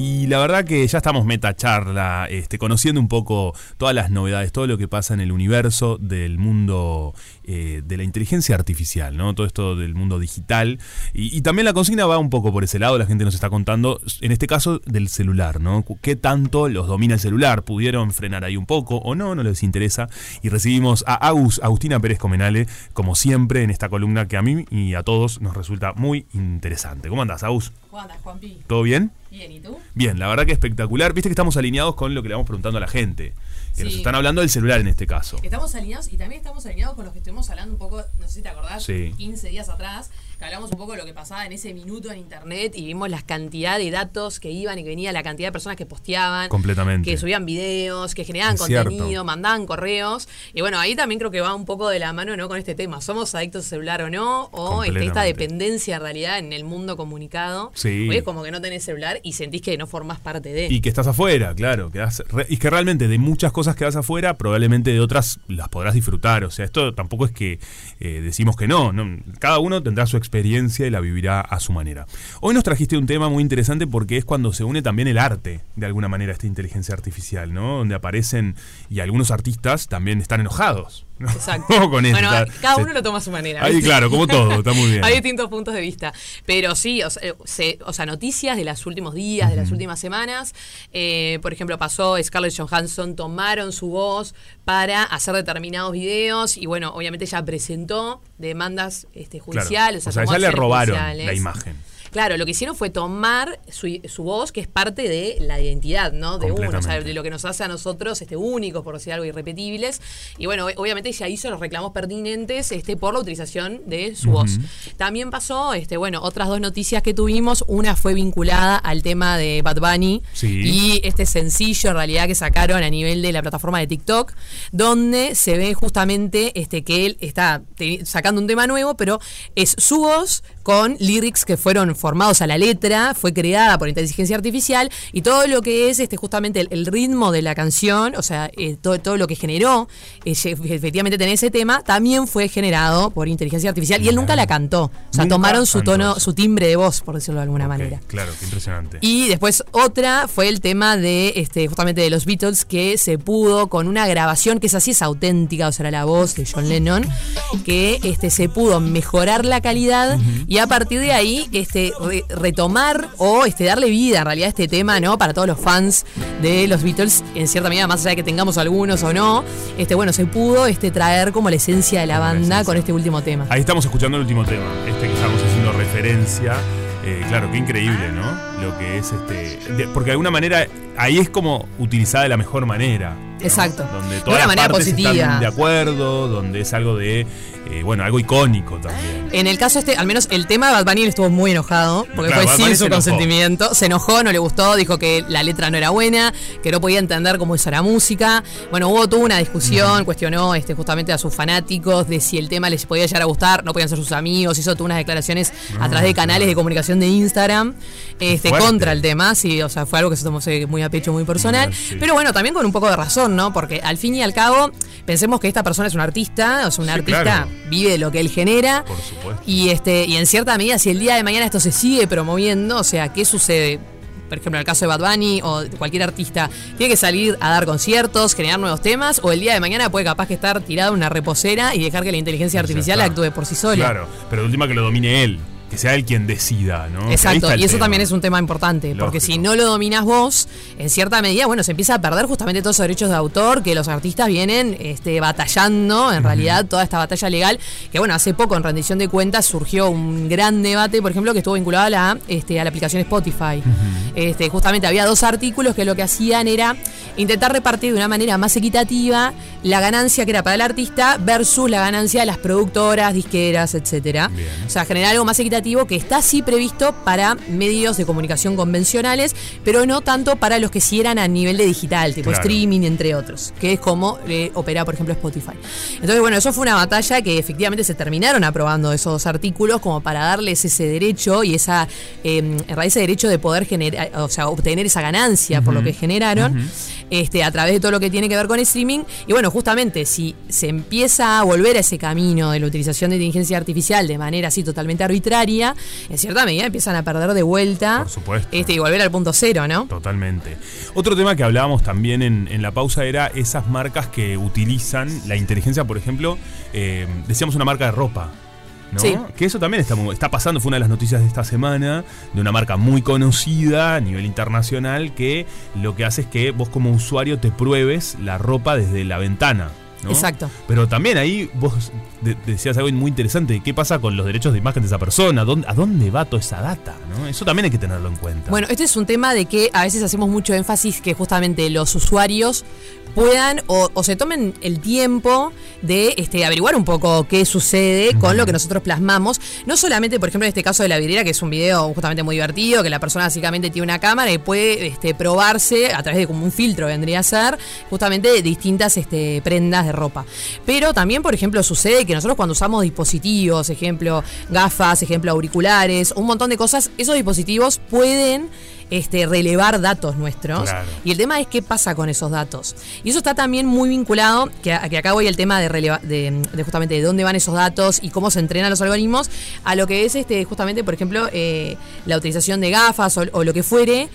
S2: Y la verdad que ya estamos meta charla, este, conociendo un poco todas las novedades, todo lo que pasa en el universo del mundo eh, de la inteligencia artificial, ¿no? Todo esto del mundo digital. Y, y también la consigna va un poco por ese lado, la gente nos está contando, en este caso del celular, ¿no? Cu- ¿Qué tanto los domina el celular? ¿Pudieron frenar ahí un poco o no? No les interesa. Y recibimos a Agus, Agustina Pérez Comenale, como siempre, en esta columna que a mí y a todos nos resulta muy interesante. ¿Cómo andás, Agus?
S12: ¿Cómo andas, Juanpi?
S2: ¿Todo bien?
S12: Bien, ¿y tú?
S2: Bien, la verdad que espectacular. Viste que estamos alineados con lo que le vamos preguntando a la gente. Que
S12: Sí.
S2: nos están hablando del celular en este caso.
S12: Estamos alineados y también estamos alineados con los que estuvimos hablando un poco, no sé si te acordás,
S2: Sí.
S12: 15 días atrás, que hablamos un poco de lo que pasaba en ese minuto en internet y vimos la cantidad de datos que iban y que venía, la cantidad de personas que posteaban.
S2: Completamente.
S12: Que subían videos, que generaban
S2: Es cierto.
S12: contenido, mandaban correos. Y bueno, ahí también creo que va un poco de la mano ¿no? con este tema. ¿Somos adictos al celular o no? O este, esta
S2: Completamente.
S12: dependencia en realidad en el mundo comunicado.
S2: Sí.
S12: Porque es como que no tenés celular y sentís que no formás parte de.
S2: Y que estás afuera, claro. quedás re- y que realmente de muchas cosas que vas afuera, probablemente de otras las podrás disfrutar. O sea, esto tampoco es que eh, decimos que no, no. Cada uno tendrá su experiencia y la vivirá a su manera. Hoy nos trajiste un tema muy interesante porque es cuando se une también el arte, de alguna manera, a esta inteligencia artificial, ¿no? Donde aparecen y algunos artistas también están enojados. ¿no? *laughs*
S12: Exacto.
S2: Con
S12: bueno,
S2: esta-
S12: cada
S2: se-
S12: uno lo toma a su manera.
S2: Ahí,
S12: ¿viste?
S2: claro, como todo, está muy bien.
S12: Hay distintos puntos de vista. Pero sí, o sea, eh, se- o sea, noticias de los últimos días, de las
S13: Ujú.
S12: últimas semanas. Eh, por ejemplo, pasó Scarlett Johansson, tomaron su voz para hacer determinados videos y bueno, obviamente ella presentó demandas este,
S2: Claro.
S12: judiciales.
S2: O sea,
S12: llamó a
S2: ya le
S12: acciones
S2: robaron la
S12: judiciales.
S2: imagen.
S12: Claro, lo que hicieron fue tomar su, su voz, que es parte de la identidad, ¿no? De uno, o sea,
S2: Completamente.
S12: de lo que nos hace a nosotros este, únicos, por decir algo, irrepetibles. Y bueno, ob- obviamente ella hizo los reclamos pertinentes este, por la utilización de su
S13: Ujú.
S12: voz. También pasó, este, bueno, otras dos noticias que tuvimos. Una fue vinculada al tema de Bad Bunny
S13: Sí.
S12: y este sencillo en realidad que sacaron a nivel de la plataforma de TikTok, donde se ve justamente este, que él está te- sacando un tema nuevo, pero es su voz con lyrics que fueron formados a la letra, fue creada por inteligencia artificial y todo lo que es este, justamente el, el ritmo de la canción, o sea, eh, todo, todo lo que generó eh, ye- efectivamente tener ese tema, también fue generado por inteligencia artificial y él nunca la cantó. O sea,
S2: Nunca
S12: tomaron su
S2: cantó
S12: tono, su timbre de voz, por decirlo de alguna manera.
S2: Claro, qué impresionante.
S12: Y después otra fue el tema de este, justamente de los Beatles que se pudo con una grabación que es así, es auténtica, o sea, era la voz de John Lennon, que este, se pudo mejorar la calidad y a partir de ahí este, re- retomar o este, darle vida en realidad a este tema, ¿no? Para todos los fans de los Beatles, en cierta medida, más allá de que tengamos algunos o no, este, bueno, se pudo este, traer como la esencia de la banda con este último tema.
S2: Ahí estamos escuchando el último tema, este que estamos haciendo referencia. Eh, claro, qué increíble, ¿no? Lo que es este. de- porque de alguna manera ahí es como utilizada de la mejor manera.
S12: Exacto.
S2: Donde
S12: De
S2: todas
S12: una
S2: las
S12: manera
S2: partes están
S12: positiva.
S2: de acuerdo, donde es algo de. eh, bueno, algo icónico también.
S12: En el caso este, al menos el tema de Bad Bunny él estuvo muy enojado, porque
S2: Claro,
S12: fue
S2: Bad Bunny
S12: sin
S2: se
S12: su
S2: enojó.
S12: consentimiento. Se enojó, no le gustó, dijo que la letra no era buena, que no podía entender cómo eso era música. Bueno, hubo tuvo una discusión, cuestionó este, justamente a sus fanáticos de si el tema les podía llegar a gustar, no podían ser sus amigos, hizo tuvo unas declaraciones a través de canales de comunicación de Instagram este,
S13: Fuerte.
S12: contra el tema, sí, o sea, fue algo que se tomó eh, muy a pecho, muy personal.
S13: Ah, sí.
S12: Pero bueno, también con un poco de razón, ¿no? Porque al fin y al cabo, pensemos que esta persona es un artista, o sea, un
S13: Sí,
S12: artista
S13: claro.
S12: vive de lo que él genera.
S2: Por supuesto.
S12: Y este, y en cierta medida, si el día de mañana esto se sigue promoviendo, o sea, ¿qué sucede? Por ejemplo, en el caso de Bad Bunny o de cualquier artista, tiene que salir a dar conciertos, generar nuevos temas, o el día de mañana puede capaz que estar tirado en una reposera y dejar que la inteligencia artificial
S2: está.
S12: actúe por sí sola.
S2: Claro, pero de última que lo domine él, que sea él quien decida, ¿no?
S12: Exacto, y eso también es un tema importante, porque si no lo dominas vos, en cierta medida, bueno, se empieza a perder justamente todos esos derechos de autor que los artistas vienen este, batallando, en realidad, toda esta batalla legal, que bueno, hace poco en rendición de cuentas surgió un gran debate, por ejemplo, que estuvo vinculado a la, este, a la aplicación Spotify. Este, justamente había dos artículos que lo que hacían era intentar repartir de una manera más equitativa la ganancia que era para el artista versus la ganancia de las productoras, disqueras, etcétera. O sea, generar algo más equitativo que está sí previsto para medios de comunicación convencionales, pero no tanto para los que sí eran a nivel de digital, tipo
S13: Claro.
S12: streaming, entre otros, que es como eh, opera, por ejemplo, Spotify. Entonces, bueno, eso fue una batalla que efectivamente se terminaron aprobando esos dos artículos como para darles ese derecho y esa, eh, en realidad ese derecho de poder generar, o sea, obtener esa ganancia por lo que generaron este, a través de todo lo que tiene que ver con streaming. Y bueno, justamente si se empieza a volver a ese camino de la utilización de inteligencia artificial de manera así totalmente arbitraria, en cierta medida empiezan a perder de vuelta
S2: supuesto.
S12: este, y volver al punto cero, ¿no?
S2: Totalmente. Otro tema que hablábamos también en, en la pausa era esas marcas que utilizan la inteligencia, por ejemplo, eh, decíamos una marca de ropa. ¿no?
S12: Sí.
S2: Que eso también está, mu- está pasando, fue una de las noticias de esta semana, de una marca muy conocida a nivel internacional que lo que hace es que vos como usuario te pruebes la ropa desde la ventana. ¿no?
S12: Exacto.
S2: Pero también ahí vos de- decías algo muy interesante, ¿qué pasa con los derechos de imagen de esa persona? ¿Dónde- ¿A dónde va toda esa data? ¿no? Eso también hay que tenerlo en cuenta.
S12: Bueno, este es un tema de que a veces hacemos mucho énfasis que justamente los usuarios puedan o, o se tomen el tiempo de este, averiguar un poco qué sucede con lo que nosotros plasmamos. No solamente, por ejemplo, en este caso de la vidriera, que es un video justamente muy divertido, que la persona básicamente tiene una cámara y puede este, probarse a través de como un filtro, vendría a ser, justamente de distintas este, prendas de ropa. Pero también, por ejemplo, sucede que nosotros cuando usamos dispositivos, ejemplo, gafas, ejemplo, auriculares, un montón de cosas, esos dispositivos pueden este, relevar datos nuestros.
S13: Claro.
S12: Y el tema es qué pasa con esos datos. Y eso está también muy vinculado, que, a- que acá voy el tema de, releva- de, de justamente de dónde van esos datos y cómo se entrenan los algoritmos, a lo que es este, justamente, por ejemplo, eh, la utilización de gafas o, o lo que fuere.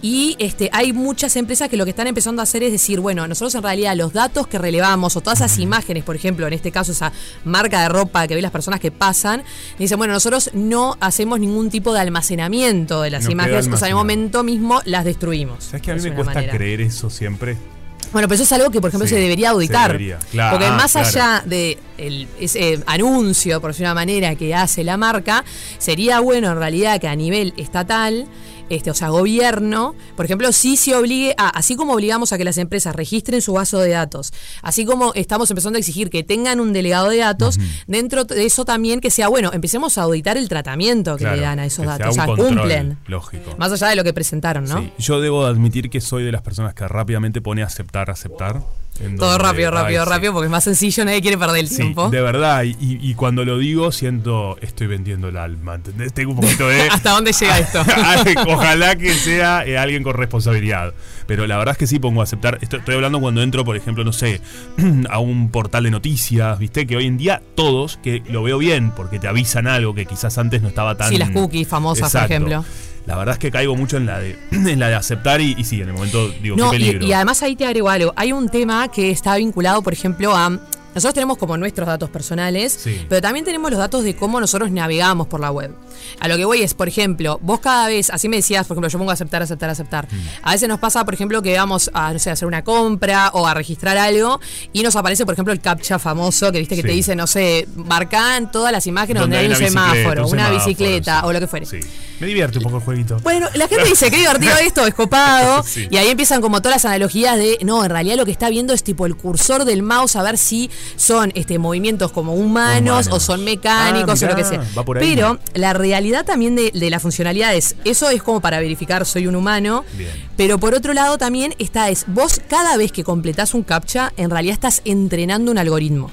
S12: Y este, hay muchas empresas que lo que están empezando a hacer es decir, bueno, nosotros en realidad los datos que relevamos o todas esas imágenes, por ejemplo, en este caso esa marca de ropa que ve las personas que pasan, dicen, bueno, nosotros no hacemos ningún tipo de almacenamiento de las
S2: No queda
S12: imágenes, o sea, en el
S2: almacenado.
S12: momento mismo las destruimos.
S2: ¿Sabes que a mí
S12: Es
S2: me
S12: una
S2: cuesta
S12: manera.
S2: creer eso siempre?
S12: Bueno, pero eso es algo que, por ejemplo,
S2: Sí,
S12: se debería
S2: se
S12: auditar.
S2: debería, claro,
S12: Porque
S2: ah,
S12: más
S2: claro.
S12: allá de el- ese anuncio, por decir una manera, que hace la marca, sería bueno en realidad que a nivel estatal. Este, o sea, gobierno, por ejemplo, sí se obligue a, así como obligamos a que las empresas registren su vaso de datos, así como estamos empezando a exigir que tengan un delegado de datos, dentro de eso también que sea, bueno, empecemos a auditar el tratamiento que
S2: Claro,
S12: le dan a esos
S2: que sea
S12: datos, o sea,
S2: un control,
S12: cumplen,
S2: Lógico.
S12: más allá de lo que presentaron, ¿no?
S2: Sí, Yo debo admitir que soy de las personas que rápidamente pone aceptar, aceptar. en
S12: Todo
S2: donde-
S12: rápido,
S2: ay,
S12: rápido,
S2: sí.
S12: rápido, porque es más sencillo, nadie quiere perder el
S2: Sí,
S12: tiempo.
S2: de verdad, y, y cuando lo digo siento, estoy vendiendo el alma, ¿entendés? Tengo un poquito
S12: *laughs*
S2: de...
S12: ¿Hasta dónde llega
S2: *laughs*
S12: esto?
S2: Ojalá que sea eh, alguien con responsabilidad. Pero la verdad es que sí pongo a aceptar. Esto- estoy hablando cuando entro, por ejemplo, no sé, *clears throat* a un portal de noticias, ¿viste? Que hoy en día todos, que lo veo bien, porque te avisan algo que quizás antes no estaba tan...
S12: Sí, las cookies famosas, por
S2: Exacto.
S12: ejemplo.
S2: La verdad es que caigo mucho en la de, *clears throat* en la de aceptar y, y sí, en el momento digo,
S12: No,
S2: qué
S12: y,
S2: peligro.
S12: y además ahí te agrego algo. Hay un tema que está vinculado, por ejemplo, a. Nosotros tenemos como nuestros datos personales,
S2: Sí.
S12: pero también tenemos los datos de cómo nosotros navegamos por la web. A lo que voy es, por ejemplo, vos cada vez, así me decías, por ejemplo, yo pongo aceptar, aceptar, aceptar.
S2: Mm.
S12: A veces nos pasa, por ejemplo, que vamos a, no sé, a hacer una compra o a registrar algo y nos aparece, por ejemplo, el captcha famoso que viste que
S13: Sí.
S12: te dice, no sé, marcan todas las imágenes
S2: Donde
S12: donde,
S2: hay
S12: hay un
S2: una bicicleta,
S12: semáforo,
S2: un
S12: una
S2: semáforo,
S12: bicicleta o lo que fuere.
S2: Me divierte un poco el jueguito.
S12: Bueno, la
S2: *laughs*
S12: gente dice, qué divertido esto, es copado.
S2: Sí.
S12: Y ahí empiezan como todas las analogías de, no, en realidad lo que está viendo es tipo el cursor del mouse a ver si son este, movimientos como humanos,
S2: Humanos.
S12: o son mecánicos
S2: Ah,
S12: o lo que
S2: mirá,
S12: sea.
S2: va por ahí.
S12: Pero la realidad también de, de la funcionalidad es, eso es como para verificar soy un humano,
S2: Bien.
S12: pero por otro lado también está es, vos cada vez que completás un captcha, en realidad estás entrenando un algoritmo.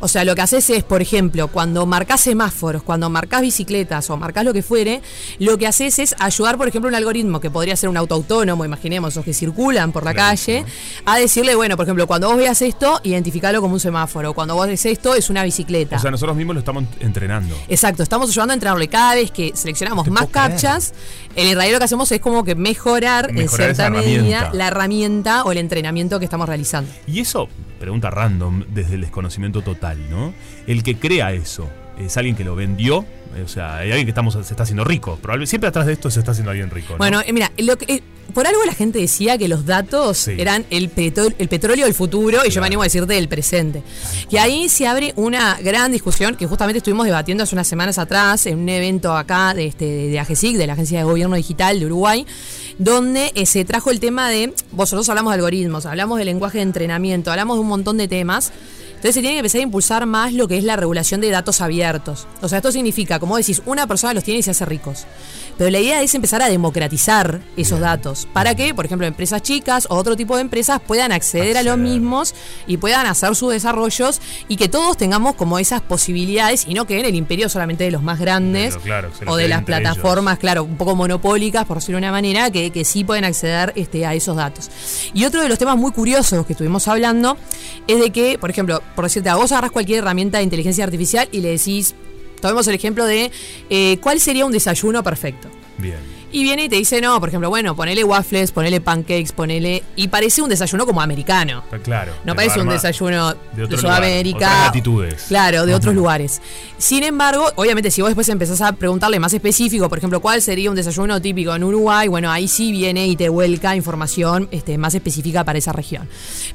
S12: O sea, lo que haces es, por ejemplo, cuando marcas semáforos, cuando marcas bicicletas o marcas lo que fuere, lo que haces es ayudar, por ejemplo, un algoritmo que podría ser un auto autónomo, imaginemos, o que circulan por la calle, a decirle, bueno, por ejemplo, cuando vos veas esto, identificalo como un semáforo. Cuando vos ves esto, es una bicicleta.
S2: O sea, nosotros mismos lo estamos entrenando.
S12: Exacto, estamos ayudando a entrenarlo. Y cada vez que seleccionamos más captchas, en realidad lo que hacemos es como que mejorar,
S2: Mejorar
S12: en
S2: esa
S12: cierta medida
S2: herramienta.
S12: la herramienta o el entrenamiento que estamos realizando.
S2: Y eso, pregunta random, desde el desconocimiento total, ¿no? El que crea eso es alguien que lo vendió, o sea, hay alguien que estamos, se está haciendo rico. Probablemente siempre atrás de esto se está haciendo alguien rico. ¿no?
S12: Bueno, eh, mira, lo que- eh, por algo la gente decía que los datos eran el, petro- el petróleo del futuro y yo me animo a decirte del presente. Y ahí se abre una gran discusión que justamente estuvimos debatiendo hace unas semanas atrás en un evento acá de, este, de AGESIC, de la Agencia de Gobierno Digital de Uruguay, donde eh, se trajo el tema de, vosotros hablamos de algoritmos, hablamos de lenguaje de entrenamiento, hablamos de un montón de temas. Entonces se tiene que empezar a impulsar más lo que es la regulación de datos abiertos. O sea, esto significa, como decís, una persona los tiene y se hace ricos. Pero la idea es empezar a democratizar esos datos para que, por ejemplo, empresas chicas o otro tipo de empresas puedan acceder a los mismos y puedan hacer sus desarrollos y que todos tengamos como esas posibilidades y no que en el imperio solamente de los más grandes
S2: Pero claro, se lo
S12: o de
S2: queden
S12: las
S2: entre
S12: plataformas, claro, un poco monopólicas, por decirlo de una manera, que, que sí pueden acceder este, a esos datos. Y otro de los temas muy curiosos que estuvimos hablando es de que, por ejemplo, por decirte, a vos agarrás cualquier herramienta de inteligencia artificial y le decís, tomemos el ejemplo de eh, cuál sería un desayuno perfecto.
S2: Bien.
S12: Y viene y te dice, no, por ejemplo, bueno, ponele waffles, ponele pancakes, ponele... Y parece un desayuno como americano.
S2: Está claro.
S12: No
S2: Pero
S12: parece un
S2: arma
S12: desayuno
S2: de
S12: de,
S2: otro lugar,
S12: Sudamérica.
S2: otras latitudes.
S12: Claro, de
S2: Ajá.
S12: otros lugares. Sin embargo, obviamente, si vos después empezás a preguntarle más específico, por ejemplo, cuál sería un desayuno típico en Uruguay, bueno, ahí sí viene y te vuelca información este, más específica para esa región.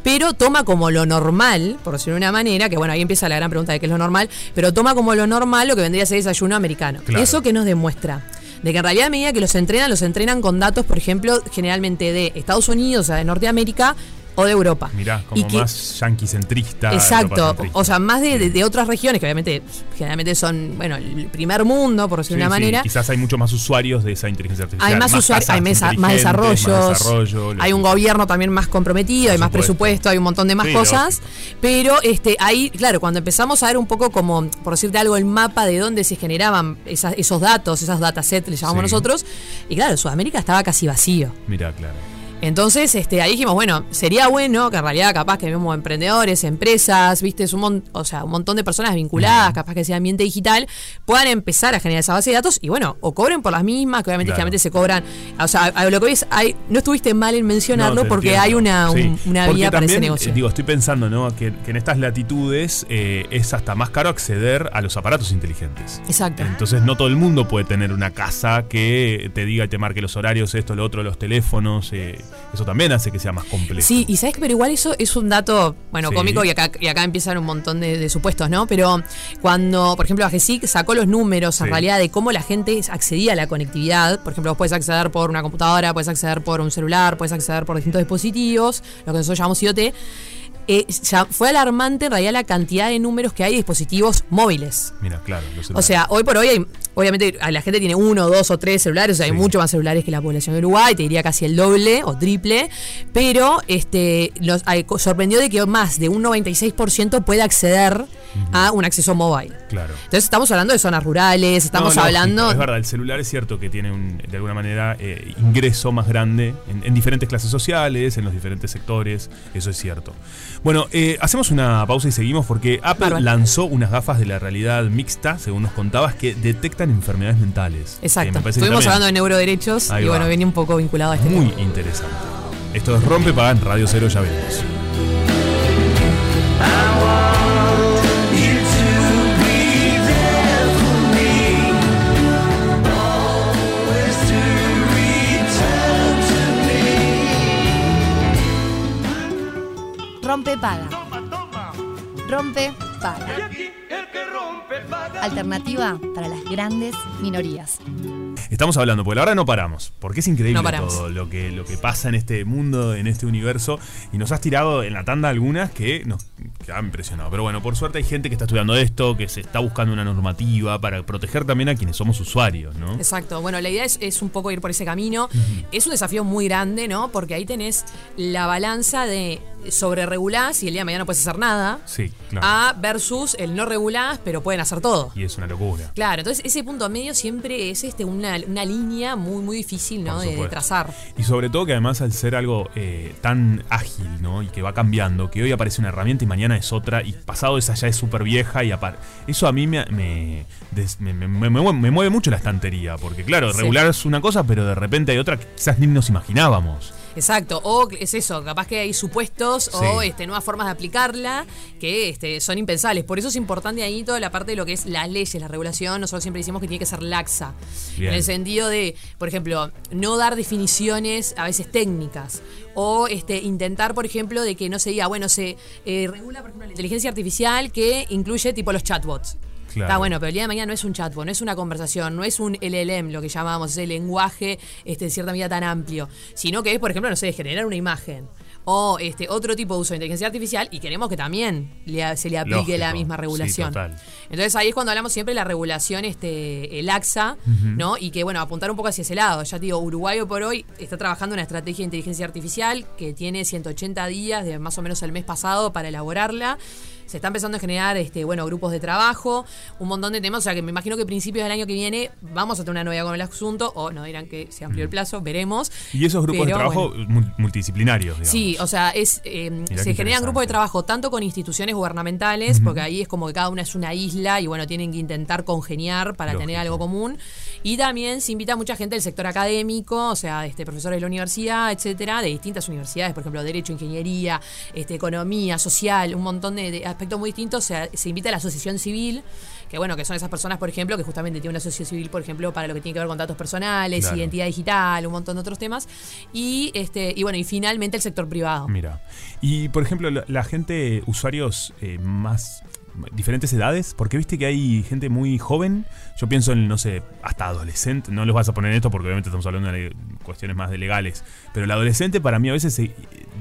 S12: Pero toma como lo normal, por decirlo de una manera, que bueno, ahí empieza la gran pregunta de qué es lo normal, pero toma como lo normal lo que vendría a ser desayuno americano.
S14: Claro.
S12: ¿Eso que nos demuestra? De que en realidad a medida que los entrenan, los entrenan con datos, por ejemplo, generalmente de Estados Unidos, o sea, de Norteamérica o de Europa.
S2: Mirá, como
S12: Y que-
S2: más yanqui centrista.
S12: Exacto, o sea, más de, de- de otras regiones que obviamente generalmente son, bueno, el primer mundo, por decirlo de una manera.
S2: quizás hay muchos más usuarios de esa inteligencia artificial.
S12: hay más, usuarios,
S2: casas
S12: hay mesa- más
S2: inteligentes,
S12: desarrollos,
S2: más desarrollo,
S12: hay un gobierno también más comprometido, hay más
S2: supuesto.
S12: presupuesto, hay un montón de más
S2: Sí,
S12: cosas. Pero este, ahí, claro, cuando empezamos a ver un poco como, por decirte algo, el mapa de dónde se generaban esas- esos datos, esas datasets, le llamamos
S2: Sí.
S12: nosotros, y claro, Sudamérica estaba casi vacío.
S2: Mirá, claro.
S12: Entonces, este, ahí dijimos, bueno, sería bueno que en realidad capaz que vemos emprendedores, empresas, viste, Es un mon- o sea, un montón de personas vinculadas, capaz que sea ambiente digital, puedan empezar a generar esa base de datos y bueno, o cobren por las mismas, que obviamente
S2: Claro.
S12: generalmente se cobran, o sea, a lo que ves, hay, no estuviste mal en
S2: No,
S12: mencionarlo
S2: te
S12: porque
S2: entiendo.
S12: hay una,
S2: Sí.
S12: un- una
S2: Porque
S12: vía para ese
S2: también,
S12: negocio.
S2: eh, Digo, estoy pensando, ¿no? Que, que en estas latitudes eh, es hasta más caro acceder a los aparatos inteligentes.
S12: Exacto.
S2: Entonces no todo el mundo puede tener una casa que te diga y te marque los horarios, esto, lo otro, los teléfonos. eh, eso también hace que sea más complejo.
S12: Sí, y sabes que, pero igual eso es un dato, bueno,
S2: Sí.
S12: cómico y acá, y acá empiezan un montón de, de supuestos, ¿no? Pero cuando, por ejemplo, AGESIC sacó los números en
S13: Sí.
S12: realidad de cómo la gente accedía a la conectividad, por ejemplo, vos puedes acceder por una computadora, puedes acceder por un celular, puedes acceder por distintos dispositivos, lo que nosotros llamamos IoT. eh, ya fue alarmante en realidad la cantidad de números que hay de dispositivos móviles.
S2: Mira, claro. los
S12: O
S2: celulares.
S12: sea, hoy por hoy hay, obviamente a la gente tiene uno, dos o tres celulares, o sea, hay mucho más celulares que la población de Uruguay, te diría casi el doble o triple, pero este los, hay- sorprendió de que más de un 96% puede acceder a un acceso mobile.
S2: Claro.
S12: Entonces estamos hablando de zonas rurales, estamos
S2: No, lógico,
S12: hablando...
S2: Es verdad, el celular es cierto que tiene un, de alguna manera eh, ingreso más grande en, en diferentes clases sociales, en los diferentes sectores, eso es cierto. Bueno, eh, hacemos una pausa y seguimos porque Apple
S12: Bárbaro.
S2: lanzó unas gafas de la realidad mixta, según nos contabas, que detectan enfermedades mentales. Eh,
S12: Exacto. Estuvimos hablando de neuroderechos
S2: Ahí
S12: y
S2: va.
S12: bueno, viene un poco vinculado a este
S2: Muy
S12: tema.
S2: interesante. Esto es Rompe Pagan Radio Cero, ya vemos.
S9: Rompe paga. Rompe paga. Alternativa para las grandes minorías.
S2: Estamos hablando, porque la verdad no paramos, porque es increíble
S9: No paramos.
S2: todo lo que, lo que pasa en este mundo, en este universo, y nos has tirado en la tanda algunas que nos que han impresionado. Pero bueno, por suerte hay gente que está estudiando esto, que se está buscando una normativa para proteger también a quienes somos usuarios, ¿no?
S12: Exacto. Bueno, la idea es, es un poco ir por ese camino. Es un desafío muy grande, ¿no? Porque ahí tenés la balanza de sobre regulás y el día de mañana no puedes hacer nada.
S2: Sí, claro.
S9: Ah.
S12: A versus el no regulás, pero pueden hacer todo.
S2: Y es una locura.
S12: Claro, entonces ese punto medio siempre es este una, una línea muy, muy difícil, ¿no?
S2: Por
S12: De, de
S2: supuesto.
S12: trazar.
S2: Y sobre todo que además al ser algo eh, tan ágil, ¿no? Y que va cambiando, que hoy aparece una herramienta y mañana es otra, y pasado esa ya es súper vieja y aparte. Eso a mí me, me, des- me- me- me mueve- me mueve mucho la estantería, porque claro,
S12: Sí.
S2: regular es una cosa, pero de repente hay otra que quizás ni nos imaginábamos.
S12: Exacto. O es eso, capaz que hay supuestos o
S2: Sí.
S12: este, nuevas formas de aplicarla que este, son impensables. Por eso es importante ahí toda la parte de lo que es las leyes, la regulación. Nosotros siempre decimos que tiene que ser laxa.
S13: Bien.
S12: En el sentido de, por ejemplo, no dar definiciones a veces técnicas. O este, intentar, por ejemplo, de que no se diga, bueno, se eh, regula, por ejemplo, la inteligencia artificial que incluye tipo los chatbots.
S13: Claro.
S12: Está bueno, pero el día de mañana no es un chatbot, no es una conversación, no es un LLM, lo que llamamos, ese lenguaje este, en cierta medida tan amplio, sino que es, por ejemplo, no sé, generar una imagen o este otro tipo de uso de inteligencia artificial y queremos que también le- se le aplique la
S13: Lógico,
S12: misma
S13: sí,
S12: regulación.
S13: total.
S12: Entonces ahí es cuando hablamos siempre de la regulación este, el AXA,
S13: Ujú.
S12: ¿no? Y que, bueno, apuntar un poco hacia ese lado. Ya te digo, Uruguay hoy por hoy está trabajando una estrategia de inteligencia artificial que tiene 180 días de más o menos el mes pasado para elaborarla. Se está empezando a generar, este, bueno, grupos de trabajo, un montón de temas. O sea, que me imagino que a principios del año que viene vamos a tener una novedad con el asunto, o no dirán que se amplió el plazo, veremos.
S2: Mm. Y esos grupos
S12: Pero,
S2: de trabajo
S12: bueno.
S2: mul- multidisciplinarios, digamos.
S12: Sí, o sea, es eh,
S2: qué
S12: se generan
S2: interesante.
S12: grupos de trabajo tanto con instituciones gubernamentales,
S2: Ujú.
S12: porque ahí es como que cada una es una isla y bueno, tienen que intentar congeniar para tener
S13: Lógico.
S12: algo común. Y también se invita a mucha gente del sector académico, o sea, este, profesores de la universidad, etcétera, de distintas universidades, por ejemplo, Derecho, Ingeniería, este, Economía, Social, un montón de, de aspectos muy distintos. Se, se invita a la asociación civil, que bueno, que son esas personas, por ejemplo, que justamente tienen una asociación civil, por ejemplo, para lo que tiene que ver con datos personales,
S2: Claro.
S12: identidad digital, un montón de otros temas. Y, este, y bueno, y finalmente el sector privado.
S2: Mira. Y por ejemplo, la, la gente, usuarios eh, más diferentes edades, porque viste que hay gente muy joven, yo pienso en, no sé, hasta adolescente, no los vas a poner en esto porque obviamente estamos hablando de cuestiones más de legales, pero el adolescente para mí a veces se-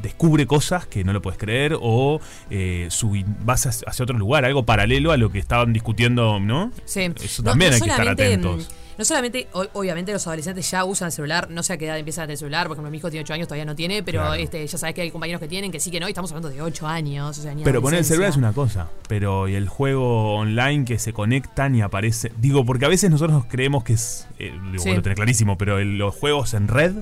S2: descubre cosas que no lo puedes creer o eh, su, vas hacia hacia otro lugar, algo paralelo a lo que estaban discutiendo, ¿no?
S12: Sí.
S2: Eso
S12: No-
S2: también
S12: no
S2: hay que estar
S12: solamente,
S2: atentos.
S12: mm, No solamente, o- obviamente los adolescentes ya usan el celular, no sé a qué edad empiezan a tener celular, por ejemplo mi hijo tiene 8 años, todavía no tiene, pero
S2: Claro.
S12: este, ya sabes que hay compañeros que tienen que sí que no, y estamos hablando de 8 años. o sea, ni
S2: Pero poner el
S12: adolescencia.
S2: celular es una cosa. Pero y el juego online que se conectan y aparece. Digo, porque a veces nosotros nos creemos que es. eh, digo,
S12: Sí.
S2: vos lo tenés clarísimo, pero el- los juegos en red,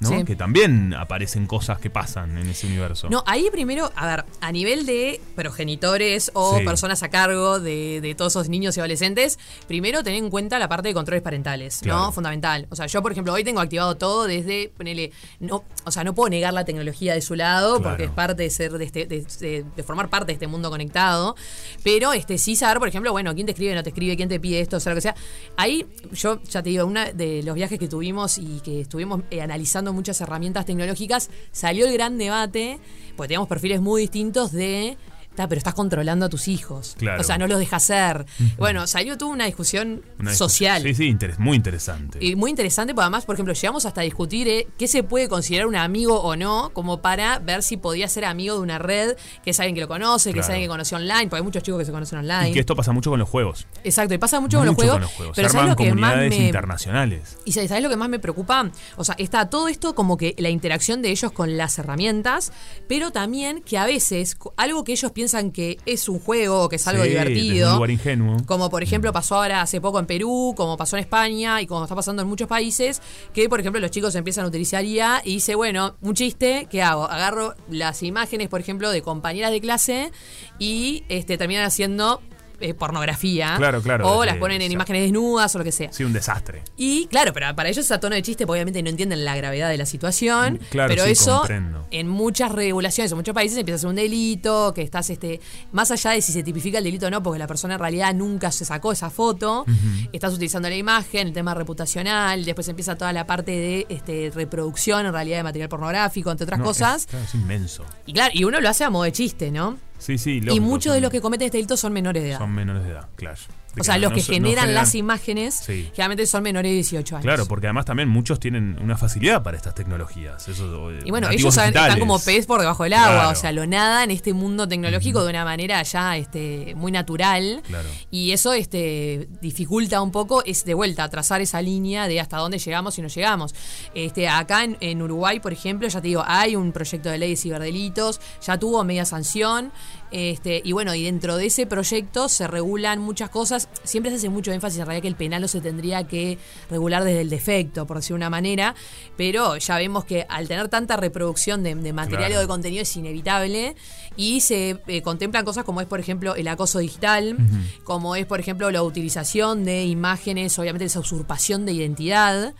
S2: ¿no?
S12: Sí.
S2: Que también aparecen cosas que pasan en ese universo.
S12: No, ahí primero, a ver, a nivel de progenitores o
S2: Sí.
S12: personas a cargo de, de todos esos niños y adolescentes, primero tener en cuenta la parte de controles parentales,
S13: Claro.
S12: ¿no? Fundamental. O sea, yo, por ejemplo, hoy tengo activado todo desde, ponele, no, o sea, no puedo negar la tecnología de su lado,
S13: Claro.
S12: porque es parte de ser, de, este- de- de- de formar parte de este mundo conectado, pero este sí saber, por ejemplo, bueno, quién te escribe, no te escribe, quién te pide esto, o sea, lo que sea. Ahí, yo ya te digo, uno de los viajes que tuvimos y que estuvimos eh, analizando muchas herramientas tecnológicas, salió el gran debate, porque teníamos perfiles muy distintos de. "Ta, Pero estás controlando a tus hijos.
S2: Claro.
S12: O sea, no los dejas ser. Bueno, salió tuvo una discusión
S2: Una discusión.
S12: social.
S2: Sí, sí, interes- muy interesante.
S12: Y muy interesante, porque además, por ejemplo, llegamos hasta discutir eh, qué se puede considerar un amigo o no, como para ver si podía ser amigo de una red, que es alguien que lo conoce, que es
S2: Claro.
S12: alguien que conoció online, porque hay muchos chicos que se conocen online.
S2: Y que esto pasa mucho con los juegos.
S12: Exacto, y pasa mucho, con los juegos.
S2: Se
S12: Pero ¿sabes
S2: arman
S12: lo que más
S2: comunidades
S12: me.
S2: internacionales.
S12: Y ¿sabes lo que más me preocupa? O sea, está todo esto como que la interacción de ellos con las herramientas, pero también que a veces co- algo que ellos piensan que es un juego, que es algo
S2: Sí, desde un
S12: divertido,
S2: lugar ingenuo. Mm.
S12: como por ejemplo pasó ahora hace poco en Perú, como pasó en España y como está pasando en muchos países, que por ejemplo los chicos empiezan a utilizar IA y dice, bueno, un chiste, ¿qué hago? Agarro las imágenes, por ejemplo, de compañeras de clase y este, terminan haciendo eh, pornografía.
S2: Claro, claro,
S12: O
S2: desde-
S12: las ponen en
S2: exacto.
S12: imágenes desnudas o lo que sea.
S2: Sí, un desastre.
S12: Y claro, pero para ellos es a tono de chiste, porque obviamente no entienden la gravedad de la situación.
S2: Mm, Claro,
S12: pero
S2: sí,
S12: eso
S2: comprendo.
S12: en muchas regulaciones, en muchos países empieza a ser un delito, que estás este, más allá de si se tipifica el delito o no, porque la persona en realidad nunca se sacó esa foto, estás utilizando la imagen, el tema reputacional, después empieza toda la parte de este, reproducción en realidad de material pornográfico, entre otras
S2: No, es-
S12: cosas.
S2: claro, es inmenso.
S12: Y claro, y uno lo hace a modo de chiste, ¿no?
S2: Sí, sí,
S12: y
S2: lógico,
S12: muchos de
S2: son-
S12: los que cometen este delito son menores de edad.
S2: Son menores de edad, claro. De
S12: o sea,
S2: no-
S12: los
S2: no
S12: que
S2: se- no
S12: generan
S2: generan-
S12: las imágenes
S2: Sí.
S12: generalmente son menores de 18 años.
S2: Claro, porque además también muchos tienen una facilidad para estas tecnologías. Eso, eh,
S12: Y bueno,
S2: nativos
S12: ellos saben- están
S2: digitales.
S12: como pez por debajo del agua,
S2: Claro.
S12: o sea, lo nada en este mundo tecnológico de una manera ya este, muy natural.
S2: Claro.
S12: Y eso este, dificulta un poco, es de vuelta, trazar esa línea de hasta dónde llegamos y no llegamos. Este, acá en, en Uruguay, por ejemplo, ya te digo, hay un proyecto de ley de ciberdelitos, ya tuvo media sanción. Este, y bueno, y dentro de ese proyecto se regulan muchas cosas. Siempre se hace mucho énfasis en realidad que el penal no se tendría que regular desde el defecto, por decir una manera. Pero ya vemos que al tener tanta reproducción de, de material
S13: Claro.
S12: o de contenido es inevitable. Y se eh, contemplan cosas como es, por ejemplo, el acoso digital como es por ejemplo la utilización de imágenes, obviamente esa usurpación de identidad.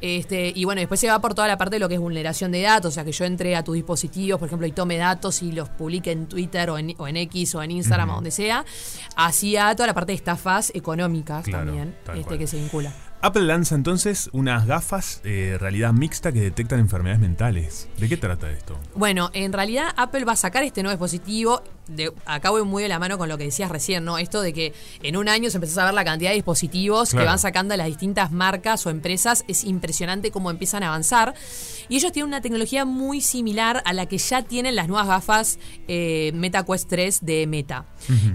S12: Este, y bueno, después se va por toda la parte de lo que es vulneración de datos, o sea, que yo entre a tus dispositivos, por ejemplo, y tome datos y los publique en Twitter o en, o en X o en Instagram o
S2: Ujú.
S12: donde sea, así a toda la parte de estafas económicas
S2: Claro,
S12: también
S2: tal
S12: este,
S2: cual.
S12: que se vincula.
S2: Apple lanza entonces unas gafas eh, realidad mixta que detectan enfermedades mentales. ¿De qué trata esto?
S12: Bueno, en realidad Apple va a sacar este nuevo dispositivo. De, acá voy muy de la mano con lo que decías recién, ¿no? Esto de que en un año se empezó a ver la cantidad de dispositivos
S13: Claro.
S12: que van sacando las distintas marcas o empresas. Es impresionante cómo empiezan a avanzar. Y ellos tienen una tecnología muy similar a la que ya tienen las nuevas gafas eh, Meta Quest 3 de Meta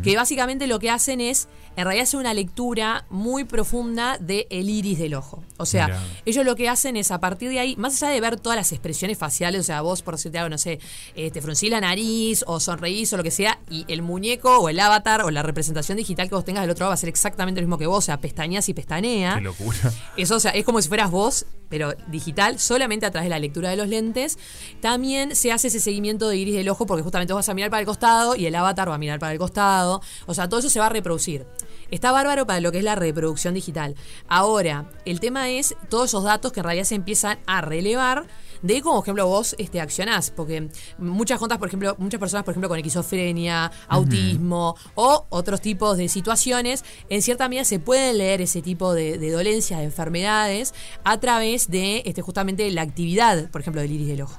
S12: que básicamente lo que hacen es, en realidad hacen una lectura muy profunda del el iris del ojo. O sea,
S13: Mirá.
S12: ellos lo que hacen es a partir de ahí, más allá de ver todas las expresiones faciales, o sea, vos por decirte algo, no sé, eh, te fruncís la nariz o sonreís o lo que sea, y el muñeco o el avatar o la representación digital que vos tengas del otro lado va a ser exactamente lo mismo que vos, o sea, pestañas y pestañea. *laughs*
S2: Qué locura.
S12: Eso, o sea, es como si fueras vos, pero digital, solamente a través de la lectura de los lentes. También se hace ese seguimiento de iris del ojo porque justamente vos vas a mirar para el costado y el avatar va a mirar para el costado. O sea, todo eso se va a reproducir. Está bárbaro para lo que es la reproducción digital. Ahora, el tema es todos esos datos que en realidad se empiezan a relevar de cómo, por ejemplo, vos este, accionás. Porque muchas juntas, por ejemplo, muchas personas, por ejemplo, con esquizofrenia, autismo o otros tipos de situaciones, en cierta medida se pueden leer ese tipo de, de dolencias, de enfermedades, a través de este, justamente la actividad, por ejemplo, del iris del ojo.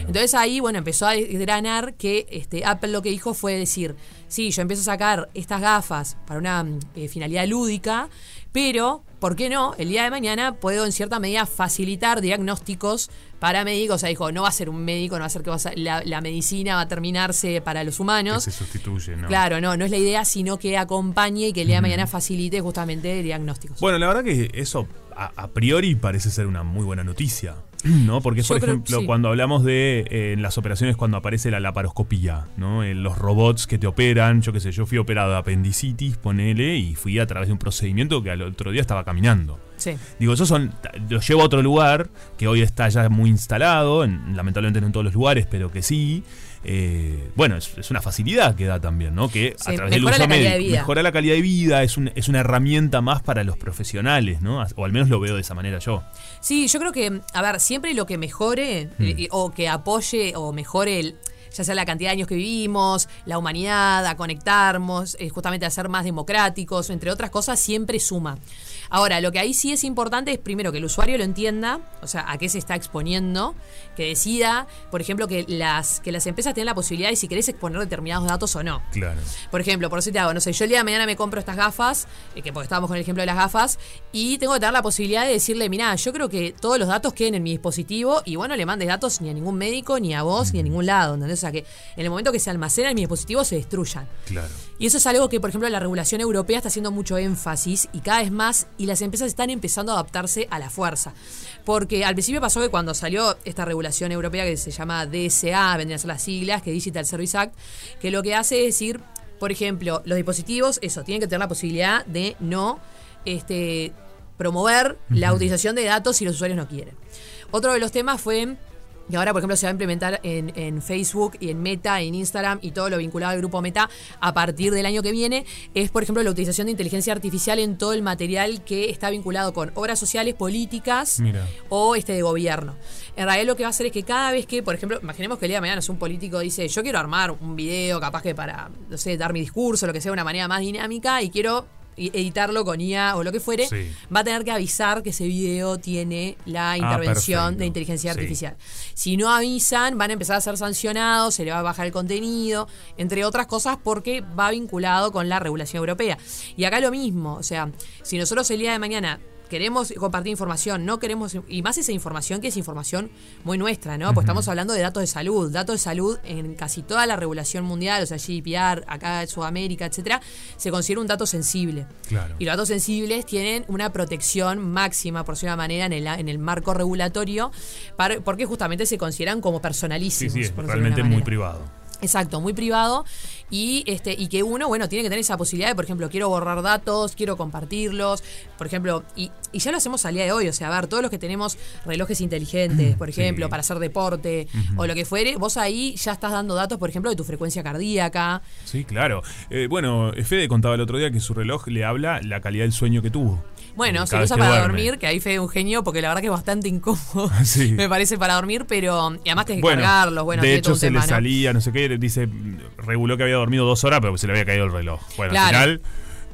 S12: Entonces ahí, bueno, empezó a desgranar que este, Apple lo que dijo fue decir, sí, yo empiezo a sacar estas gafas para una mm, eh, finalidad lúdica, pero, ¿por qué no? El día de mañana puedo en cierta medida facilitar diagnósticos para médicos. O sea, dijo, no va a ser un médico, no va a ser que vas a- la, la medicina va a terminarse para los
S2: Que
S12: humanos.
S2: se sustituye, ¿no?
S12: Claro, no, no es la idea, sino que acompañe y que el día de mañana facilite justamente diagnósticos.
S2: Bueno, la verdad que eso a, a priori parece ser una muy buena noticia, *clears throat* ¿no? Porque es,
S12: Yo
S2: por
S12: creo-
S2: ejemplo,
S12: sí.
S2: cuando hablamos de eh, en las operaciones cuando aparece la laparoscopía, ¿no? Eh, los robots que te operan, yo qué sé, yo fui operado de apendicitis, ponele, y fui a través de un procedimiento que al otro día estaba caminando.
S12: Sí.
S2: Digo, eso son, lo llevo a otro lugar que hoy está ya muy instalado, en- lamentablemente no en todos los lugares, pero que sí. Eh, bueno, es, es una facilidad que da también, ¿no? Que a
S12: Sí,
S2: través del
S12: mejora
S2: uso
S12: la calidad
S2: médico-
S12: de vida.
S2: mejora la calidad de vida, es, un- es una herramienta más para los profesionales, ¿no? O al menos lo veo de esa manera yo.
S12: Sí, yo creo que, a ver, siempre lo que mejore
S2: Mm.
S12: eh, y- o que apoye o mejore el- ya sea la cantidad de años que vivimos, la humanidad, a conectarnos, eh, justamente a ser más democráticos, entre otras cosas, siempre suma. Ahora, lo que ahí sí es importante es primero que el usuario lo entienda, o sea, a qué se está exponiendo, que decida, por ejemplo, que las, que las empresas tienen la posibilidad de si querés exponer determinados datos o no.
S2: Claro.
S12: Por ejemplo, por eso te hago, no sé, yo el día de mañana me compro estas gafas, eh, que porque estábamos con el ejemplo de las gafas, y tengo que dar la posibilidad de decirle, mirá, yo creo que todos los datos queden en mi dispositivo y bueno, le mandes datos ni a ningún médico, ni a vos, ni a ningún lado, ¿entendés? O sea, que en el momento que se almacenan en mi dispositivo se destruyan.
S2: Claro.
S12: Y eso es algo que, por ejemplo, la regulación europea está haciendo mucho énfasis y cada vez más, y las empresas están empezando a adaptarse a la fuerza. Porque al principio pasó que cuando salió esta regulación europea que se llama DSA, vendrían a ser las siglas, que es Digital Service Act, que lo que hace es decir, por ejemplo, los dispositivos, eso, tienen que tener la posibilidad de no este, promover la utilización de datos si los usuarios no quieren. Otro de los temas fue y ahora, por ejemplo, se va a implementar en, en Facebook y en Meta, en Instagram y todo lo vinculado al grupo Meta a partir del año que viene. Es, por ejemplo, la utilización de inteligencia artificial en todo el material que está vinculado con obras sociales, políticas
S13: Mira.
S12: o este de gobierno. En realidad lo que va a hacer es que cada vez que, por ejemplo, imaginemos que el día de mañana es un político dice, yo quiero armar un video capaz que para, no sé, dar mi discurso, lo que sea, de una manera más dinámica y quiero e- editarlo con IA o lo que fuere,
S14: Sí.
S12: va a tener que avisar que ese video tiene la
S14: Ah,
S12: intervención
S14: perfecto.
S12: de inteligencia
S14: Sí.
S12: artificial. Si no avisan, van a empezar a ser sancionados, se le va a bajar el contenido, entre otras cosas, porque va vinculado con la regulación europea. Y acá lo mismo, o sea, si nosotros el día de mañana queremos compartir información, no queremos, y más esa información que es información muy nuestra, ¿no? Pues estamos hablando de datos de salud, datos de salud en casi toda la regulación mundial, o sea, GDPR, acá en Sudamérica, etcétera, se considera un dato sensible.
S2: Claro.
S12: Y los datos sensibles tienen una protección máxima, por decirlo de una manera, en el, en el marco regulatorio, par- porque justamente se consideran como
S2: Sí,
S12: personalísimos.
S2: sí, es
S12: por decirlo de
S2: realmente
S12: una
S2: muy
S12: manera.
S2: privado.
S12: Exacto, muy privado. Y, este, y que uno, bueno, tiene que tener esa posibilidad de, por ejemplo, quiero borrar datos, quiero compartirlos, por ejemplo, y, y ya lo hacemos al día de hoy, o sea, a ver, todos los que tenemos relojes inteligentes, por ejemplo, para hacer deporte
S2: Mm, Ujú.
S12: o lo que fuere, vos ahí ya estás dando datos, por ejemplo, de tu frecuencia cardíaca,
S2: Sí, claro. Eh, bueno, Fede contaba el otro día que su reloj le habla la calidad del sueño que tuvo.
S12: Bueno, se
S2: Cada
S12: lo usa
S2: vez que
S12: para
S2: duerme.
S12: dormir, que ahí Fede es un genio, porque la verdad que es bastante incómodo,
S2: *laughs*
S12: *laughs*
S2: Sí.
S12: me parece, para dormir, pero... Y además tenés que
S2: Bueno,
S12: cargarlos, bueno,
S2: de
S12: tiene todo
S2: hecho
S12: un
S2: se
S12: tema,
S2: le
S12: ¿no?
S2: salía, no sé qué, dice, mm, reguló que había dormido dos horas, pero se le había caído el reloj. Bueno, al
S12: Claro.
S2: final,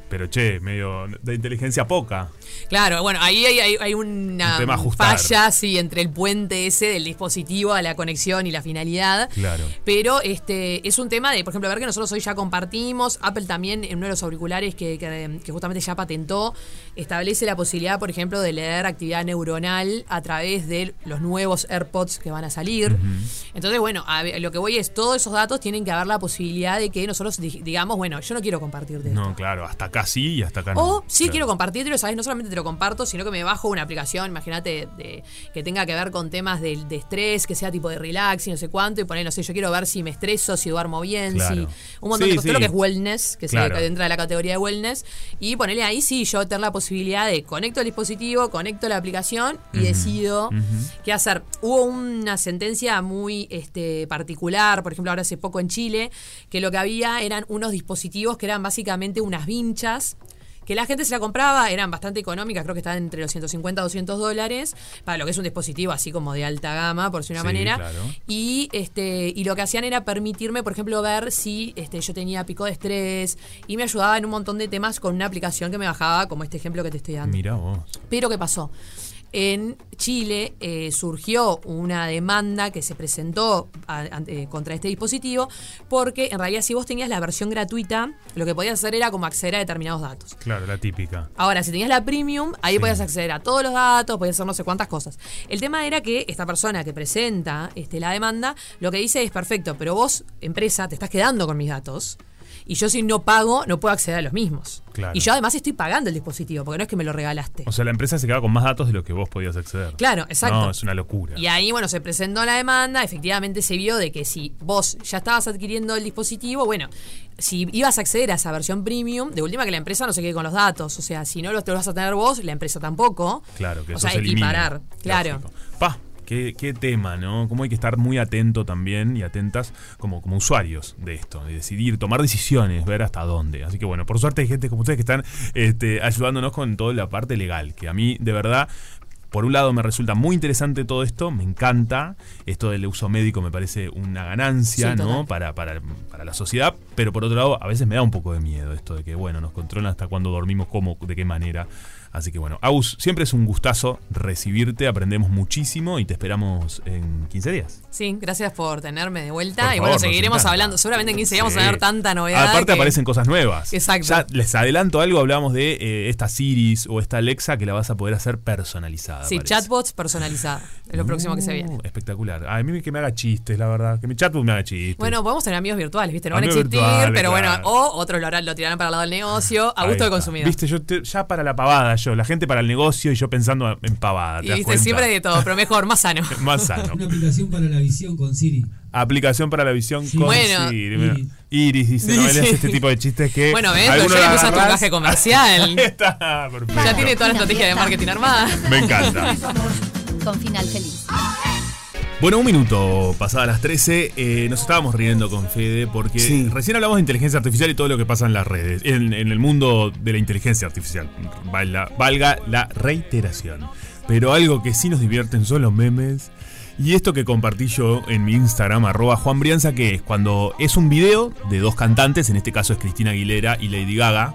S2: pero che, medio de inteligencia poca.
S12: Claro, bueno, ahí hay, hay- hay una
S2: Un tema a ajustar.
S12: falla, sí, entre el puente ese del dispositivo a la conexión y la finalidad.
S2: Claro.
S12: Pero este es un tema de, por ejemplo, ver que nosotros hoy ya compartimos. Apple también, en uno de los auriculares que, que- que justamente ya patentó, establece la posibilidad, por ejemplo, de leer actividad neuronal a través de los nuevos AirPods que van a salir. Entonces, bueno, a ver, lo que voy es, todos esos datos tienen que haber la posibilidad de que nosotros di- digamos, bueno, yo no quiero compartir de
S2: No, claro, hasta acá sí y hasta acá no.
S12: o sí
S2: Claro.
S12: quiero compartirlo, ¿sabes? No solamente te lo comparto, sino que me bajo una aplicación, imagínate, de- que tenga que ver con temas de, de estrés, que sea tipo de relax y no sé cuánto, y poner, no sé, yo quiero ver si me estreso, si duermo bien,
S14: Claro.
S12: si un montón
S14: Sí,
S12: de cosas, todo lo
S14: sí.
S12: que es wellness, que se
S14: Claro.
S12: entra de la categoría de wellness, y ponerle ahí sí, yo tener la posibilidad de conecto el dispositivo, conecto la aplicación y decido qué hacer. Hubo una sentencia muy este, particular, por ejemplo, ahora hace poco en Chile, que lo que había eran unos dispositivos que eran básicamente unas vinchas. Que la gente se la compraba, eran bastante económicas, creo que estaban entre los 150 a 200 dólares, para lo que es un dispositivo así como de alta gama, por si una
S14: Sí,
S12: manera.
S14: claro.
S12: Y este y lo que hacían era permitirme, por ejemplo, ver si este, yo tenía pico de estrés y me ayudaba en un montón de temas con una aplicación que me bajaba, como este ejemplo que te estoy dando.
S2: Mirá vos.
S12: Pero ¿qué pasó? En Chile eh, surgió una demanda que se presentó a- ante- contra este dispositivo porque en realidad si vos tenías la versión gratuita, lo que podías hacer era como acceder a determinados datos.
S2: Claro, la típica.
S12: Ahora, si tenías la premium, ahí podías acceder a todos los datos, podías hacer no sé cuántas cosas. El tema era que esta persona que presenta este, la demanda, lo que dice es perfecto, pero vos, empresa, te estás quedando con mis datos. Y yo si no pago, no puedo acceder a los mismos.
S2: Claro.
S12: Y yo además estoy pagando el dispositivo, porque no es que me lo regalaste.
S2: O sea, la empresa se queda con más datos de lo que vos podías acceder.
S12: Claro, exacto.
S2: No, es una locura.
S12: Y ahí, bueno, se presentó la demanda, efectivamente se vio de que si vos ya estabas adquiriendo el dispositivo, bueno, si ibas a acceder a esa versión premium, de última que la empresa no se quede con los datos, o sea, si no los te los vas a tener vos, la empresa tampoco.
S2: Claro, que
S12: o
S2: eso
S12: sea,
S2: se elimina.
S12: equiparar, claro.
S2: Pa, qué, qué tema, ¿no? Cómo hay que estar muy atento también y atentas como, como usuarios de esto, de decidir, tomar decisiones, ver hasta dónde. Así que bueno, por suerte hay gente como ustedes que están este, ayudándonos con toda la parte legal, que a mí de verdad... Por un lado me resulta muy interesante todo esto, me encanta, esto del uso médico me parece una ganancia,
S15: Sí,
S2: ¿no?
S15: total.
S2: Para, para, para la sociedad, pero por otro lado a veces me da un poco de miedo esto de que, bueno, nos controlan hasta cuándo dormimos, cómo, de qué manera. Así que bueno, Agus, siempre es un gustazo recibirte, aprendemos muchísimo y te esperamos en 15 días.
S12: Sí, gracias por tenerme de vuelta.
S2: Por
S12: y bueno,
S2: favor,
S12: Ah, seguiremos
S2: Rosita.
S12: hablando. Seguramente en 15 días vamos a
S2: Sí. Ah,
S12: tener tanta novedad.
S2: Aparte
S12: que-
S2: aparecen cosas nuevas.
S12: Exacto.
S2: Ya les adelanto algo, hablábamos de eh, esta Siris o esta Alexa que la vas a poder hacer personalizada.
S12: Sí,
S2: parece.
S12: chatbots personalizados. Es lo próximo que se viene.
S2: Uh, espectacular. A mí que me haga chistes, la verdad. Que mi chatbot me haga chistes.
S12: Bueno, podemos tener amigos virtuales, ¿viste? No van a
S2: Amigos
S12: existir,
S2: virtuales,
S12: pero bueno,
S2: claro.
S12: o otros lo, harán, lo tirarán para el lado del negocio, a
S2: Ahí
S12: gusto del
S2: está.
S12: consumidor.
S2: Viste, yo te- ya para la pavada, yo, la gente para el negocio y yo pensando en pavada. ¿te
S12: Y
S2: das
S12: viste,
S2: cuenta? Eh,
S12: siempre de todo, pero mejor, más
S2: *laughs*
S12: sano.
S2: Más sano.
S13: Una aplicación para la visión con Siri.
S2: Aplicación para la visión con
S12: Bueno.
S2: Siri. Mira, Iris dice, no me
S12: Dice.
S2: leas este tipo de chistes
S12: *laughs*
S2: que.
S12: Bueno, ves, pero
S2: alguno
S12: yo le
S2: la
S12: puse a tu
S2: agarrás.
S12: encaje comercial.
S2: Ahí *laughs* está, perfecto.
S12: Ya tiene toda la estrategia de marketing armada.
S2: Me encanta.
S9: Con final feliz.
S2: Bueno, un minuto pasadas las 13, eh, nos estábamos riendo con Fede porque
S3: Sí.
S2: recién hablamos de inteligencia artificial y todo lo que pasa en las redes, en, en el mundo de la inteligencia artificial. Valga, valga la reiteración. Pero algo que sí nos divierten son los memes. Y esto que compartí yo en mi Instagram, arroba Juan Brianza, que es cuando es un video de dos cantantes, en este caso es Cristina Aguilera y Lady Gaga.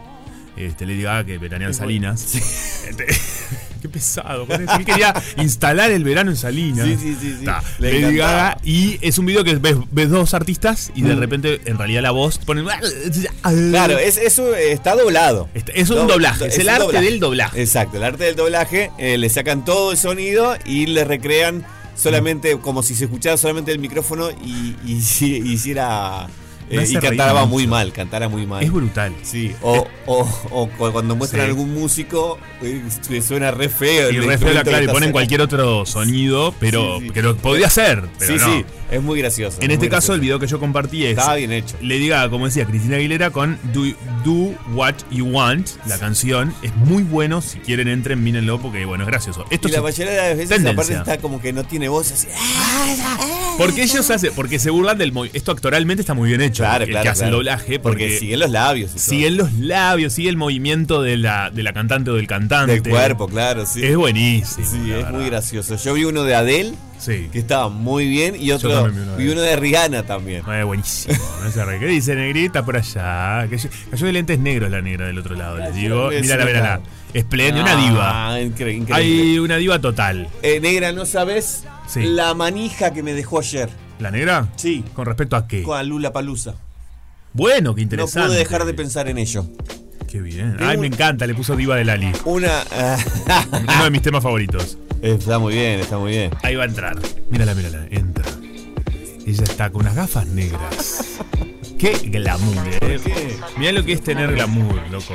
S2: Este, Lady Gaga que veranean Salinas. *laughs* Este, Qué pesado. con eso. Él quería instalar el verano en Salinas.
S3: Sí, sí, sí, sí.
S2: Ta,
S3: Le
S2: Lady
S3: encantaba.
S2: Gaga. Y es un video que ves, ves dos artistas y de
S3: Mm.
S2: repente en realidad la voz "Ah, ponen.
S3: Claro, es, eso está doblado.
S2: Este, es un doblaje, es el arte del
S3: *laughs*
S2: doblaje.
S3: Exacto, el arte del doblaje. eh, le sacan todo el sonido y le recrean solamente, como si se escuchara solamente el micrófono y, y *laughs* si- hiciera.
S2: Me
S3: eh,
S2: hace
S3: y
S2: reír
S3: cantara
S2: mucho.
S3: muy mal, cantara muy mal.
S2: Es brutal.
S3: Sí, o, o- o cu- cuando muestran
S2: Sí.
S3: algún músico, eh, su- suena re feo.
S2: Y
S3: el
S2: re feo la
S3: instrumento
S2: clara,
S3: que
S2: y
S3: está
S2: ponen
S3: haciendo.
S2: cualquier otro sonido, pero
S3: Sí, sí.
S2: que lo podría ser. Pero
S3: sí,
S2: no.
S3: sí, es muy gracioso.
S2: En
S3: es muy
S2: este caso, el
S3: gracioso.
S2: video que yo compartí es.
S3: Estaba bien hecho.
S2: Le diga, como decía Cristina Aguilera, con Do, Do What You Want, la canción. Es muy bueno. Si quieren, entren, mírenlo, porque bueno, es gracioso. Esto
S3: y la
S2: es
S3: mayoría de las veces, aparte,
S2: tendencia.
S3: está como que no tiene voz así.
S2: ah, Porque ellos hacen, porque se burlan del movimiento. Esto actoralmente está muy bien hecho.
S3: Claro,
S2: el
S3: claro,
S2: que hace el
S3: claro.
S2: doblaje. Porque,
S3: Porque siguen los labios y todo.
S2: Siguen los labios, sigue el movimiento de la, de la cantante o del cantante.
S3: Del cuerpo, claro, sí.
S2: Es buenísimo.
S3: Sí, es muy gracioso. Yo vi uno de Adele, que estaba muy bien, y otro,
S2: también vi uno de
S3: vi uno de Rihanna también.
S2: Eh, buenísimo. no se arre- ¿Qué dice negrita por allá? Que yo- Cayó de lentes negros la negra del otro lado, les digo.
S3: es
S2: Mírala,
S3: una-
S2: mírala. Espléndida, una diva.
S3: Ah, incre- increíble.
S2: Hay una diva total.
S3: Eh, negra, ¿no sabes
S2: Sí.
S3: la manija que me dejó ayer?
S2: ¿La negra?
S3: Sí.
S2: ¿Con respecto a qué?
S3: Con Lula Palusa.
S2: Bueno, qué
S3: No
S2: interesante.
S3: pude dejar de pensar en ello.
S2: Qué bien. Ay, me encanta, le puso diva de Lali.
S3: Una. ah,
S2: Uno de mis temas favoritos.
S3: *laughs* Está muy bien, está muy bien.
S2: Ahí va a entrar. Mírala, mírala, entra. Ella está con unas gafas negras. Qué glamour, eh. Mirá lo que es tener glamour, loco.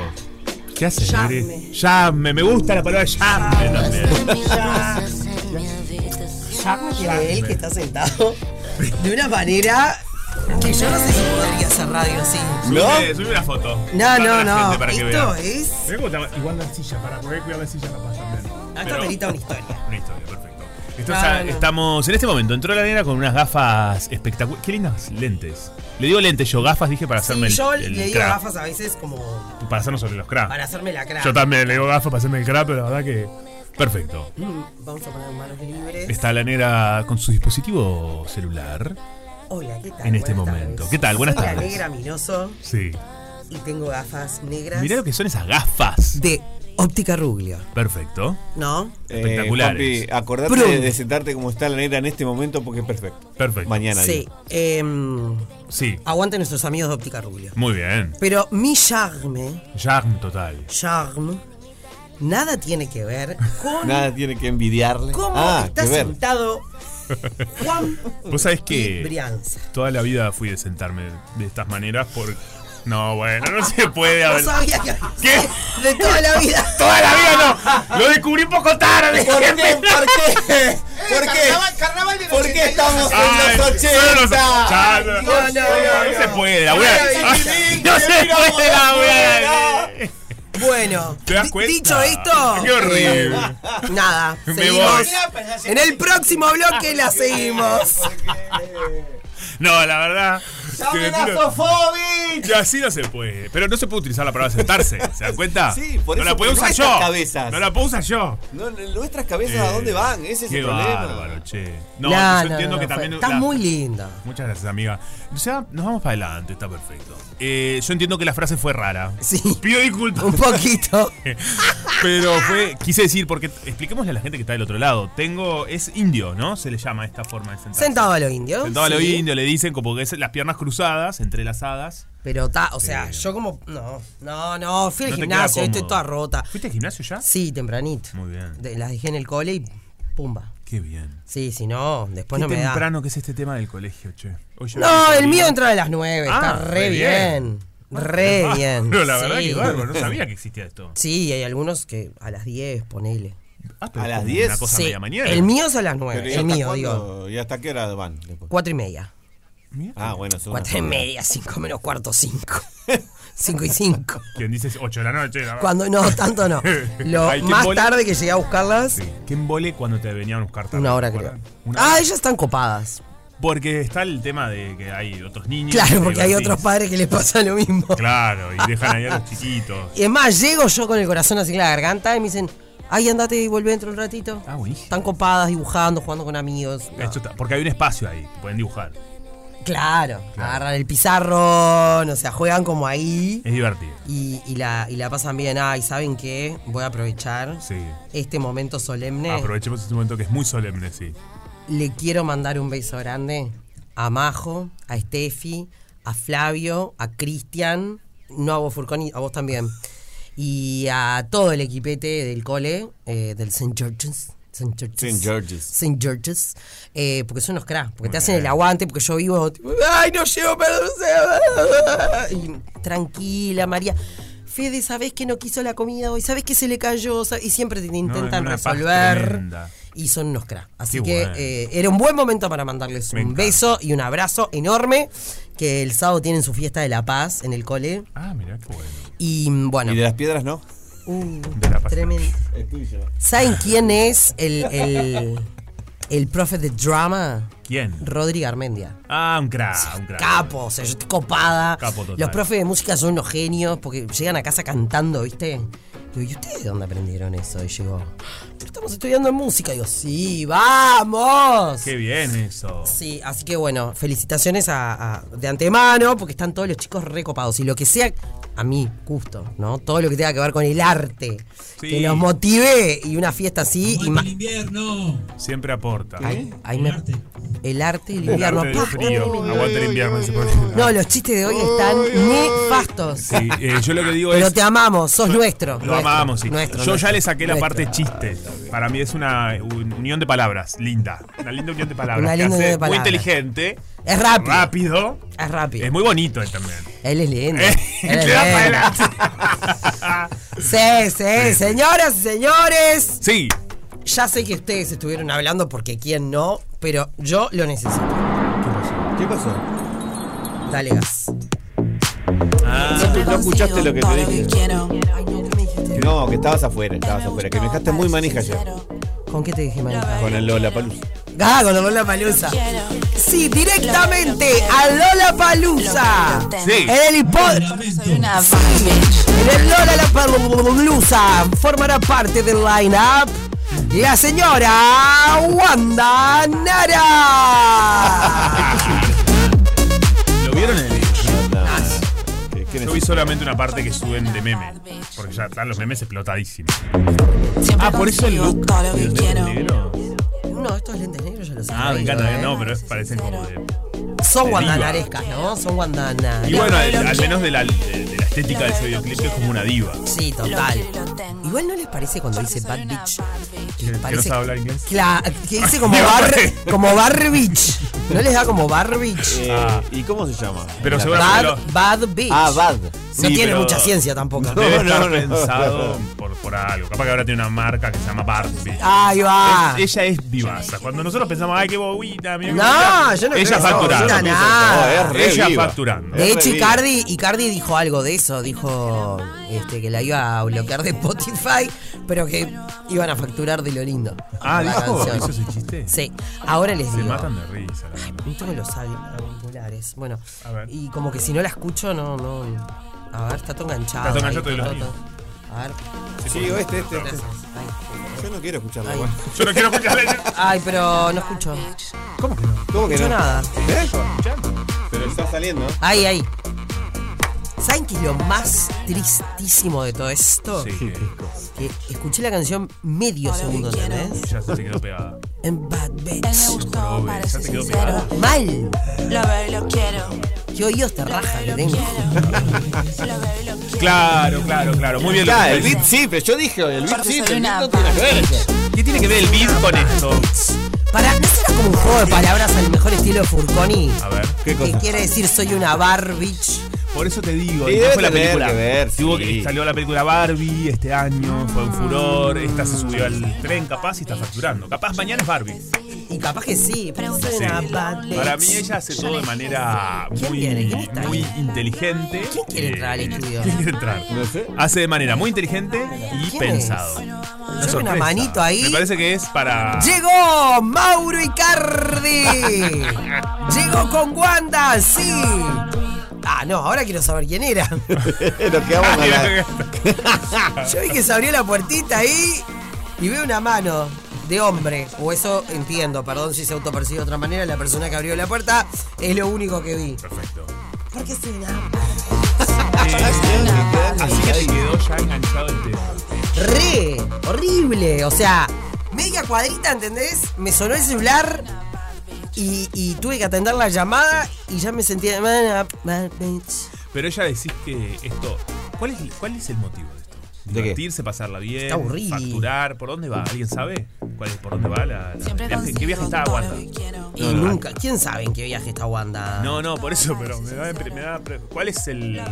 S2: ¿Qué haces,
S1: Llame.
S2: Negri? Llame, me gusta la palabra llame también.
S14: Él que está sentado de una manera que yo no sé si podría hacer radio así.
S3: Eh,
S2: Sube, sube una foto. Para
S14: No, no,
S2: la
S14: no.
S2: gente, para que
S14: Esto
S2: vea.
S14: es-
S2: Me gusta, igual la silla, para poder cuidar la silla capaz también.
S14: Esto amerita una historia. Ah,
S2: Una historia, perfecto. Esto
S14: No,
S2: está-
S14: no.
S2: Estamos en este momento. Entró la negra con unas gafas espectaculares. Qué lindas lentes. Le digo lentes, yo gafas dije para hacerme el,
S14: yo
S2: el
S14: le digo
S2: crack.
S14: gafas a veces como
S2: Para hacernos sobre los cracks.
S14: para hacerme la crack.
S2: Yo también le digo gafas para hacerme el crap, pero la verdad que. Perfecto.
S14: Mm, Vamos a poner manos libres.
S2: Está la negra con su dispositivo celular.
S14: Hola, ¿qué tal?
S2: En este
S14: Buenas
S2: momento.
S14: tardes.
S2: ¿Qué tal? Buenas
S14: Soy la
S2: tardes.
S14: negra Minoso
S2: Sí.
S14: y tengo gafas negras.
S2: Mirá lo que son esas gafas.
S14: De óptica rubia.
S2: Perfecto.
S14: ¿No?
S3: Eh,
S2: Espectaculares.
S3: Juanpi, acordate
S14: Prum.
S3: de, de sentarte como está la negra en este momento porque es perfecto.
S2: Perfecto.
S3: Mañana.
S14: Sí.
S3: digo.
S14: em,
S2: Sí.
S14: Aguante nuestros amigos de óptica rubia.
S2: Muy bien.
S14: Pero mi charme,
S2: Charm total.
S14: charme, nada tiene que ver con
S3: Nada tiene que envidiarle.
S14: cómo
S3: ah,
S14: está
S3: que ver.
S14: sentado Juan
S2: Vos sabés que
S14: Brianza.
S2: toda la vida fui de sentarme de estas maneras por. No, bueno, no se puede
S14: No
S2: haber.
S14: sabía que De toda la vida.
S2: Toda la vida no. Lo descubrí poco tarde. *laughs*
S1: ¿Por qué?
S3: ¿Por *laughs* Eh, qué? ¿Por qué? ¿Por qué estamos
S2: Ay,
S3: en los 80?
S2: solo los- Ya, no,
S3: No, no, no,
S2: no se
S3: no.
S2: puede, la voy a-
S3: Ay,
S2: Ay, *laughs*
S3: sí,
S2: no
S3: que
S2: se
S3: mira,
S2: puede,
S3: vamos,
S2: la voy a-
S14: Bueno,
S2: ¿Te das
S14: di-
S2: cuenta?
S14: dicho esto,
S2: Qué horrible.
S14: *laughs* eh, nada,
S2: *laughs* Me
S14: seguimos.
S2: voy.
S14: En el próximo bloque la seguimos.
S2: No, la verdad. que le tiro-
S3: ¡Amenazofóbico!
S2: Y así no se puede. Pero no se puede utilizar la palabra sentarse. ¿Se dan cuenta?
S3: Sí, por
S2: No
S3: eso,
S2: la puedo
S3: por
S2: usar yo.
S3: nuestras cabezas.
S2: No la puedo usar yo.
S3: No, nuestras cabezas, ¿a dónde van? Ese es
S2: Eh, qué
S3: el problema.
S2: bárbaro, che.
S3: No,
S2: No, yo
S3: no,
S2: entiendo
S3: no,
S2: que
S3: no,
S2: también.
S3: fue- estás muy linda.
S2: Muchas gracias, amiga. O sea, nos vamos para adelante, está perfecto. Eh, yo entiendo que la frase fue rara. Sí. Pido disculpas. Un
S14: poquito.
S2: *laughs* Pero fue. Quise decir, porque expliquémosle a la gente que está del otro lado. Tengo. Es indio, ¿no? Se le llama esta forma de sentarse.
S14: Sentado a los indios.
S2: Sentado a lo
S14: sí.
S2: indio, le dicen como que es las piernas cruzadas, entrelazadas.
S14: Pero ta, o sea, yo como. No, no, no. Fui al
S2: No te queda
S14: gimnasio, estoy
S2: cómodo.
S14: toda rota.
S2: ¿Fuiste al gimnasio ya?
S14: Sí, tempranito.
S2: Muy bien.
S14: De- las dejé en el cole y pumba.
S2: Qué bien.
S14: Sí, si no, después no
S2: Qué
S14: me da.
S2: temprano que es este tema del colegio, che. Oye,
S14: No,
S2: oye,
S14: el mío
S2: oye.
S14: entra a las 9,
S2: Ah,
S14: está re bien.
S2: *laughs*
S14: Re
S2: Ah,
S14: bien.
S2: Pero la verdad
S14: sí.
S2: que bárbaro, no sabía que existía esto.
S14: Sí, hay algunos que a las 10, ponele.
S2: Ah, pero ¿A las como 10? una cosa
S14: Sí.
S2: media mañana.
S14: El mío es a las 9,
S3: Pero, ¿y
S14: el
S3: hasta
S14: mío, digo.
S3: cuándo? ¿Y hasta qué hora van? después?
S14: 4 y media.
S3: Ah, bueno, son
S14: Cuatro
S3: unas
S14: y
S3: horas.
S14: media, 5 menos cuarto, *laughs* 5. 5 y 5.
S2: Quien dice 8 de la noche. la verdad.
S14: Cuando no,
S2: *laughs*
S14: tanto no. Lo
S2: Ay, qué
S14: más
S2: embole.
S14: tarde que llegué a buscarlas.
S2: ¿Qué embole cuando te venían a buscar tarde?
S14: Una hora,
S2: ¿Recuerdan?
S14: creo.
S2: Una
S14: Ah,
S2: hora.
S14: ellas están copadas.
S2: Porque está el tema de que hay otros niños. que
S14: Claro, porque hay
S2: divertís.
S14: otros padres que les pasa lo mismo.
S2: Claro, y dejan ahí a
S14: *laughs*
S2: los chiquitos.
S14: Y es más, llego yo con el corazón así en la garganta y me dicen, ay, andate y volvé dentro un ratito.
S2: Ah, buenísimo.
S14: Están copadas, dibujando, jugando con amigos. No.
S2: Esto está- porque hay un espacio ahí, que pueden dibujar.
S14: Claro, agarran el pizarrón, o sea, juegan como ahí.
S2: Es divertido.
S14: Y, y la, y la pasan bien. Ay, ¿saben qué? Voy a aprovechar este momento solemne.
S2: Aprovechemos este momento que es muy solemne, sí.
S14: Le quiero mandar un beso grande a Majo, a Steffi, a Flavio, a Cristian, no a vos Furcón y a vos también. Y a todo el equipete del cole, eh, del St. George's. St. George's.
S3: St. George's.
S14: St. George's. eh, porque son unos cracks, porque te hacen el aguante, porque yo vivo. tipo, ¡Ay, no llego, perdón! se- y, Tranquila, María. Fede, ¿sabés que no quiso la comida hoy? ¿Sabés que se le cayó? ¿Sabés?" Y siempre te intentan
S2: una paz
S14: resolver.
S2: tremenda.
S14: Y son unos cracks. Así
S2: Qué
S14: que
S2: bueno.
S14: eh, era un buen momento para mandarles
S2: Me
S14: un
S2: encanta.
S14: beso y un abrazo enorme. Que el sábado tienen su fiesta de la paz en el cole.
S2: Ah, mirá, qué bueno.
S14: Y mm, bueno.
S3: ¿Y de las piedras no?
S14: Uh,
S2: De la paz.
S14: tremendo.
S3: Es tuyo.
S14: ¿Saben quién es el, el, el profe de drama?
S2: ¿Quién?
S14: Rodrigo Armendia.
S2: Ah, un crack, un crack.
S14: Capo, o sea, yo estoy copada.
S2: Capo total.
S14: Los profes de música son unos genios porque llegan a casa cantando, ¿viste? Digo, ¿y ustedes de dónde aprendieron eso? Y llegó, pero estamos estudiando música. Digo, sí, vamos.
S2: Qué bien eso.
S14: Sí, así que bueno, felicitaciones a, a- de antemano, porque están todos los chicos recopados. Y lo que sea, a mí, gusto, ¿no? Todo lo que tenga que ver con el arte.
S2: Sí.
S14: Que los motive y una fiesta así. Y ma-
S13: invierno!
S2: Siempre aporta.
S14: Ahí- ahí me- el arte y el invierno.
S2: El arte del
S14: Pa- eh.
S2: frío. Aguante el invierno. se puede.
S14: No, los chistes de hoy están nefastos.
S2: Sí, eh, yo lo que digo es.
S14: Pero te amamos, sos nuestro.
S2: Lo
S14: nuestro,
S2: amamos, sí.
S14: nuestro,
S2: Yo
S14: nuestro,
S2: ya le saqué la
S14: nuestro.
S2: parte chiste. Para mí es una un- unión de palabras, linda. Una linda unión de palabras.
S14: Una
S2: que
S14: linda
S2: hace
S14: unión de palabras.
S2: Muy inteligente.
S14: Es rápido.
S2: Rápido.
S14: Es rápido.
S2: Es muy bonito él también.
S14: Él es
S2: *laughs*
S14: lindo. él es
S2: Le da para
S14: lindo.
S2: adelante.
S14: Sí, sí, señoras y señores.
S2: *laughs*
S14: *laughs*
S2: Sí. *laughs*
S14: Ya sé que ustedes estuvieron hablando porque quién no, pero yo lo necesito.
S3: ¿Qué pasó?
S14: Dale gas.
S3: No escuchaste lo que te dije. No, que estabas afuera, estabas afuera. Que me dejaste muy manija ayer.
S14: ¿Con qué te dije manija?
S3: Con el Lola Palus.
S14: Ah, con Lola Palusa. Sí, directamente a Lola Palusa.
S3: Sí.
S14: En el hipódromo. En el Lola La Palusa formará parte del line-up la señora Wanda
S2: *laughs*
S14: Nara.
S2: ¿Lo vieron en el video? Yo vi solamente una parte que suben de meme. Porque ya están los memes explotadísimos. Ah, por eso el look. de los lentes negros.
S14: No, estos lentes negros ya los
S2: Ah,
S14: han
S2: me
S14: traído,
S2: encanta.
S14: ¿eh?
S2: No, pero es- parecen como de.
S14: Son
S2: de
S14: guandanarescas, ¿no? Son guandanarescas.
S2: Y bueno, al, al menos de la, de- de la estética de ese videoclip que es como una diva.
S14: Sí, total. Igual no les parece cuando dice bad bitch.
S2: Que, que no
S14: Parece-
S2: sabe hablar inglés.
S14: Cla- que dice
S2: *laughs*
S14: como
S2: Digo,
S14: bar,
S2: parece.
S14: como bar bitch. ¿No les da como bar bitch?
S3: Eh, ¿Y cómo se llama?
S2: Pero
S3: La-
S2: seguramente
S14: Bad,
S2: lo-
S14: bad bitch.
S3: Ah, Bad.
S14: No tiene mucha ciencia tampoco.
S2: Debe
S14: *laughs* No,
S2: estar
S14: no, no.
S2: pensado Por, por algo. Capaz que ahora tiene una marca que se llama Barbie.
S14: Ahí va.
S2: Es- ella es divasa. Cuando nosotros pensamos, ay, qué bobita, mira qué
S14: ah. No,
S2: bobita",
S14: yo no creo
S2: Ella
S14: que
S2: facturando.
S14: sea bobita, nada.
S3: No, es re
S2: ella
S3: viva.
S2: facturando.
S14: De hecho, Icardi, Icardi dijo algo de eso. Dijo este, que la iba a bloquear de Spotify, pero que iban a facturar de lo lindo.
S2: Ah,
S14: La
S2: dijo,
S14: canción.
S2: hizo ese chiste.
S14: Sí, ahora les
S2: Se
S14: digo.
S2: matan de risa, la verdad.
S14: No me lo saben auriculares. Bueno, y como que si no la escucho, no, no. A ver, está todo enganchado.
S2: Está todo
S14: ahí,
S2: enganchado de los
S14: todo,
S2: míos.
S14: todo. A ver.
S3: Sí, o este, este, este. Yo no quiero escucharlo.
S14: Ay.
S3: bueno.
S2: Yo no quiero escucharlo.
S14: Ay, pero no escucho.
S3: ¿Cómo que no? ¿Cómo que
S14: escucho
S3: no?
S14: nada.
S3: ¿Eh? Pero está saliendo.
S14: Ahí, ahí. ¿Saben qué es lo más tristísimo de todo esto?
S2: Sí.
S14: Que escuché la canción medio segundo, ¿entendés?
S2: Ya se te quedó pegada.
S14: En Bad Bitch.
S2: Pobre, ya te quedó pegada.
S14: Mal. Lo veo y lo quiero. Qué oídos te raja que tengo.
S2: Claro, claro, claro. Muy bien. lo
S3: Ya,
S2: que
S3: el
S2: decís.
S3: beat sí, pero yo dije, el beat
S14: Aparte
S3: sí,
S14: soy
S3: pero el beat
S14: una
S3: no tiene nada que ver.
S2: ¿Qué tiene que ver el beat con esto?
S14: Para, ¿no será como un juego de palabras al mejor estilo de Furconi?
S2: A ver, ¿qué
S14: Que quiere decir soy una bar bitch.
S2: Por eso te digo,
S3: Sí,
S2: y no
S3: debe
S2: fue la
S3: tener
S2: película.
S3: que ver, sí.
S2: Tuvo que- salió la película Barbie este año, fue un furor, esta se subió al tren capaz y está facturando. Capaz mañana es Barbie.
S14: Y capaz que sí, pero soy
S2: Sí.
S14: una bad bitch.
S2: Para mí ella hace todo de manera muy, muy inteligente. ¿Quién
S14: quiere entrar al estudio?
S2: ¿Quién *laughs* quiere entrar? No sé. Hace de manera muy inteligente y
S14: ¿Quién
S2: pensado.
S14: es?
S2: Una
S14: Yo vi una
S2: sorpresa.
S14: manito ahí.
S2: Me parece que es para.
S14: ¡Llegó
S2: *laughs*
S14: Mauro Icardi! ¡Llegó con Wanda! ¡Sí! Ah, no, ahora quiero saber
S2: *laughs*
S14: quién
S3: *laughs*
S14: era.
S3: Nos quedamos con la...
S14: Yo vi que se abrió la puertita ahí y veo una mano de hombre. O eso entiendo, perdón si se autopercibe de otra manera. La persona que abrió la puerta es lo único que vi.
S2: Perfecto.
S14: Porque se
S2: Así que te quedó ya enganchado el tema.
S14: Re, horrible. O sea, media cuadrita, ¿entendés? Me sonó el celular y, y tuve que atender la llamada y ya me sentía. Man, up, man, bitch.
S2: Pero ella decís que esto. ¿Cuál es, cuál es el motivo de esto? Divertirse, pasarla bien,
S14: Está aburrido.
S2: facturar, ¿por dónde va? ¿Alguien sabe? ¿Cuál es por dónde va la, la- el viaje? ¿Qué viaje está aguanta?
S14: Y nunca. ¿Quién sabe en qué viaje está Wanda?
S2: No, Ah, no, por eso, pero me da, me da- ¿cuál es el no?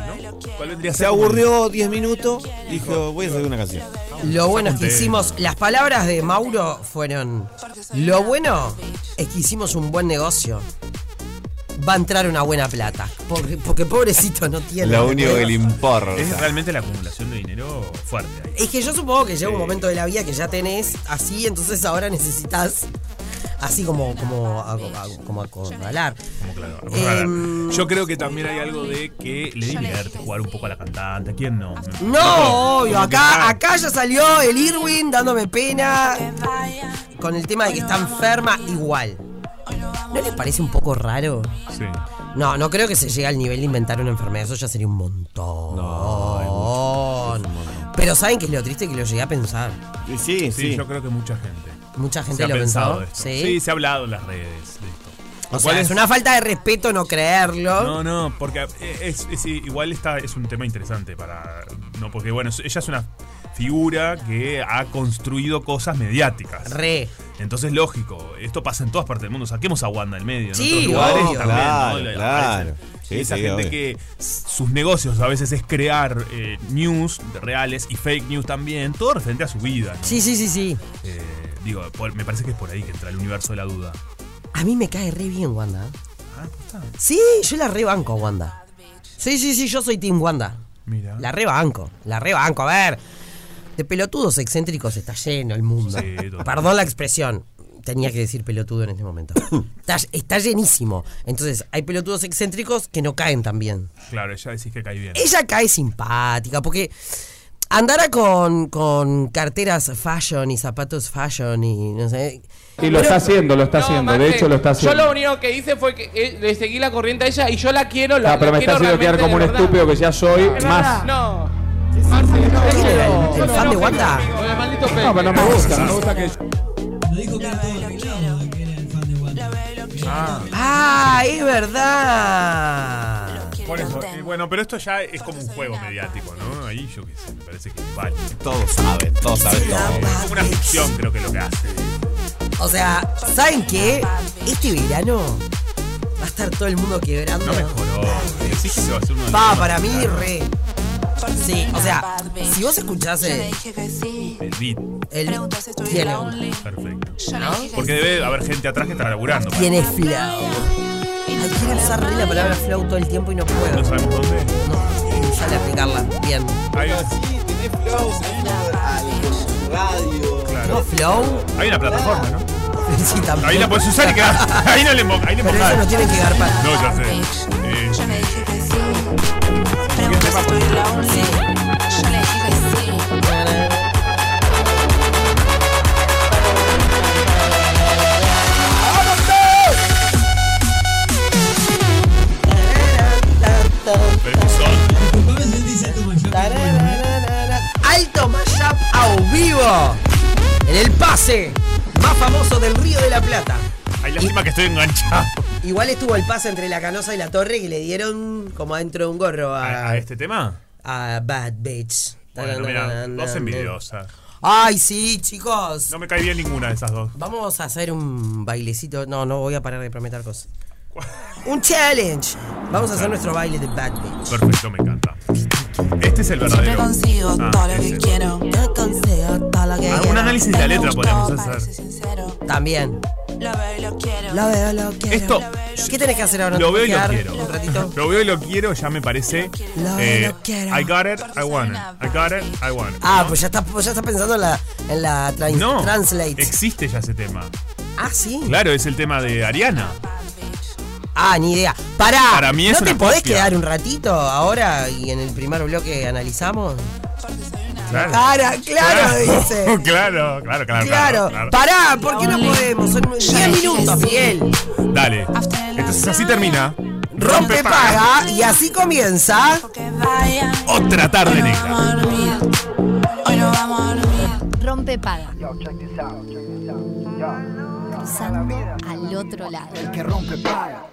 S2: ¿Cuál vendría a
S3: Se
S2: ser como el-
S3: aburrió 10 minutos, dijo, voy a hacer una canción.
S14: Lo bueno es que hicimos. Las palabras de Mauro fueron. Lo bueno es que hicimos un buen negocio. Va a entrar una buena plata. Porque, porque pobrecito no tiene.
S3: Lo único que le importa.
S2: Es realmente la acumulación de dinero fuerte ahí.
S14: Es que yo supongo que llega un momento de la vida que ya tenés así, entonces ahora necesitas así como como aco- aco- como acorralar.
S2: Como claro,
S14: Em,
S2: acorralar. Yo creo que también hay algo de que le divierte jugar un poco a la cantante. ¿Quién no?
S14: No, obvio,
S2: como que
S14: acá
S2: está-
S14: acá ya salió el Irwin dándome pena con el tema de que está enferma igual. ¿No les parece un poco raro?
S2: Sí.
S14: No, no creo que se llegue al nivel de inventar una enfermedad, eso ya sería un montón. Pero saben que es lo triste que lo llegué a pensar.
S3: Sí, sí,
S2: Sí, yo creo que mucha gente.
S14: Mucha gente
S2: se ha
S14: lo
S2: pensado
S14: pensó,
S2: esto.
S14: ¿sí?
S2: se ha hablado en las redes de esto.
S14: O
S2: Lo
S14: sea,
S2: cual
S14: es una falta de respeto no creerlo.
S2: No, no, porque eh, es, es- igual está, es un tema interesante para. No, porque bueno, es- ella es una figura que ha construido cosas mediáticas.
S14: Re.
S2: Entonces, lógico, esto pasa en todas partes del mundo. Saquemos a Wanda del medio,
S14: Sí,
S2: en otros lugares
S14: obvio.
S2: también,
S3: Claro,
S2: ¿no? Le-
S3: claro.
S2: aparecen.
S3: Sí,
S2: Y Esa
S3: sí,
S2: gente
S3: obvio.
S2: que s- sus negocios a veces es crear eh, news reales y fake news también, todo referente a su vida. ¿no?
S14: Sí, sí, sí, sí.
S2: Eh, digo, por- me parece que es por ahí que entra el universo de la duda.
S14: A mí me cae re bien Wanda.
S2: Ah, posta.
S14: Sí, yo la rebanco a Wanda. Sí, sí, sí, yo soy Team Wanda.
S2: Mira.
S14: La rebanco, la rebanco. A ver, de pelotudos excéntricos está lleno el mundo.
S2: Sí, total.
S14: Perdón la expresión. Tenía que decir pelotudo en este
S2: *coughs*
S14: momento. está, está llenísimo. Entonces, hay pelotudos excéntricos que no caen tan bien.
S2: Claro, ella decís que cae bien.
S14: Ella cae simpática, porque andara con, con carteras fashion y zapatos fashion y no sé.
S7: Y lo está haciendo, lo está haciendo. De hecho, lo está
S15: Yo
S7: haciendo.
S15: lo único que hice fue que eh, le seguí la corriente a ella y yo la quiero, la,
S7: Ah, pero
S15: la
S7: me está
S15: quiero
S7: haciendo quedar
S15: realmente,
S7: como un
S15: de verdad.
S7: estúpido que ya soy. Más.
S15: No. Marce, no,
S14: ¿Quién era el- el
S15: no, no,
S14: fan de
S15: no,
S14: Wanda?
S15: con el maldito Pepe.
S7: No, pero no me gusta, no me gusta que.
S2: Ah.
S14: ¡Ah, es verdad!
S2: Por eso, eh, bueno, pero esto ya es como un juego mediático, ¿no? Ahí yo qué sé, me parece que vale.
S3: Todos saben, todos saben
S14: Oh,
S3: todo.
S2: Es como una ficción, creo que lo que hace.
S14: O sea, ¿saben qué? Este verano va a estar todo el mundo quebrando.
S2: No mejoró. Decís que se va a hacer uno de
S14: Va,
S2: los
S14: para mí,
S2: más caros.
S14: re. Sí, o sea, si vos escuchás el,
S2: El beat.
S14: el tiene,
S2: Perfecto.
S14: ¿no?
S2: Porque debe haber gente atrás que está laburando.
S14: Tiene flow. Ay, quiero usar la palabra flow todo el tiempo y no puedo. ¿No
S2: sabemos dónde?
S14: No, eh, sale a aplicarla. Bien.
S3: Radio.
S14: No, flow. *laughs*
S2: Hay una plataforma, ¿no?
S14: Sí, tampoco.
S2: Ahí la puedes usar y quedar. *laughs* Ahí no le mo- ahí le
S14: Pero
S2: mojás.
S14: eso no tiene que garpar.
S2: No, ya sé. Eh,
S14: Alto mashup a vivo. En el pase más famoso del Río de la Plata.
S2: Hay lástima que estoy enganchado.
S14: Igual estuvo el pase entre la canosa y la torre que le dieron como adentro de un gorro a,
S2: ¿A este tema?
S14: a Bad Bitch.
S2: Bueno, mira, dos envidiosas.
S14: Ay, sí, chicos.
S2: No me cae bien ninguna de esas dos.
S14: Vamos a hacer un bailecito. No, no voy a parar de prometer cosas. Un challenge. Vamos a hacer nuestro baile de Bad Bitch.
S2: Perfecto, me encanta. Este es el verdadero. Ah, ese.
S14: Yo consigo todo lo que
S2: Ah, un
S14: quiero.
S2: análisis de la letra podríamos hacer.
S14: También. Lo veo, lo quiero.
S2: Esto.
S14: ¿Qué tenés que hacer ahora?
S2: Lo veo y lo
S14: ¿Toquear
S2: quiero.
S14: Un ratito.
S2: Lo veo y lo quiero, ya me parece. eh,
S14: Lo veo y lo quiero.
S2: I got it, I want it. I got it, I want it.
S14: Ah, pues ya estás ya está pensando en la, en la tra-
S2: No.
S14: translate.
S2: Existe ya ese tema.
S14: Ah, sí.
S2: Claro, es el tema de Ariana.
S14: Ah, ni idea. Pará.
S2: Para mí es
S14: ¿No te
S2: una
S14: podés
S2: copia.
S14: quedar un ratito ahora y en el primer bloque analizamos?
S2: Claro.
S14: Cara, claro, dice.
S2: *laughs* Claro, claro, claro, claro.
S14: Claro. Pará, ¿por qué no podemos? Son 10 minutos, Miguel.
S2: Dale. Entonces así termina.
S14: Rompe paga y así comienza.
S2: Otra tarde negra.
S9: Rompe paga. Cruzando al otro lado.
S16: El que rompe paga.